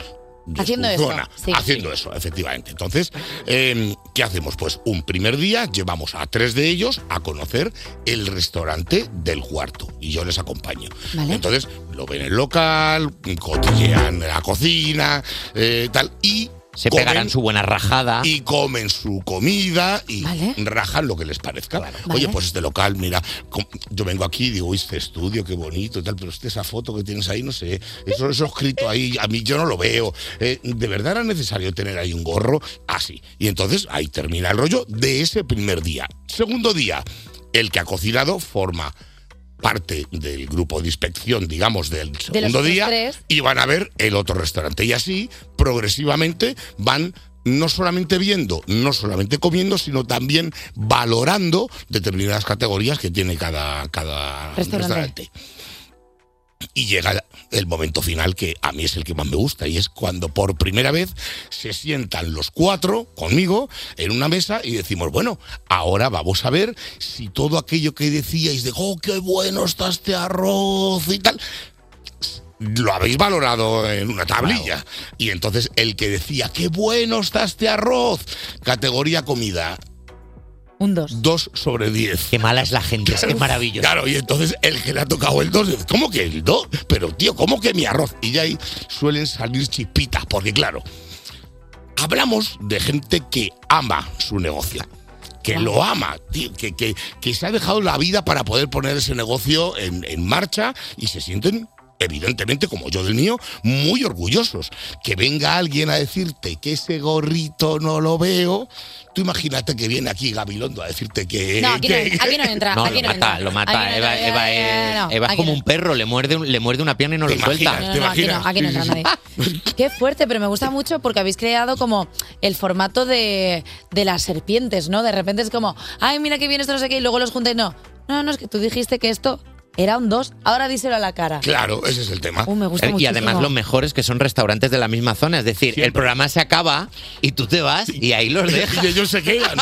Speaker 3: Haciendo
Speaker 7: su
Speaker 3: eso.
Speaker 7: zona,
Speaker 3: sí.
Speaker 7: haciendo eso, efectivamente. Entonces, eh, ¿qué hacemos? Pues un primer día llevamos a tres de ellos a conocer el restaurante del cuarto y yo les acompaño.
Speaker 8: Vale.
Speaker 7: Entonces, lo ven en el local, cotillean la cocina, eh, tal, y...
Speaker 4: Se pegarán su buena rajada.
Speaker 7: Y comen su comida y rajan lo que les parezca. Oye,
Speaker 4: Vale.
Speaker 7: pues este local, mira, com- yo vengo aquí y digo, uy, este estudio, qué bonito y tal, pero este, esa foto que tienes ahí, no sé, eso, eso escrito ahí, a mí yo no lo veo. Eh, ¿De verdad era necesario tener ahí un gorro? Así. Y entonces ahí termina el rollo de ese primer día. Segundo día, el que ha cocinado forma parte del grupo de inspección, digamos, del segundo
Speaker 25: otros
Speaker 7: día
Speaker 25: tres.
Speaker 7: y van a ver el otro restaurante. Y así, progresivamente, van no solamente viendo, no solamente comiendo, sino también valorando determinadas categorías que tiene cada, cada
Speaker 8: Restaurante.
Speaker 7: restaurante. Y llega el momento final que a mí es el que más me gusta y es cuando por primera vez se sientan los cuatro conmigo en una mesa y decimos, bueno, ahora vamos a ver si todo aquello que decíais de, oh, qué bueno está este arroz y tal, lo habéis valorado en una tablilla. Y entonces el que decía, qué bueno está este arroz, categoría comida.
Speaker 3: Un 2.
Speaker 7: 2 sobre 10. Qué
Speaker 4: mala es la gente, es que es maravilloso.
Speaker 7: Claro, y entonces el que le ha tocado el 2, ¿cómo que el 2? Pero tío, ¿cómo que mi arroz? Y ya ahí suelen salir chispitas, porque claro, hablamos de gente que ama su negocio. Que lo ama, tío, que, que- que se ha dejado la vida para poder poner ese negocio en, en marcha y se sienten, evidentemente, como yo del mío, muy orgullosos. Que venga alguien a decirte que ese gorrito no lo veo. Tú imagínate que viene aquí Gabilondo a decirte que.
Speaker 3: No, aquí no,
Speaker 7: que-
Speaker 3: aquí
Speaker 7: [laughs]
Speaker 3: no entra.
Speaker 4: Eh, [laughs] No,
Speaker 3: aquí
Speaker 4: lo
Speaker 3: no
Speaker 4: mata,
Speaker 3: entra.
Speaker 4: lo mata.
Speaker 3: Aquí
Speaker 4: eh,
Speaker 3: no
Speaker 4: Eva, Eva
Speaker 3: entra, no,
Speaker 4: es,
Speaker 3: no, no, no,
Speaker 4: Eva es
Speaker 3: aquí
Speaker 4: eh, como
Speaker 3: no.
Speaker 4: un perro, le muerde, un- le muerde una pierna y no lo suelta.
Speaker 3: No, no, no, aquí no, aquí no entra nadie.
Speaker 7: [laughs]
Speaker 3: Qué fuerte, pero me gusta mucho porque habéis creado como el formato de, de las serpientes, ¿no? De repente es como, ay, mira que bien esto, no sé qué, y luego los juntáis. No, no, no, es que tú dijiste que esto era un 2, ahora díselo a la cara.
Speaker 7: Claro, ese es el tema.
Speaker 3: Uh, me gusta
Speaker 4: Eh, y
Speaker 3: muchísimo.
Speaker 4: además lo mejor es que son restaurantes de la misma zona, es decir, el programa se acaba y tú te vas y ahí los dejas.
Speaker 7: [laughs] Y ellos se
Speaker 3: [laughs]
Speaker 7: quedan.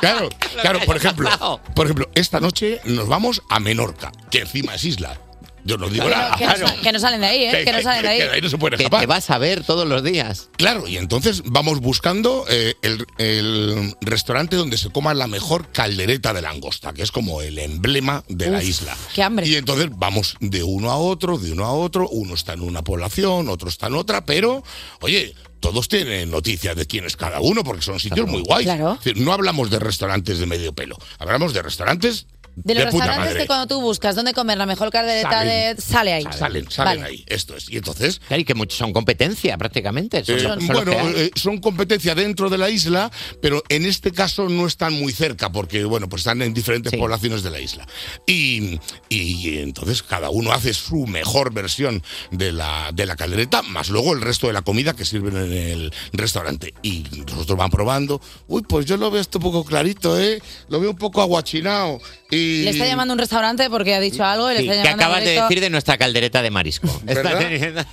Speaker 7: Claro, claro, por ejemplo, por ejemplo, esta noche nos vamos a Menorca, que encima es isla. Yo no digo
Speaker 3: Que
Speaker 7: nada.
Speaker 3: no, que no
Speaker 7: claro.
Speaker 3: sa- que no salen de ahí, ¿eh? Que no salen de ahí.
Speaker 7: que no se puede
Speaker 4: Que
Speaker 7: escapar.
Speaker 4: te vas a ver todos los días.
Speaker 7: Claro, y entonces vamos buscando eh, el, el restaurante donde se coma la mejor caldereta de langosta, que es como el emblema de la
Speaker 3: Uf,
Speaker 7: isla.
Speaker 3: qué hambre.
Speaker 7: Y entonces vamos de uno a otro, de uno a otro, uno está en una población, otro está en otra, pero, oye, todos tienen noticias de quién es cada uno, porque son sitios muy guays. Es decir, no hablamos de restaurantes de medio pelo, hablamos de restaurantes
Speaker 3: De
Speaker 7: de,
Speaker 3: los
Speaker 7: puta
Speaker 3: restaurantes
Speaker 7: madre.
Speaker 3: que cuando tú buscas dónde comer la mejor cardeleta
Speaker 7: Salen.
Speaker 3: de... Sale ahí.
Speaker 7: Salen, salen
Speaker 3: Vale.
Speaker 7: ahí, esto es. Y entonces...
Speaker 4: Claro, y que muchos son competencia prácticamente. Son-
Speaker 7: Eh,
Speaker 4: son- son los
Speaker 7: bueno,
Speaker 4: que hay.
Speaker 7: eh, son competencia dentro de la isla, pero en este caso no están muy cerca, porque bueno, pues están en diferentes poblaciones de la isla. Y, y entonces cada uno hace su mejor versión de la, de la caldereta, más luego el resto de la comida que sirven en el restaurante. Y nosotros van probando. Uy, pues yo lo veo esto un poco clarito, ¿eh? Lo veo un poco aguachinado. Y...
Speaker 3: Le está llamando un restaurante porque ha dicho algo y le
Speaker 4: Sí, ¿Qué
Speaker 3: está llamando Eh,
Speaker 4: acabas de
Speaker 3: directo.
Speaker 4: decir de nuestra caldereta de marisco? Está
Speaker 3: [laughs]
Speaker 4: diciendo-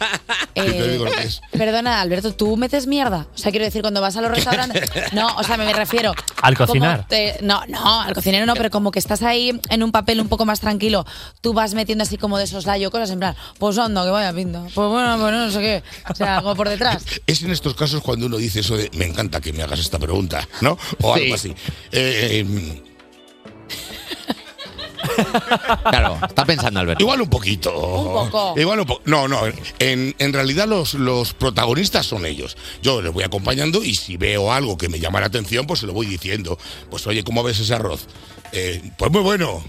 Speaker 7: Yo digo lo que es.
Speaker 3: Perdona, Alberto, ¿tú metes mierda? O sea, quiero decir, cuando vas a los restaurantes... No, o sea, me
Speaker 7: [laughs]
Speaker 3: refiero...
Speaker 5: Al
Speaker 3: como
Speaker 5: cocinar.
Speaker 3: te- no, no, al cocinero no, pero como que estás ahí en un papel un poco más tranquilo, tú vas metiendo así como de soslayo cosas en plan, pues hondo, que vaya pinto, pues bueno, pues no sé qué, o sea, algo por detrás.
Speaker 7: Es en estos casos cuando uno dice eso de me encanta que me hagas esta pregunta, ¿no? O algo así. Eh, eh,
Speaker 4: [laughs] Claro, está pensando Alberto.
Speaker 7: Igual un poquito.
Speaker 4: Un poco.
Speaker 7: Igual un po- No, no. En, en realidad los, los protagonistas son ellos. Yo les voy acompañando y si veo algo que me llama la atención, pues se lo voy diciendo. Pues oye, ¿cómo ves ese arroz? Eh, pues muy bueno.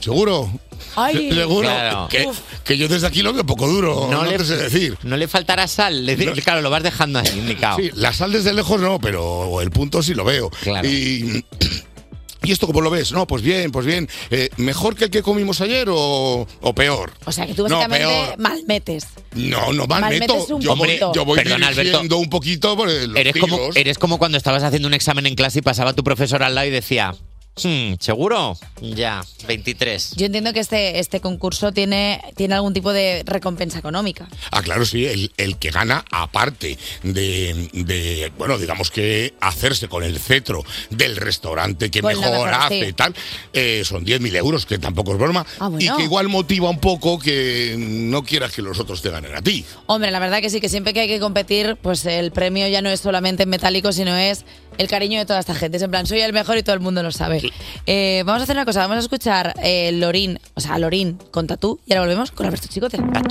Speaker 7: ¿Seguro?
Speaker 4: Ay.
Speaker 7: ¿Seguro?
Speaker 4: Claro.
Speaker 7: Que,
Speaker 4: Uf.
Speaker 7: que yo desde aquí lo veo poco duro. No, te sé decir.
Speaker 4: No le faltará sal. le- Claro, lo vas dejando ahí indicado.
Speaker 7: Sí, la sal desde lejos no, pero el punto sí lo veo.
Speaker 4: Claro.
Speaker 7: Y, [clears throat] ¿y esto cómo lo ves? No, pues bien, pues bien. Eh, ¿Mejor que el que comimos ayer o, o peor?
Speaker 3: O sea, que
Speaker 7: [laughs]
Speaker 3: tú
Speaker 7: No,
Speaker 3: básicamente
Speaker 7: peor.
Speaker 3: malmetes.
Speaker 7: No, no mal
Speaker 3: Malmetes
Speaker 7: meto.
Speaker 3: un
Speaker 7: Yo voy,
Speaker 3: poquito.
Speaker 7: yo voy
Speaker 4: Perdón,
Speaker 7: dirigiendo
Speaker 4: Alberto.
Speaker 7: un poquito por el- los
Speaker 4: Eres como,
Speaker 7: tiros.
Speaker 4: eres como cuando estabas haciendo un examen en clase y pasaba tu profesor al lado y decía, Hmm, ¿Seguro? Ya, 23.
Speaker 3: Yo entiendo que este, este concurso tiene, tiene algún tipo de recompensa económica.
Speaker 7: Ah, claro, sí, el, el que gana, aparte de, de, bueno, digamos que hacerse con el cetro del restaurante que
Speaker 3: Con la
Speaker 7: mejor,
Speaker 3: Pues mejor,
Speaker 7: hace
Speaker 3: sí.
Speaker 7: y tal, eh, son 10.000 euros, que tampoco es broma,
Speaker 3: Ah, bueno.
Speaker 7: y que igual motiva un poco que no quieras que los otros te ganen a ti.
Speaker 3: Hombre, la verdad que sí, que siempre que hay que competir, pues el premio ya no es solamente en metálico, sino es el cariño de toda esta gente. Es en plan, soy el mejor y todo el mundo lo sabe. Eh, vamos a hacer una cosa, vamos a escuchar eh, Lorín, o sea, Lorín con Tatú, y ahora volvemos con Alberto Chicote.
Speaker 7: Ah,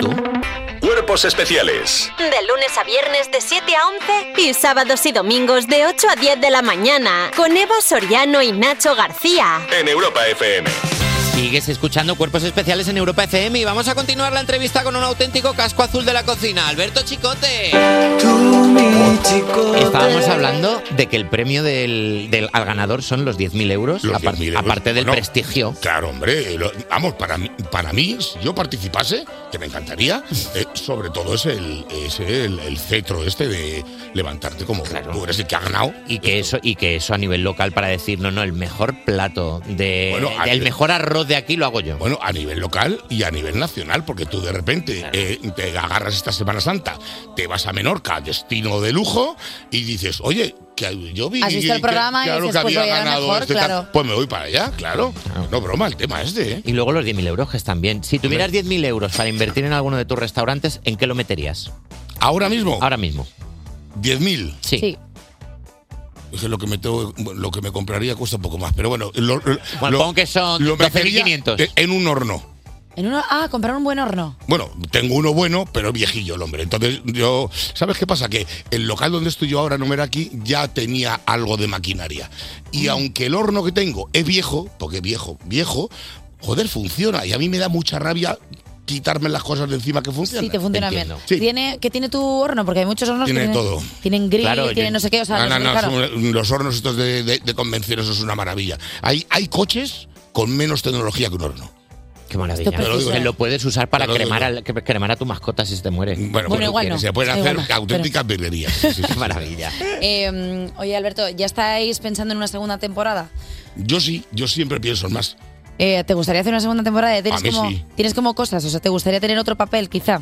Speaker 12: Cuerpos especiales
Speaker 2: De lunes a viernes de 7 a 11 y sábados y domingos de 8 a 10 de la mañana con Eva Soriano y Nacho García.
Speaker 12: en Europa FM.
Speaker 4: Sigues escuchando Cuerpos Especiales en Europa FM y vamos a continuar la entrevista con un auténtico casco azul de la cocina, Alberto Chicote. Estábamos hablando de que el premio del, del- al ganador son los 10.000 euros, apar- aparte del prestigio.
Speaker 7: Claro, hombre, lo- vamos, para, mí- para mí, si yo participase, que me
Speaker 4: [laughs]
Speaker 7: encantaría, eh, sobre todo es el, es el, el cetro este de levantarte como tú eres el que ha ganado.
Speaker 4: Y que eso, y que eso a nivel local para decir, no, no, el mejor plato de.
Speaker 7: Bueno, a-
Speaker 4: el mejor arroz de aquí lo hago yo.
Speaker 7: Bueno, a nivel local y a nivel nacional, porque tú de repente eh, te agarras esta Semana Santa, te vas a Menorca, destino de lujo, y dices, oye, que yo vi
Speaker 3: Has visto el
Speaker 7: que-
Speaker 3: programa y
Speaker 7: claro
Speaker 3: dices,
Speaker 7: que
Speaker 3: pues
Speaker 7: había
Speaker 3: voy a
Speaker 7: ganado
Speaker 3: mejor,
Speaker 7: este tal".
Speaker 3: claro.
Speaker 7: pues me voy para allá, claro. No broma el tema este, ¿eh?
Speaker 4: Y luego los 10.000 euros, que están bien. Si tuvieras 10.000 euros para invertir en alguno de tus restaurantes, ¿en qué lo meterías?
Speaker 7: ¿Ahora mismo?
Speaker 4: Ahora mismo.
Speaker 7: ¿10.000?
Speaker 4: Sí.
Speaker 7: Es que lo que me tengo- lo que me compraría cuesta un poco más, pero bueno, lo, lo-
Speaker 4: Bueno,
Speaker 7: lo-
Speaker 4: pon que son
Speaker 7: lo metería
Speaker 4: 12.500.
Speaker 7: en- en un horno.
Speaker 3: En uno, ah, comprar un buen horno.
Speaker 7: Bueno, tengo uno bueno, pero viejillo el hombre. Entonces, yo. ¿Sabes qué pasa? Que el local donde estoy yo ahora, no era aquí, ya tenía algo de maquinaria. Y
Speaker 3: Mm.
Speaker 7: aunque el horno que tengo es viejo, porque viejo, viejo, joder, funciona. Y a mí me da mucha rabia quitarme las cosas de encima que funcionan.
Speaker 3: Sí, te funciona bien.
Speaker 7: Sí.
Speaker 3: ¿Tiene, ¿Qué tiene tu horno? Porque hay muchos hornos
Speaker 7: Tiene
Speaker 3: que tienen,
Speaker 7: todo.
Speaker 3: tienen grill,
Speaker 7: Claro,
Speaker 3: tienen
Speaker 7: yo-
Speaker 3: no sé qué, o sea,
Speaker 7: No,
Speaker 3: no
Speaker 7: no,
Speaker 3: sé
Speaker 7: no,
Speaker 3: qué, claro.
Speaker 7: son los hornos estos de, de, de convención, eso es una maravilla. Hay, hay coches con menos tecnología que un horno.
Speaker 4: Qué maravilla.
Speaker 7: Te lo digo.
Speaker 4: lo puedes usar para
Speaker 7: Te lo digo.
Speaker 4: cremar, al- que- cremar a tu mascota si se te muere. Bueno,
Speaker 3: pues, igual no.
Speaker 7: Se pueden
Speaker 3: Da
Speaker 7: hacer
Speaker 3: igual, pero-
Speaker 7: auténticas virguerías. Sí, sí, sí.
Speaker 4: maravilla.
Speaker 3: Eh, oye, Alberto, ¿ya estáis pensando en una segunda temporada?
Speaker 7: Yo sí, yo siempre pienso en más.
Speaker 3: Eh, ¿Te gustaría hacer una segunda temporada? ¿Tienes,
Speaker 7: A mí
Speaker 3: como,
Speaker 7: sí.
Speaker 3: ¿Tienes como cosas? O sea, ¿te gustaría tener otro papel, quizá?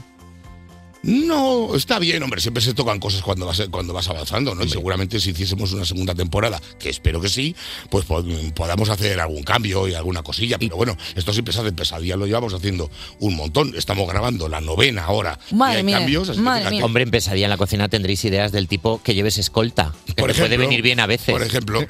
Speaker 7: No, está bien, hombre, siempre se tocan cosas cuando vas, cuando vas avanzando, ¿no? Y seguramente si hiciésemos una segunda temporada, que espero que sí, pues pod- podamos hacer algún cambio y alguna cosilla, pero bueno, esto siempre se hace pesadilla, lo llevamos haciendo un montón, estamos grabando la novena ahora. y hay cambios, así que fíjate.
Speaker 4: Hombre, en pesadilla en la cocina tendréis ideas del tipo que lleves escolta. Que
Speaker 7: Por
Speaker 4: te puede
Speaker 7: ejemplo,
Speaker 4: venir bien a veces.
Speaker 7: Por ejemplo,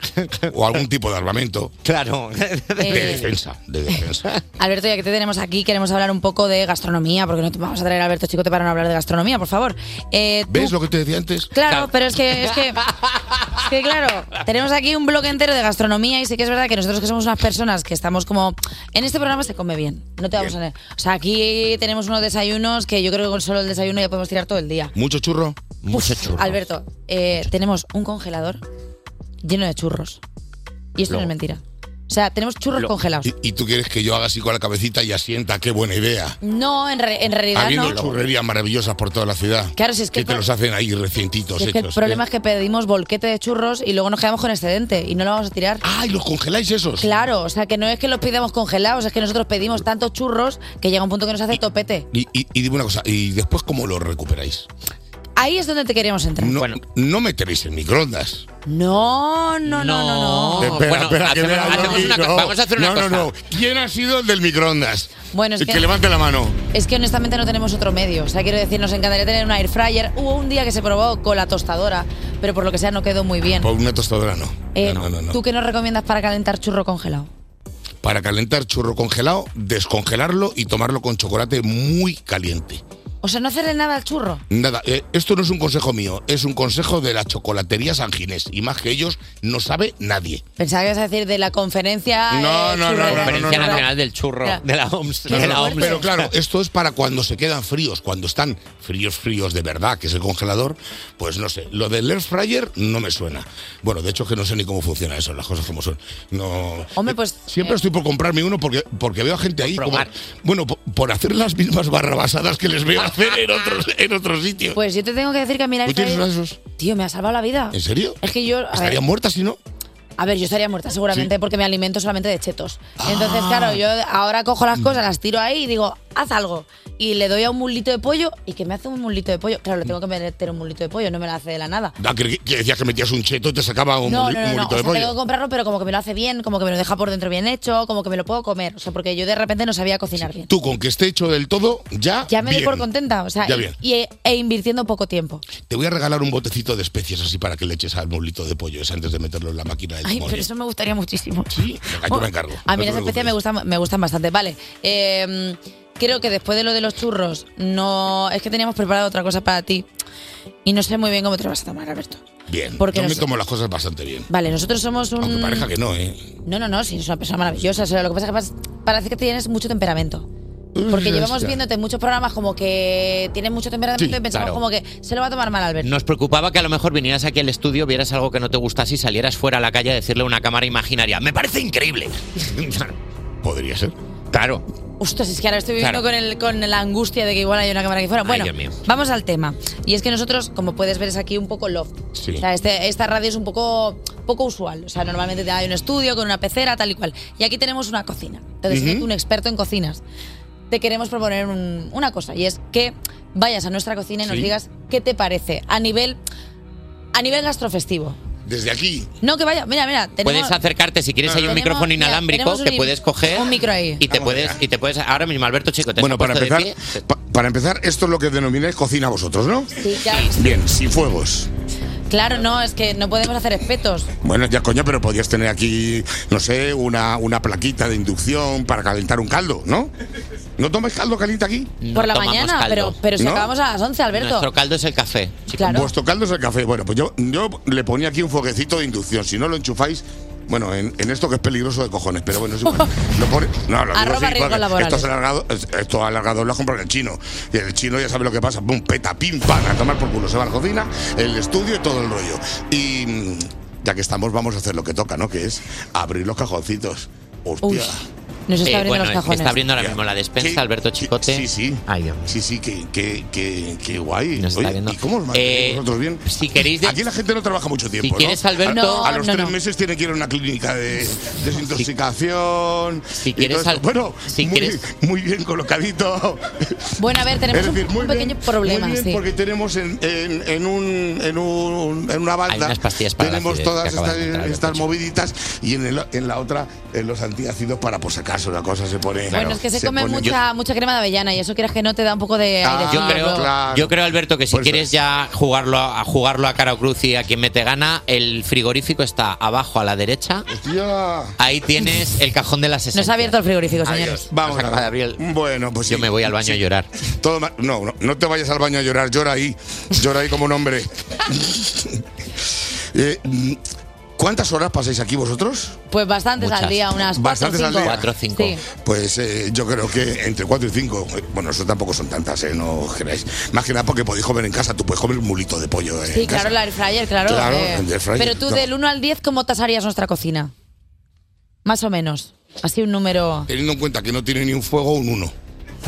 Speaker 7: o algún tipo de armamento.
Speaker 4: [laughs] Claro.
Speaker 3: Eh,
Speaker 7: De defensa, de [laughs] defensa.
Speaker 3: Alberto, ya que te tenemos aquí, queremos hablar un poco de gastronomía, porque no te vamos a traer a Alberto Chicote para no hablar de gastronomía, por favor. Eh, tú-
Speaker 7: ¿Ves lo que te decía antes?
Speaker 3: Claro, pero es que, es
Speaker 7: [laughs]
Speaker 3: que, es que, claro, tenemos aquí un bloque entero de gastronomía y sí que es verdad que nosotros que somos unas personas que estamos como, en este programa se come bien, no te vamos a negar. O sea, aquí tenemos unos desayunos que yo creo que con solo el desayuno ya podemos tirar todo el día.
Speaker 7: ¿Mucho churro?
Speaker 4: Mucho churro.
Speaker 3: Alberto, eh, tenemos un congelador lleno de churros y esto no
Speaker 7: Luego.
Speaker 3: es mentira. O sea, tenemos churros
Speaker 7: Lo-
Speaker 3: congelados.
Speaker 7: ¿Y, y tú quieres que yo haga así con la cabecita y asienta? ¡Qué buena idea!
Speaker 3: No, en, re- en realidad
Speaker 7: Habiendo
Speaker 3: no.
Speaker 7: churrerías maravillosas por toda la ciudad.
Speaker 3: Claro, si es que el
Speaker 7: te
Speaker 3: pro-
Speaker 7: los hacen ahí recientitos
Speaker 3: Si es que el
Speaker 7: hechos. eh.
Speaker 3: problema es que pedimos bolquete de churros y luego nos quedamos con excedente y no lo vamos a tirar.
Speaker 7: ¡Ah, y los congeláis esos!
Speaker 3: Claro, o sea que no es que los pidamos congelados, es que nosotros pedimos tantos churros que llega un punto que nos hace topete.
Speaker 7: Y, y- y dime una cosa, ¿y después cómo lo recuperáis?
Speaker 3: Ahí es donde te queremos entrar.
Speaker 7: No, no meteréis en microondas.
Speaker 3: No, no, no, no, no.
Speaker 7: Espera,
Speaker 4: Bueno,
Speaker 7: espera, que
Speaker 4: hacemos-
Speaker 7: vea yo
Speaker 4: hacemos
Speaker 7: aquí,
Speaker 4: una co-
Speaker 7: no.
Speaker 4: vamos a hacer una
Speaker 7: No,
Speaker 4: cosa.
Speaker 7: No, no, ¿Quién ha sido el del microondas?
Speaker 3: Bueno, es que-
Speaker 7: levante la mano.
Speaker 3: Es que honestamente no tenemos otro medio. O sea, quiero decir, nos encantaría tener una air fryer. Hubo un día que se probó con la tostadora, pero por lo que sea no quedó muy bien.
Speaker 7: Por una tostadora no.
Speaker 3: Eh,
Speaker 7: no, no, no, no.
Speaker 3: ¿Tú qué nos recomiendas para calentar churro congelado?
Speaker 7: Para calentar churro congelado, descongelarlo y tomarlo con chocolate muy caliente.
Speaker 3: O sea, no hacerle nada al churro.
Speaker 7: Nada, eh, esto no es un consejo mío, es un consejo de la chocolatería San Ginés. Y más que ellos, no sabe nadie.
Speaker 3: Pensaba que ibas a decir de la conferencia.
Speaker 7: No,
Speaker 3: eh,
Speaker 7: no, no, no, no,
Speaker 3: churrera.
Speaker 7: no,
Speaker 4: Conferencia
Speaker 7: no, no.
Speaker 4: Nacional del Churro,
Speaker 3: Claro.
Speaker 4: de la OMS.
Speaker 7: No,
Speaker 4: de
Speaker 7: no,
Speaker 4: la
Speaker 7: no,
Speaker 4: OMS.
Speaker 7: pero [laughs] claro, esto es para cuando se quedan fríos, cuando están fríos, fríos de verdad, que es el congelador, pues no sé, lo del air fryer no me suena. Bueno, de hecho es que no sé ni cómo funciona eso, las cosas como son. No. eh,
Speaker 3: Hombre, pues.
Speaker 7: Siempre estoy por comprarme uno porque, porque veo a gente ahí como, bueno, po- por, hacer las mismas barrabasadas que les veo hacer en otros, en otros sitios.
Speaker 3: Pues yo te tengo que decir que a mí la
Speaker 7: ¿Tú
Speaker 3: air fryer-
Speaker 7: tienes uno de esos?
Speaker 3: Tío, me ha salvado la vida.
Speaker 7: ¿En serio?
Speaker 3: Es que yo. a ver,
Speaker 7: Estarían muertas si no.
Speaker 3: A ver, yo estaría muerta seguramente porque me alimento solamente de chetos.
Speaker 7: Ah.
Speaker 3: Entonces, claro, yo ahora cojo las cosas, las tiro ahí y digo, haz algo. Y le doy a un mulito de pollo y que me hace un mulito de pollo. Claro, le tengo que meter un mulito de pollo, no me lo hace de la nada.
Speaker 7: Ah, que, que decías que metías un cheto y te sacaba un,
Speaker 3: No,
Speaker 7: moli-
Speaker 3: no,
Speaker 7: un
Speaker 3: no, no.
Speaker 7: mulito
Speaker 3: O
Speaker 7: de
Speaker 3: sea,
Speaker 7: pollo.
Speaker 3: tengo que comprarlo, pero como que me lo hace bien, como que me lo deja por dentro bien hecho, como que me lo puedo comer. O sea, porque yo de repente no sabía cocinar bien.
Speaker 7: Tú, con que esté hecho del todo, ya.
Speaker 3: Ya me doy
Speaker 7: bien.
Speaker 3: por contenta, o sea,
Speaker 7: Ya
Speaker 3: y-
Speaker 7: bien.
Speaker 3: y, e, e invirtiendo poco tiempo.
Speaker 7: Te voy a regalar un botecito de especias así para que le eches al mulito de pollo ese antes de meterlo en la máquina del
Speaker 3: Ay,
Speaker 7: molde.
Speaker 3: pero eso me gustaría muchísimo.
Speaker 7: Venga, yo me encargo.
Speaker 3: A
Speaker 7: no
Speaker 3: mí
Speaker 7: te
Speaker 3: las
Speaker 7: preocupes.
Speaker 3: especias me gustan, me gustan bastante. Vale, eh, creo que después de lo de los churros, no. Es que teníamos preparado otra cosa para ti y no sé muy bien cómo te lo vas a tomar, Alberto.
Speaker 7: Bien,
Speaker 3: porque Mm.
Speaker 7: yo me
Speaker 3: nos-
Speaker 7: tomo las cosas bastante bien.
Speaker 3: Vale, nosotros somos un.
Speaker 7: Aunque parezca que no, ¿eh?
Speaker 3: No, no, no, sí, es una persona maravillosa. o sea, lo que pasa es que pas- parece que tienes mucho temperamento.
Speaker 7: Mm,
Speaker 3: Porque llevamos
Speaker 4: hostia.
Speaker 3: viéndote en muchos programas como que tienes mucho temperamento
Speaker 4: Sí,
Speaker 3: y pensamos
Speaker 4: claro.
Speaker 3: como que se lo va a tomar mal Alberto.
Speaker 4: Nos preocupaba que a lo mejor vinieras aquí al estudio, vieras algo que no te gustase y salieras fuera a la calle a decirle a una cámara imaginaria. ¡Me parece
Speaker 7: [laughs]
Speaker 4: increíble!
Speaker 7: Podría ser.
Speaker 4: Claro.
Speaker 3: Ostras, es que ahora estoy viviendo
Speaker 4: Claro.
Speaker 3: con, el, con la angustia de que igual hay una cámara aquí fuera. Bueno,
Speaker 4: Dios mío.
Speaker 3: vamos al tema. Y es que nosotros, como puedes ver, es aquí un poco loft.
Speaker 4: Sí.
Speaker 3: O sea, este- esta radio es un poco, poco usual. O sea, normalmente te hay un estudio con una pecera, tal y cual. Y aquí tenemos una cocina. Entonces,
Speaker 6: Ujú.
Speaker 3: tú, un experto en cocinas, te queremos proponer un- una cosa. Y es que vayas a nuestra cocina y nos
Speaker 7: Sí.
Speaker 3: digas qué te parece a nivel, a nivel gastrofestivo.
Speaker 7: Desde aquí.
Speaker 3: No que vaya, mira, mira, tenemos...
Speaker 4: puedes acercarte si quieres. Hay un
Speaker 3: Tenemos-
Speaker 4: micrófono
Speaker 3: mira,
Speaker 4: inalámbrico
Speaker 3: tenemos un
Speaker 4: que
Speaker 3: im-
Speaker 4: puedes coger.
Speaker 3: un micro ahí.
Speaker 4: Y te puedes, y te puedes. Ahora mismo, Alberto Chico, te
Speaker 7: Bueno,
Speaker 4: has
Speaker 7: para
Speaker 4: puesto de
Speaker 7: empezar, pa- para empezar, esto es lo que denomináis cocina vosotros, ¿no?
Speaker 3: Sí, ya.
Speaker 7: Bien, sin fuegos.
Speaker 3: Claro, no, es que no podemos hacer espetos.
Speaker 7: Bueno, ya coño, pero podías tener aquí, no sé, una, una plaquita de inducción para calentar un caldo, ¿no? ¿No tomáis caldo caliente aquí?
Speaker 3: por la mañana, pero, pero si
Speaker 7: ¿No?
Speaker 3: acabamos a las 11, Alberto.
Speaker 4: caldo es el café.
Speaker 3: Claro.
Speaker 7: Vuestro caldo es el café. Bueno, pues yo, yo le ponía aquí un foguecito de inducción. Si no lo enchufáis, bueno, en, en esto que es peligroso de cojones, pero bueno, es igual.
Speaker 3: [laughs]
Speaker 7: Lo pone- no, lo digo
Speaker 3: Arroba
Speaker 7: así,
Speaker 3: riesgos
Speaker 7: porque
Speaker 3: laborales.
Speaker 7: Esto es alargado, es- esto alargado lo has comprado en el chino. Y el chino ya sabe lo que pasa. Pum, peta, pim, pam, a tomar por culo. Se va a la cocina, el estudio y todo el rollo. Y mm, ya que estamos, vamos a hacer lo que toca, ¿no? Que es abrir los cajoncitos. Hostia.
Speaker 4: Uy,
Speaker 3: nos está
Speaker 4: Eh,
Speaker 3: abriendo
Speaker 4: bueno,
Speaker 3: los cajones.
Speaker 4: está abriendo ahora mismo la despensa, Alberto Chicote. Sí,
Speaker 7: sí. Sí, sí, que, que, que, que guay. Oye, ¿Y cómo os
Speaker 4: Eh,
Speaker 7: mantenéis vosotros bien?
Speaker 4: Si queréis
Speaker 7: Aquí la gente no trabaja mucho tiempo.
Speaker 4: Si
Speaker 7: ¿no?
Speaker 4: quieres, Alberto-
Speaker 7: A- a,
Speaker 4: No,
Speaker 7: los
Speaker 4: no,
Speaker 7: tres
Speaker 4: no.
Speaker 7: meses tiene que ir a una clínica de desintoxicación. Si
Speaker 4: quieres, Al-
Speaker 7: bueno,
Speaker 4: si
Speaker 7: muy,
Speaker 4: quieres-
Speaker 7: muy bien colocadito.
Speaker 3: Bueno, a ver, tenemos
Speaker 7: Es
Speaker 3: un-
Speaker 7: decir,
Speaker 3: un,
Speaker 7: muy
Speaker 3: pequeño
Speaker 7: bien,
Speaker 3: problema.
Speaker 7: Muy bien,
Speaker 3: sí.
Speaker 7: porque tenemos en, en- en un, en, un- en una
Speaker 4: Hay
Speaker 7: banda
Speaker 4: unas pastillas para la
Speaker 7: tenemos
Speaker 4: acidez
Speaker 7: todas
Speaker 4: que acaban
Speaker 7: estas,
Speaker 4: de entrar,
Speaker 7: estas moviditas y en, el- en la otra eh, los antiácidos para por si acaso la cosa se pone.
Speaker 3: bueno, es que se, come
Speaker 7: pone-
Speaker 3: mucha, mucha crema de avellana y eso quieras que no te da un poco de aire.
Speaker 4: Ah.
Speaker 7: Ah,
Speaker 4: yo creo, yo creo, Alberto,
Speaker 7: Pues
Speaker 4: que si quieres ya jugarlo a, a jugarlo a cara o cruz y a quien me te gana, el frigorífico está abajo a la derecha.
Speaker 7: Hostia.
Speaker 4: Ahí tienes el cajón de las
Speaker 3: Nos
Speaker 4: 60.
Speaker 3: ha abierto el frigorífico,
Speaker 4: Adiós.
Speaker 3: señores.
Speaker 7: Vamos
Speaker 4: Acaba de abrir
Speaker 7: Bueno, pues
Speaker 4: Yo me voy al baño a llorar.
Speaker 7: Todo ma- no, no, no te vayas al baño a llorar, llora ahí. Llora ahí como
Speaker 4: [laughs]
Speaker 7: un hombre. Eh, mm, ¿Cuántas horas pasáis aquí vosotros?
Speaker 3: Pues bastantes al día, unas cuatro o
Speaker 7: Bastantes al
Speaker 3: cinco.
Speaker 7: día.
Speaker 3: Sí.
Speaker 7: Pues eh, yo creo que entre 4 y 5. Bueno, eso tampoco son tantas, ¿eh? No os creáis. Más que nada porque podéis comer en casa. Tú puedes comer un mulito de pollo. eh,
Speaker 3: Sí,
Speaker 7: en casa.
Speaker 3: claro, la air fryer, claro.
Speaker 7: Claro,
Speaker 3: eh.
Speaker 7: el air fryer,
Speaker 3: Pero tú,
Speaker 7: claro.
Speaker 3: del 1 al 10, ¿cómo tasarías nuestra cocina? Más o menos. Así un número.
Speaker 7: Teniendo en cuenta que no tiene ni un fuego, un 1.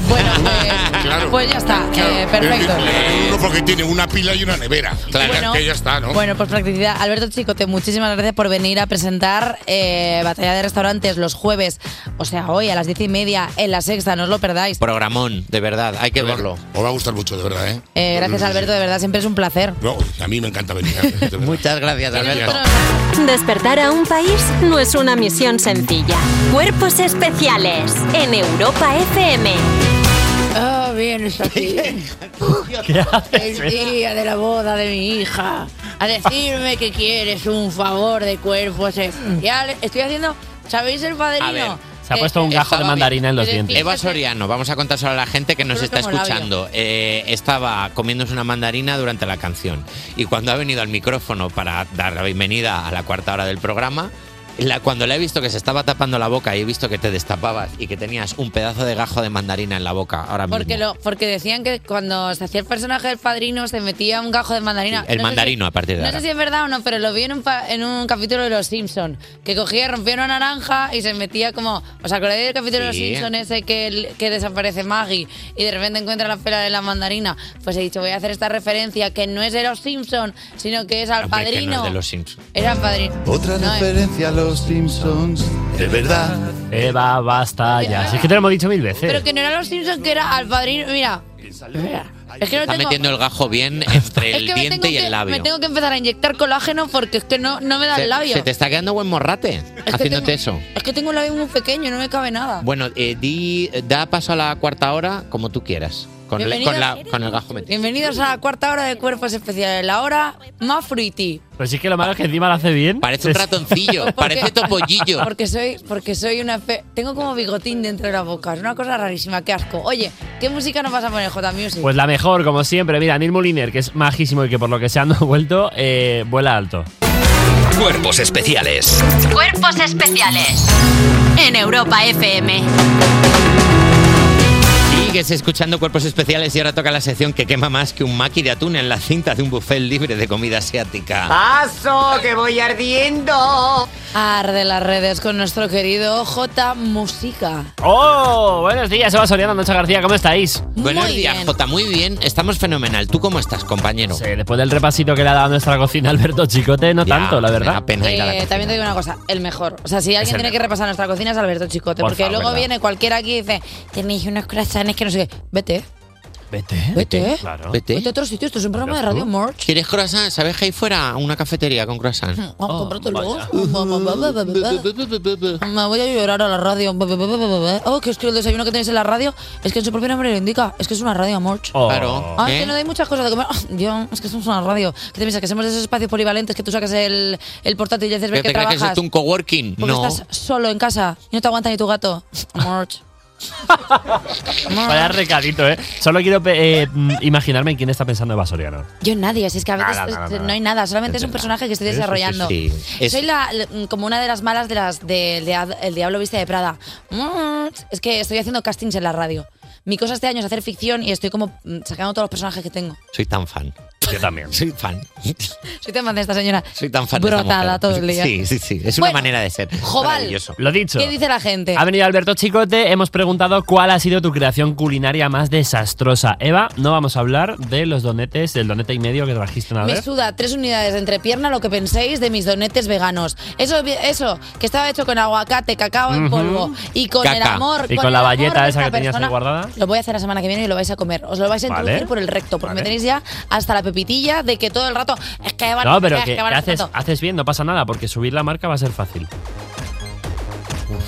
Speaker 3: Bueno,
Speaker 7: [laughs]
Speaker 3: pues, pues ya está. eh, perfecto.
Speaker 7: Un 1 porque tiene una pila y una nevera. Claro.
Speaker 3: Bueno.
Speaker 7: que ya está, ¿no?
Speaker 3: Bueno, pues practicidad. Alberto Chicote, muchísimas gracias por venir a presentar eh, Batalla de Restaurantes los jueves, o sea, hoy a las diez y media en la sexta, no os lo perdáis.
Speaker 4: Programón, de verdad, hay que verlo.
Speaker 7: Os va a gustar mucho, de verdad, ¿eh?
Speaker 3: Eh,
Speaker 4: Mm.
Speaker 3: gracias, Alberto, de verdad, siempre es un placer.
Speaker 7: No, a mí me encanta venir. ¿eh?
Speaker 4: [laughs] Muchas gracias,
Speaker 7: Alberto.
Speaker 2: Despertar a un país no es una misión sencilla. Cuerpos especiales en Europa FM.
Speaker 8: Ah, bien, está aquí. El día de la boda de mi hija. A decirme que quieres un favor de cuerpos especiales. Estoy haciendo. ¿Sabéis el
Speaker 4: A ver,
Speaker 8: padrino?
Speaker 4: se ha
Speaker 3: Eh,
Speaker 8: puesto
Speaker 4: un
Speaker 8: gajo de mandarina en los dientes.
Speaker 4: Eva Soriano, vamos a contárselo a la gente que nos
Speaker 8: Solo
Speaker 4: está
Speaker 8: como labio.
Speaker 4: escuchando. Eh, estaba comiéndose una mandarina durante la canción y cuando ha venido al micrófono para dar la bienvenida a la cuarta hora del programa, la- cuando la he visto que se estaba tapando la boca y he visto que te destapabas y que tenías un pedazo de gajo de mandarina en la boca ahora mismo.
Speaker 3: Porque, lo, porque decían que cuando se hacía el personaje del padrino se metía un gajo de mandarina.
Speaker 4: El
Speaker 3: No sé
Speaker 4: mandarino
Speaker 3: si-
Speaker 4: a partir de
Speaker 3: No
Speaker 4: ahora.
Speaker 3: sé si es verdad o no, pero lo vi en un, pa- en un capítulo de Los Simpson que cogía, rompía una naranja y se metía como... ¿Os acordáis del capítulo de Los
Speaker 4: Sí.
Speaker 3: Simpson ese que, el- que desaparece Maggie y de repente encuentra la pera de la mandarina? Pues he dicho, voy a hacer esta referencia que no es de Los Simpson, sino que es al
Speaker 4: Hombre, que no
Speaker 3: padrino.
Speaker 4: es de los Simpsons.
Speaker 3: Era al padrino.
Speaker 5: Otra
Speaker 3: No, eh, es-
Speaker 5: referencia a los Simpsons,
Speaker 7: de verdad.
Speaker 5: Eva, basta ya. Si es que te lo hemos dicho mil veces.
Speaker 3: Pero que no era Los Simpson, que era al padrino. Mira, mira, es que no
Speaker 4: Está
Speaker 3: tengo...
Speaker 4: metiendo el gajo bien entre
Speaker 3: Es
Speaker 4: el
Speaker 3: que me
Speaker 4: diente
Speaker 3: tengo
Speaker 4: y el
Speaker 3: que-
Speaker 4: labio.
Speaker 3: Me tengo que empezar a inyectar colágeno porque es que no, no me da
Speaker 4: se,
Speaker 3: el labio.
Speaker 4: se te está quedando buen morrate
Speaker 3: que
Speaker 4: haciéndote eso.
Speaker 3: Es que tengo un labio muy pequeño, no me cabe nada.
Speaker 4: Bueno, eh, di, da paso a la cuarta hora como tú quieras. Con, el- con la- con el gajo metido.
Speaker 3: Bienvenidos a la cuarta hora de Cuerpos Especiales, la hora más fruity.
Speaker 5: Pero Pues sí que lo malo es que encima lo hace bien.
Speaker 4: Parece
Speaker 5: [laughs]
Speaker 4: un ratoncillo, parece topollillo.
Speaker 3: [laughs] Porque soy, porque soy una... espe- Tengo como bigotín dentro de la boca, es una cosa rarísima, qué asco. Oye, ¿qué música nos vas a poner, J Music?
Speaker 5: Pues la mejor, como siempre. Mira, Neil Moliner, que es majísimo y que por lo que se han [laughs] vuelto, eh, vuela alto.
Speaker 15: Cuerpos especiales.
Speaker 2: [laughs] Cuerpos especiales en Europa FM.
Speaker 4: Sigues escuchando Cuerpos Especiales y ahora toca la sección que quema más que un maqui de atún en la cinta de un buffet libre de comida asiática.
Speaker 3: ¡Paso, que voy ardiendo! Arde las redes con nuestro querido J Música.
Speaker 5: ¡Oh! Buenos días, Eva Soriano, Noche García, ¿cómo estáis?
Speaker 4: Buenos días, Jota, muy bien. Estamos fenomenal. ¿Tú cómo estás, compañero?
Speaker 5: Sí, después del repasito que le ha dado a nuestra cocina Alberto Chicote, no tanto, la verdad.
Speaker 3: Eh, también te digo una cosa, el mejor. O sea, si alguien
Speaker 5: el
Speaker 3: tiene que repasar nuestra cocina es Alberto Chicote,
Speaker 5: Por
Speaker 3: porque
Speaker 5: favor,
Speaker 3: luego
Speaker 5: ¿verdad?
Speaker 3: viene cualquiera aquí y dice, tenéis unos croissants que no sé qué. Vete,
Speaker 5: Vete.
Speaker 3: Vete.
Speaker 5: Claro.
Speaker 3: vete a
Speaker 4: Vete.
Speaker 3: otro sitio, esto es un programa de Radio More.
Speaker 4: ¿Quieres croissant? ¿Sabes que hay fuera una cafetería con croissant?
Speaker 5: Oh,
Speaker 3: Vamos a comprarte los. Me voy a llorar a la radio. Oh, que es que el desayuno que tenéis en la radio es que en su propio nombre lo indica. Es que es una radio, amor.
Speaker 5: Oh.
Speaker 4: Claro.
Speaker 3: Ay,
Speaker 4: ¿eh?
Speaker 3: que no dais muchas cosas de comer. Ah, Dios, es que somos una radio. ¿Qué te piensas? Que somos de esos espacios polivalentes que tú sacas el, el portátil y haces ver
Speaker 4: ¿Qué te
Speaker 3: que
Speaker 4: crees que
Speaker 3: trabajas.
Speaker 4: es esto un coworking?
Speaker 3: Porque
Speaker 4: No.
Speaker 3: estás solo en casa y no te aguanta ni tu gato. March.
Speaker 5: [laughs] Vaya recadito, ¿eh? Solo quiero pe- eh, mm, imaginarme en quién está pensando Eva Soriano.
Speaker 3: Yo nadie, si es que a veces
Speaker 5: Nada, nada,
Speaker 3: es-
Speaker 5: nada.
Speaker 3: no hay nada, solamente es un personaje que estoy
Speaker 5: Sí, sí, sí,
Speaker 3: desarrollando.
Speaker 5: sí. Es-
Speaker 3: Soy la, la- como una de las malas de las de, de Ad- El Diablo Viste de Prada. March. Es que estoy haciendo castings en la radio. Mi cosa este año es hacer ficción y estoy como mm, sacando todos los personajes que tengo.
Speaker 4: Soy tan fan.
Speaker 5: Yo también.
Speaker 4: Soy
Speaker 5: [laughs]
Speaker 4: fan.
Speaker 3: Soy tan fan de esta señora.
Speaker 4: Soy tan fan de esta
Speaker 3: Brotada
Speaker 4: mujer.
Speaker 3: todo el día.
Speaker 4: Sí, sí,
Speaker 5: [laughs]
Speaker 4: sí. Es una
Speaker 3: Bueno,
Speaker 4: manera de ser.
Speaker 3: Joval.
Speaker 4: Maravilloso.
Speaker 5: Lo dicho.
Speaker 3: ¿Qué dice la gente?
Speaker 5: Ha venido Alberto Chicote, hemos preguntado cuál ha sido tu creación culinaria más desastrosa. Eva, no vamos a hablar de los donetes, del donete y medio que trajiste una
Speaker 3: Me
Speaker 5: vez.
Speaker 3: suda tres unidades de entrepierna lo que penséis de mis donetes veganos. Eso, eso que estaba hecho con aguacate, cacao en
Speaker 5: Ujú.
Speaker 3: polvo y con el
Speaker 5: Caca.
Speaker 3: amor.
Speaker 5: Y con
Speaker 3: el
Speaker 5: la
Speaker 3: amor
Speaker 5: valleta
Speaker 3: de
Speaker 5: esa
Speaker 3: esta
Speaker 5: que tenías ahí
Speaker 3: persona.
Speaker 5: guardada.
Speaker 3: Lo voy a hacer la semana que viene y lo vais a comer. Os lo vais a
Speaker 5: Vale.
Speaker 3: introducir por el recto, porque
Speaker 5: Vale.
Speaker 3: me tenéis ya hasta la pepitilla de que todo el rato. Es que van
Speaker 5: No, pero
Speaker 3: es
Speaker 5: que,
Speaker 3: van
Speaker 5: que haces,
Speaker 3: tanto".
Speaker 5: haces bien, no pasa nada, porque subir la marca va a ser fácil.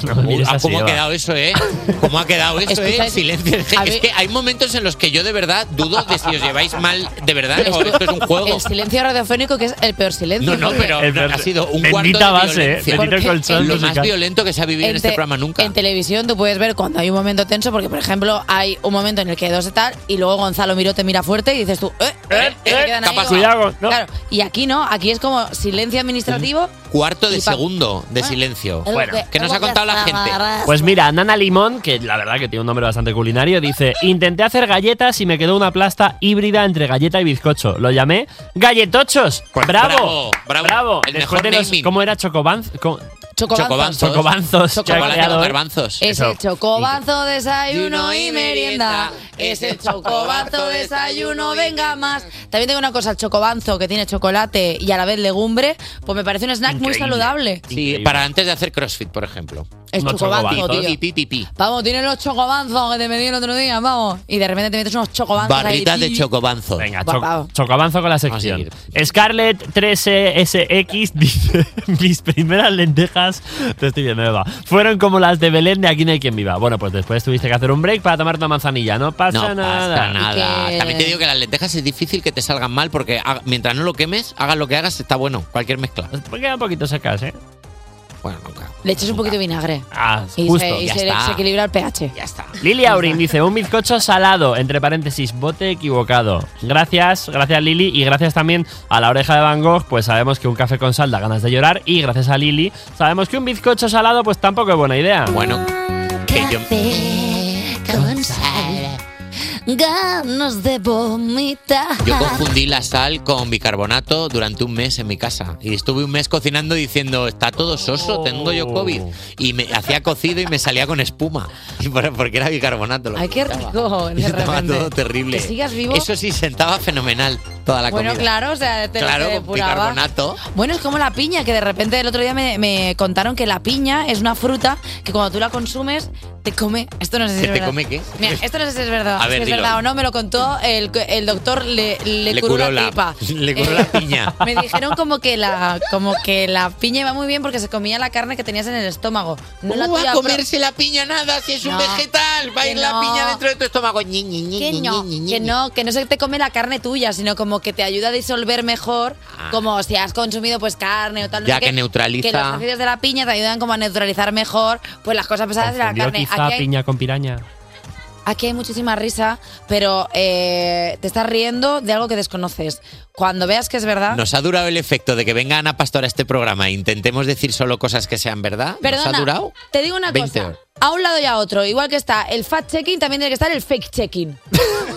Speaker 5: No me
Speaker 4: Uh,
Speaker 5: mires
Speaker 4: ah,
Speaker 5: así,
Speaker 4: ¿Cómo ha
Speaker 5: Eva.
Speaker 4: quedado eso, eh? ¿Cómo ha quedado eso, eh?
Speaker 5: Escuchad,
Speaker 4: Silencio. Es que-
Speaker 5: a
Speaker 4: Es
Speaker 5: ver-
Speaker 4: que hay momentos en los que yo de verdad dudo de si os lleváis mal de verdad o esto es un juego.
Speaker 3: El silencio radiofónico que es el peor silencio.
Speaker 4: No, no, pero ha sido un
Speaker 5: Bendita
Speaker 4: cuarto de
Speaker 5: base,
Speaker 4: violencia.
Speaker 5: eh. Bendito el colchón
Speaker 4: Lo más
Speaker 5: musical.
Speaker 4: violento que se ha vivido en este
Speaker 3: te-
Speaker 4: programa nunca.
Speaker 3: En televisión tú puedes ver cuando hay un momento tenso, porque por ejemplo hay un momento en el que dos de tal y luego Gonzalo Miro te mira fuerte y dices tú, ¡eh! eh, y se quedan ahí como-
Speaker 5: Cuidado, no.
Speaker 3: Claro, y aquí no, aquí es como silencio administrativo.
Speaker 4: Cuarto de
Speaker 3: Y pa- Ah,
Speaker 4: segundo de silencio.
Speaker 3: es lo
Speaker 4: Bueno,
Speaker 3: que-
Speaker 4: que nos
Speaker 3: es lo
Speaker 4: ha
Speaker 3: que
Speaker 4: contado la
Speaker 3: estaba
Speaker 4: gente.
Speaker 3: raro.
Speaker 5: Pues mira, Nana Limón, que la verdad que tiene un nombre bastante culinario, dice: Intenté hacer galletas y me quedó una plasta híbrida entre galleta y bizcocho. Lo llamé galletochos. ¡Bravo!
Speaker 4: Pues bravo, bravo. El
Speaker 5: Después
Speaker 4: mejor
Speaker 5: de los-
Speaker 4: naming.
Speaker 5: ¿Cómo era? Chocobanz. co-
Speaker 3: Chocobanzos.
Speaker 5: Chocobanzos. que ha
Speaker 4: Chocolate
Speaker 5: creado
Speaker 4: con
Speaker 5: hoy.
Speaker 4: garbanzos.
Speaker 3: Es
Speaker 5: Eso.
Speaker 3: el chocobazo desayuno y merienda. Es el chocobazo desayuno, venga más. También tengo una cosa, el chocobanzo que tiene chocolate y a la vez legumbre, pues me parece un snack muy saludable.
Speaker 4: Sí, para antes de hacer CrossFit, por ejemplo.
Speaker 3: Es No, chocobanzo, chocobanzo. tío.
Speaker 4: Pi, pi, pi, pi.
Speaker 3: Vamos, tienes los chocobanzos que te metí el otro día, vamos. Y de repente te metes unos chocobanzos.
Speaker 4: Barritas
Speaker 3: ahí,
Speaker 4: de
Speaker 3: pi.
Speaker 4: chocobanzo. Venga,
Speaker 5: Cho- Chocobanzo con la sección. Scarlett 13SX [laughs] dice: Mis primeras lentejas, te estoy viendo, Eva, fueron como las de Belén de Aquí no hay quien viva. Bueno, pues después tuviste que hacer un break para tomar una manzanilla. No pasa
Speaker 4: No
Speaker 5: nada.
Speaker 4: pasa nada. También te digo que las lentejas es difícil que te salgan mal porque ha- mientras no lo quemes, hagas lo que hagas, está bueno. Cualquier mezcla.
Speaker 5: Pues Queda un poquito secas, ¿eh?
Speaker 4: Bueno, nunca.
Speaker 3: Le echas un poquito de vinagre.
Speaker 5: Ah,
Speaker 3: Y
Speaker 5: justo.
Speaker 3: se, y se- se equilibra el pH.
Speaker 4: Ya está.
Speaker 5: Lili Aurin dice, un bizcocho salado, entre paréntesis, bote equivocado. Gracias, gracias Lili y gracias también a la oreja de Van Gogh, pues sabemos que un café con sal da ganas de llorar y gracias a Lili sabemos que un bizcocho salado pues tampoco es buena idea. Bueno, que yo...
Speaker 25: Con sal, ganas de vomitar.
Speaker 4: Yo confundí la sal con bicarbonato durante un mes en mi casa. Y estuve un mes cocinando diciendo, está todo soso, tengo yo COVID. Y me hacía cocido y me salía con espuma. Y por- Porque era bicarbonato. lo
Speaker 3: Ay,
Speaker 4: que
Speaker 3: qué
Speaker 4: estaba.
Speaker 3: rico. de
Speaker 4: Estaba
Speaker 3: repente.
Speaker 4: todo terrible.
Speaker 3: ¿Que sigas vivo?
Speaker 4: Eso sí, sentaba fenomenal toda la
Speaker 3: Bueno,
Speaker 4: comida.
Speaker 3: claro, o sea, te,
Speaker 4: Claro,
Speaker 3: te
Speaker 4: con
Speaker 3: depuraba.
Speaker 4: bicarbonato.
Speaker 3: Bueno, es como la piña, que de repente el otro día me, me contaron que la piña es una fruta que cuando tú la consumes te come. Esto no sé si
Speaker 4: ¿Que
Speaker 3: es
Speaker 4: te
Speaker 3: verdad.
Speaker 4: come qué?
Speaker 3: Mira, esto no sé si es
Speaker 4: [laughs]
Speaker 3: verdad.
Speaker 4: A ver,
Speaker 3: si es
Speaker 4: dilo.
Speaker 3: verdad o no, me lo contó el, el doctor Le, le, curó
Speaker 4: [laughs]
Speaker 3: la pipa. Eh,
Speaker 4: le curó la
Speaker 3: [laughs]
Speaker 4: piña.
Speaker 3: Me dijeron como que la como que la piña iba muy bien porque se comía la carne que tenías en el estómago. No la
Speaker 4: ¿Cómo va
Speaker 3: tuya,
Speaker 4: a
Speaker 3: pero-
Speaker 4: comerse la piña nada si es un
Speaker 3: No,
Speaker 4: vegetal? Va a
Speaker 3: que
Speaker 4: ir la
Speaker 3: no.
Speaker 4: piña dentro de tu estómago. Ñi, ñi, ñi,
Speaker 3: Que
Speaker 4: ñi,
Speaker 3: no,
Speaker 4: ñi, ñi,
Speaker 3: que
Speaker 4: ñi.
Speaker 3: no, que no se te come la carne tuya, sino como que te ayuda a disolver mejor,
Speaker 4: Ah.
Speaker 3: como si has consumido pues carne o tal. no
Speaker 4: Ya
Speaker 3: sé
Speaker 4: que
Speaker 3: qué,
Speaker 4: neutraliza.
Speaker 3: Que los ácidos de la piña te ayudan como a neutralizar mejor pues las cosas pesadas de la
Speaker 5: Confundió
Speaker 3: carne.
Speaker 5: quizá
Speaker 3: Aquí hay,
Speaker 5: piña con
Speaker 3: [laughs]
Speaker 5: piraña.
Speaker 3: aquí hay muchísima risa, pero eh, te estás riendo de algo que desconoces. Cuando veas que es verdad...
Speaker 4: Nos ha durado el efecto de que venga Ana Pastor a este programa e intentemos decir solo cosas que sean verdad.
Speaker 3: Perdona,
Speaker 4: ¿Nos ha durado?
Speaker 3: te digo una
Speaker 4: 20
Speaker 3: cosa.
Speaker 4: horas.
Speaker 3: A un lado y a otro, igual que está el fact-checking, también tiene que estar
Speaker 4: [laughs]
Speaker 3: el fake-checking.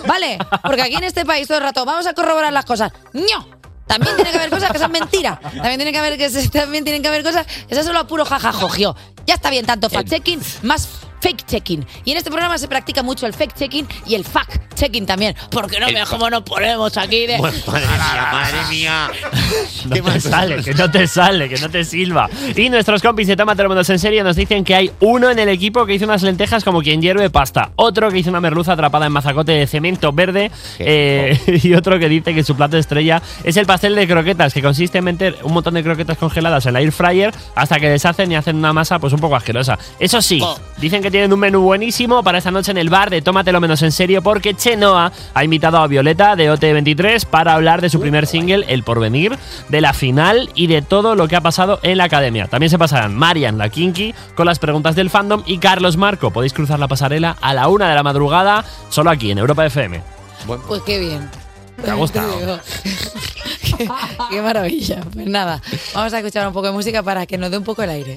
Speaker 3: ¿Vale? Porque aquí en este país todo el rato vamos a corroborar las cosas. ¡No! También tiene que haber cosas que son mentiras. También tiene que haber, que se- también tienen que haber cosas que son solo a puro jajajogio. Ya está bien, tanto
Speaker 4: Eh,
Speaker 3: fact-checking más fake-checking. Y en este programa se practica mucho el fake-checking y el fact-checking también. Porque no
Speaker 4: El
Speaker 3: veas
Speaker 4: fa-
Speaker 3: cómo nos ponemos aquí de... [laughs]
Speaker 4: Bueno,
Speaker 5: pues,
Speaker 4: madre mía, madre mía.
Speaker 5: No te sale, que no te sale, que no te silba. Y nuestros compis de Tómatelo Menos en Serio nos dicen que hay uno en el equipo que hizo unas lentejas como quien hierve pasta, otro que hizo una merluza atrapada en mazacote de cemento verde eh, [laughs] y otro que dice que su plato estrella es el pastel de croquetas, que consiste en meter un montón de croquetas congeladas en la air fryer hasta que deshacen y hacen una masa pues un poco asquerosa. Eso sí, dicen que tienen un menú buenísimo para esta noche en el bar de Tómatelo Menos en Serio porque Chenoa ha invitado a Violeta de OT23 para hablar de su primer single, El Porvenir, de la final y de todo lo que ha pasado en la academia. También se pasarán Marian, la Kinky, con las preguntas del fandom y Carlos Marco. Podéis cruzar la pasarela a la una de la madrugada, solo aquí en Europa FM.
Speaker 3: Pues qué bien.
Speaker 5: Te ha gustado.
Speaker 3: [laughs] digo. qué, qué maravilla. Pues nada, vamos a escuchar un poco de música para que nos dé un poco el aire.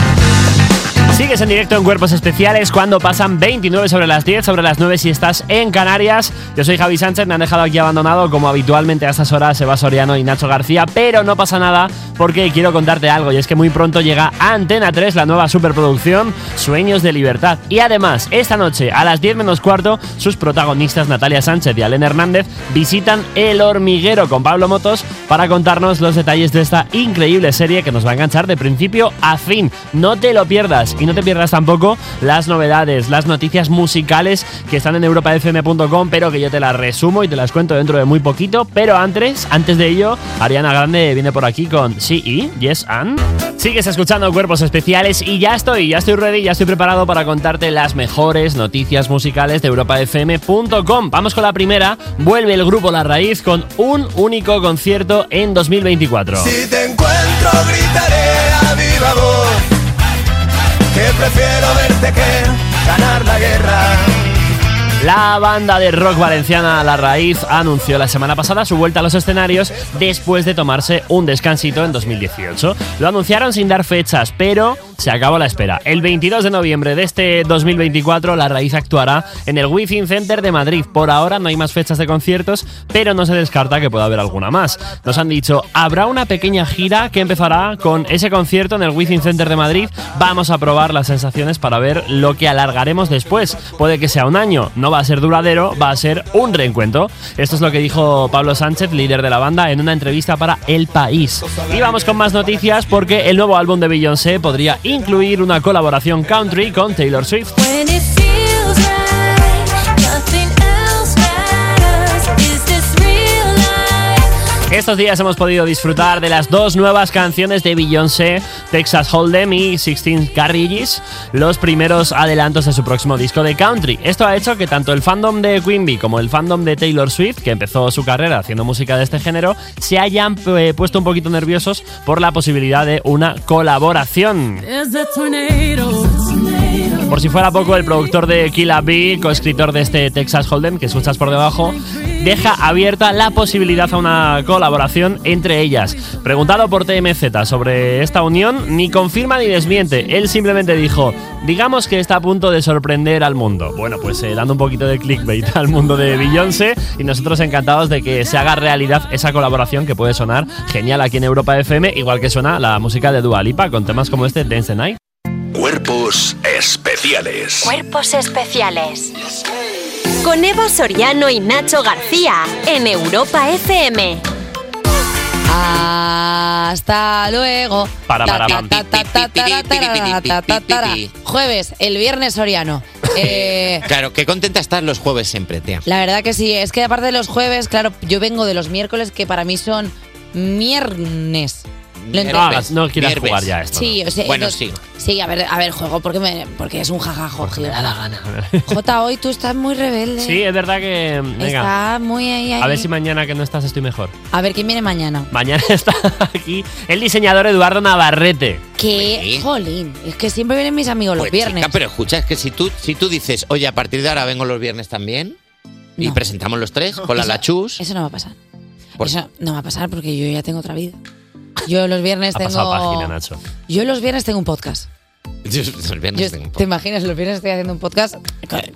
Speaker 5: Sigues en directo en Cuerpos Especiales cuando pasan 29 sobre las 10, sobre las 9 si estás en Canarias. Yo soy Javi Sánchez, me han dejado aquí abandonado como habitualmente a estas horas Eva Soriano y Nacho García, pero no pasa nada porque quiero contarte algo y es que muy pronto llega a Antena 3 la nueva superproducción Sueños de Libertad. Y además, esta noche a las 10 menos cuarto, sus protagonistas Natalia Sánchez y Alena Hernández visitan El Hormiguero con Pablo Motos para contarnos los detalles de esta increíble serie que nos va a enganchar de principio a fin. No te lo pierdas y no te pierdas tampoco las novedades, las noticias musicales que están en europafm.com, pero que yo te las resumo y te las cuento dentro de muy poquito. Pero antes, antes de ello, Ariana Grande viene por aquí con Sí y Yes and. Sigues escuchando Cuerpos Especiales y ya estoy, ya estoy ready, ya estoy preparado para contarte las mejores noticias musicales de europafm.com. Vamos con la primera. Vuelve el grupo La Raíz con un único concierto en 2024.
Speaker 15: Si te encuentro, gritaré a viva voz. Que prefiero verte que ganar la guerra.
Speaker 5: La banda de rock valenciana La Raíz anunció la semana pasada su vuelta a los escenarios después de tomarse un descansito en 2018. Lo anunciaron sin dar fechas, pero se acabó la espera. El 22 de noviembre de este 2024 La Raíz actuará en el Within Center de Madrid. Por ahora no hay más fechas de conciertos, pero no se descarta que pueda haber alguna más. Nos han dicho, habrá una pequeña gira que empezará con ese concierto en el Within Center de Madrid. Vamos a probar las sensaciones para ver lo que alargaremos después. Puede que sea un año, no va a ser duradero, va a ser un reencuentro. Esto es lo que dijo Pablo Sánchez, líder de la banda, en una entrevista para El País. Y vamos con más noticias porque el nuevo álbum de Beyoncé podría incluir una colaboración country con Taylor Swift.
Speaker 21: When it feels right, nothing else matters. Is this real life?
Speaker 5: Estos días hemos podido disfrutar de las dos nuevas canciones de Beyoncé, Texas Hold'em y Sixteen Carriages, los primeros adelantos de su próximo disco de country. Esto ha hecho que tanto el fandom de Queen Bee como el fandom de Taylor Swift, que empezó su carrera haciendo música de este género, se hayan eh, puesto un poquito nerviosos por la posibilidad de una colaboración.
Speaker 17: There's a tornado.
Speaker 5: Por si fuera poco, el productor de Kill la Bill, coescritor de este Texas Hold'em que escuchas por debajo, deja abierta la posibilidad a una colaboración entre ellas. Preguntado por TMZ sobre esta unión, ni confirma ni desmiente. Él simplemente dijo, digamos que está a punto de sorprender al mundo. Bueno, pues eh, dando un poquito de clickbait al mundo de Beyoncé y nosotros encantados de que se haga realidad esa colaboración que puede sonar genial aquí en Europa FM, igual que suena la música de Dua Lipa con temas como este Dance the Night.
Speaker 12: Cuerpos
Speaker 5: [laughs]
Speaker 12: especiales.
Speaker 2: Cuerpos especiales. Con Evo Soriano y Nacho García en Europa FM.
Speaker 3: Hasta luego.
Speaker 5: Para, para,
Speaker 3: Ta,
Speaker 5: pam.
Speaker 3: ta, ta, ta, tara, tara, ta, ta, tara. Jueves, el viernes
Speaker 5: [laughs]
Speaker 3: soriano. Eh,
Speaker 4: Claro, qué contenta estás los jueves siempre, tía.
Speaker 3: La verdad que sí, es que aparte de los jueves, claro, yo vengo de los miércoles que para mí son miércoles. Lo
Speaker 5: No
Speaker 3: entiendo.
Speaker 5: hagas- no quieras
Speaker 4: Mierves.
Speaker 5: jugar ya a esto.
Speaker 3: Sí,
Speaker 5: ¿no?
Speaker 3: o sea, entonces- Sí, a ver, a ver, juego, porque, me- porque es un jajajo. Porque da la gana. Jota, hoy tú estás muy rebelde.
Speaker 5: Sí, es verdad que. mm, Venga.
Speaker 3: Estás muy ahí, ahí.
Speaker 5: A ver si mañana que no estás estoy mejor.
Speaker 3: A ver, ¿quién viene mañana?
Speaker 5: Mañana [laughs] está aquí el diseñador Eduardo Navarrete.
Speaker 3: Que, jolín, es que siempre vienen mis amigos los viernes.
Speaker 4: Pues Chica, pero escucha, es que si tú, si tú dices, oye, a partir de ahora vengo los viernes también, y presentamos los tres, con la
Speaker 3: Eso-
Speaker 4: Lachus. pues,
Speaker 3: Eso no va a pasar.
Speaker 4: ¿Por
Speaker 3: Eso no va a pasar porque yo ya tengo otra vida. Yo los viernes
Speaker 4: Ha
Speaker 3: tengo.
Speaker 4: pasado página, Nacho.
Speaker 3: Yo los viernes tengo un podcast.
Speaker 4: [laughs] Yo- los viernes
Speaker 3: Yo-
Speaker 4: tengo un
Speaker 3: ¿Te imaginas? Los viernes estoy haciendo un podcast.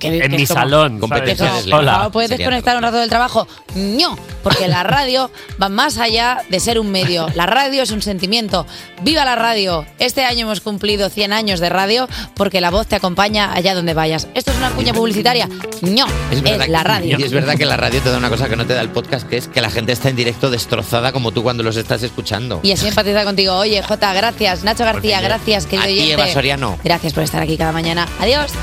Speaker 4: En mi salón, competencia
Speaker 3: Por
Speaker 4: desleal.
Speaker 3: favor, puedes
Speaker 4: Sería
Speaker 3: desconectar un rato del trabajo. No, porque la radio va más allá de ser un medio. La radio es un sentimiento. ¡Viva la radio! Este año hemos cumplido 100 años de radio porque la voz te acompaña allá donde vayas. Esto es una cuña publicitaria. No, es,
Speaker 4: verdad
Speaker 3: la
Speaker 4: que-
Speaker 3: radio.
Speaker 4: Y es verdad que la radio te da una cosa que no te da el podcast, que es que la gente está en directo destrozada como tú cuando los estás escuchando.
Speaker 3: Y así empatiza contigo. Oye, Jota, gracias. Nacho García, gracias, querido
Speaker 4: Y
Speaker 3: oyente.
Speaker 4: Eva Soriano.
Speaker 3: Gracias por estar aquí cada mañana. Adiós.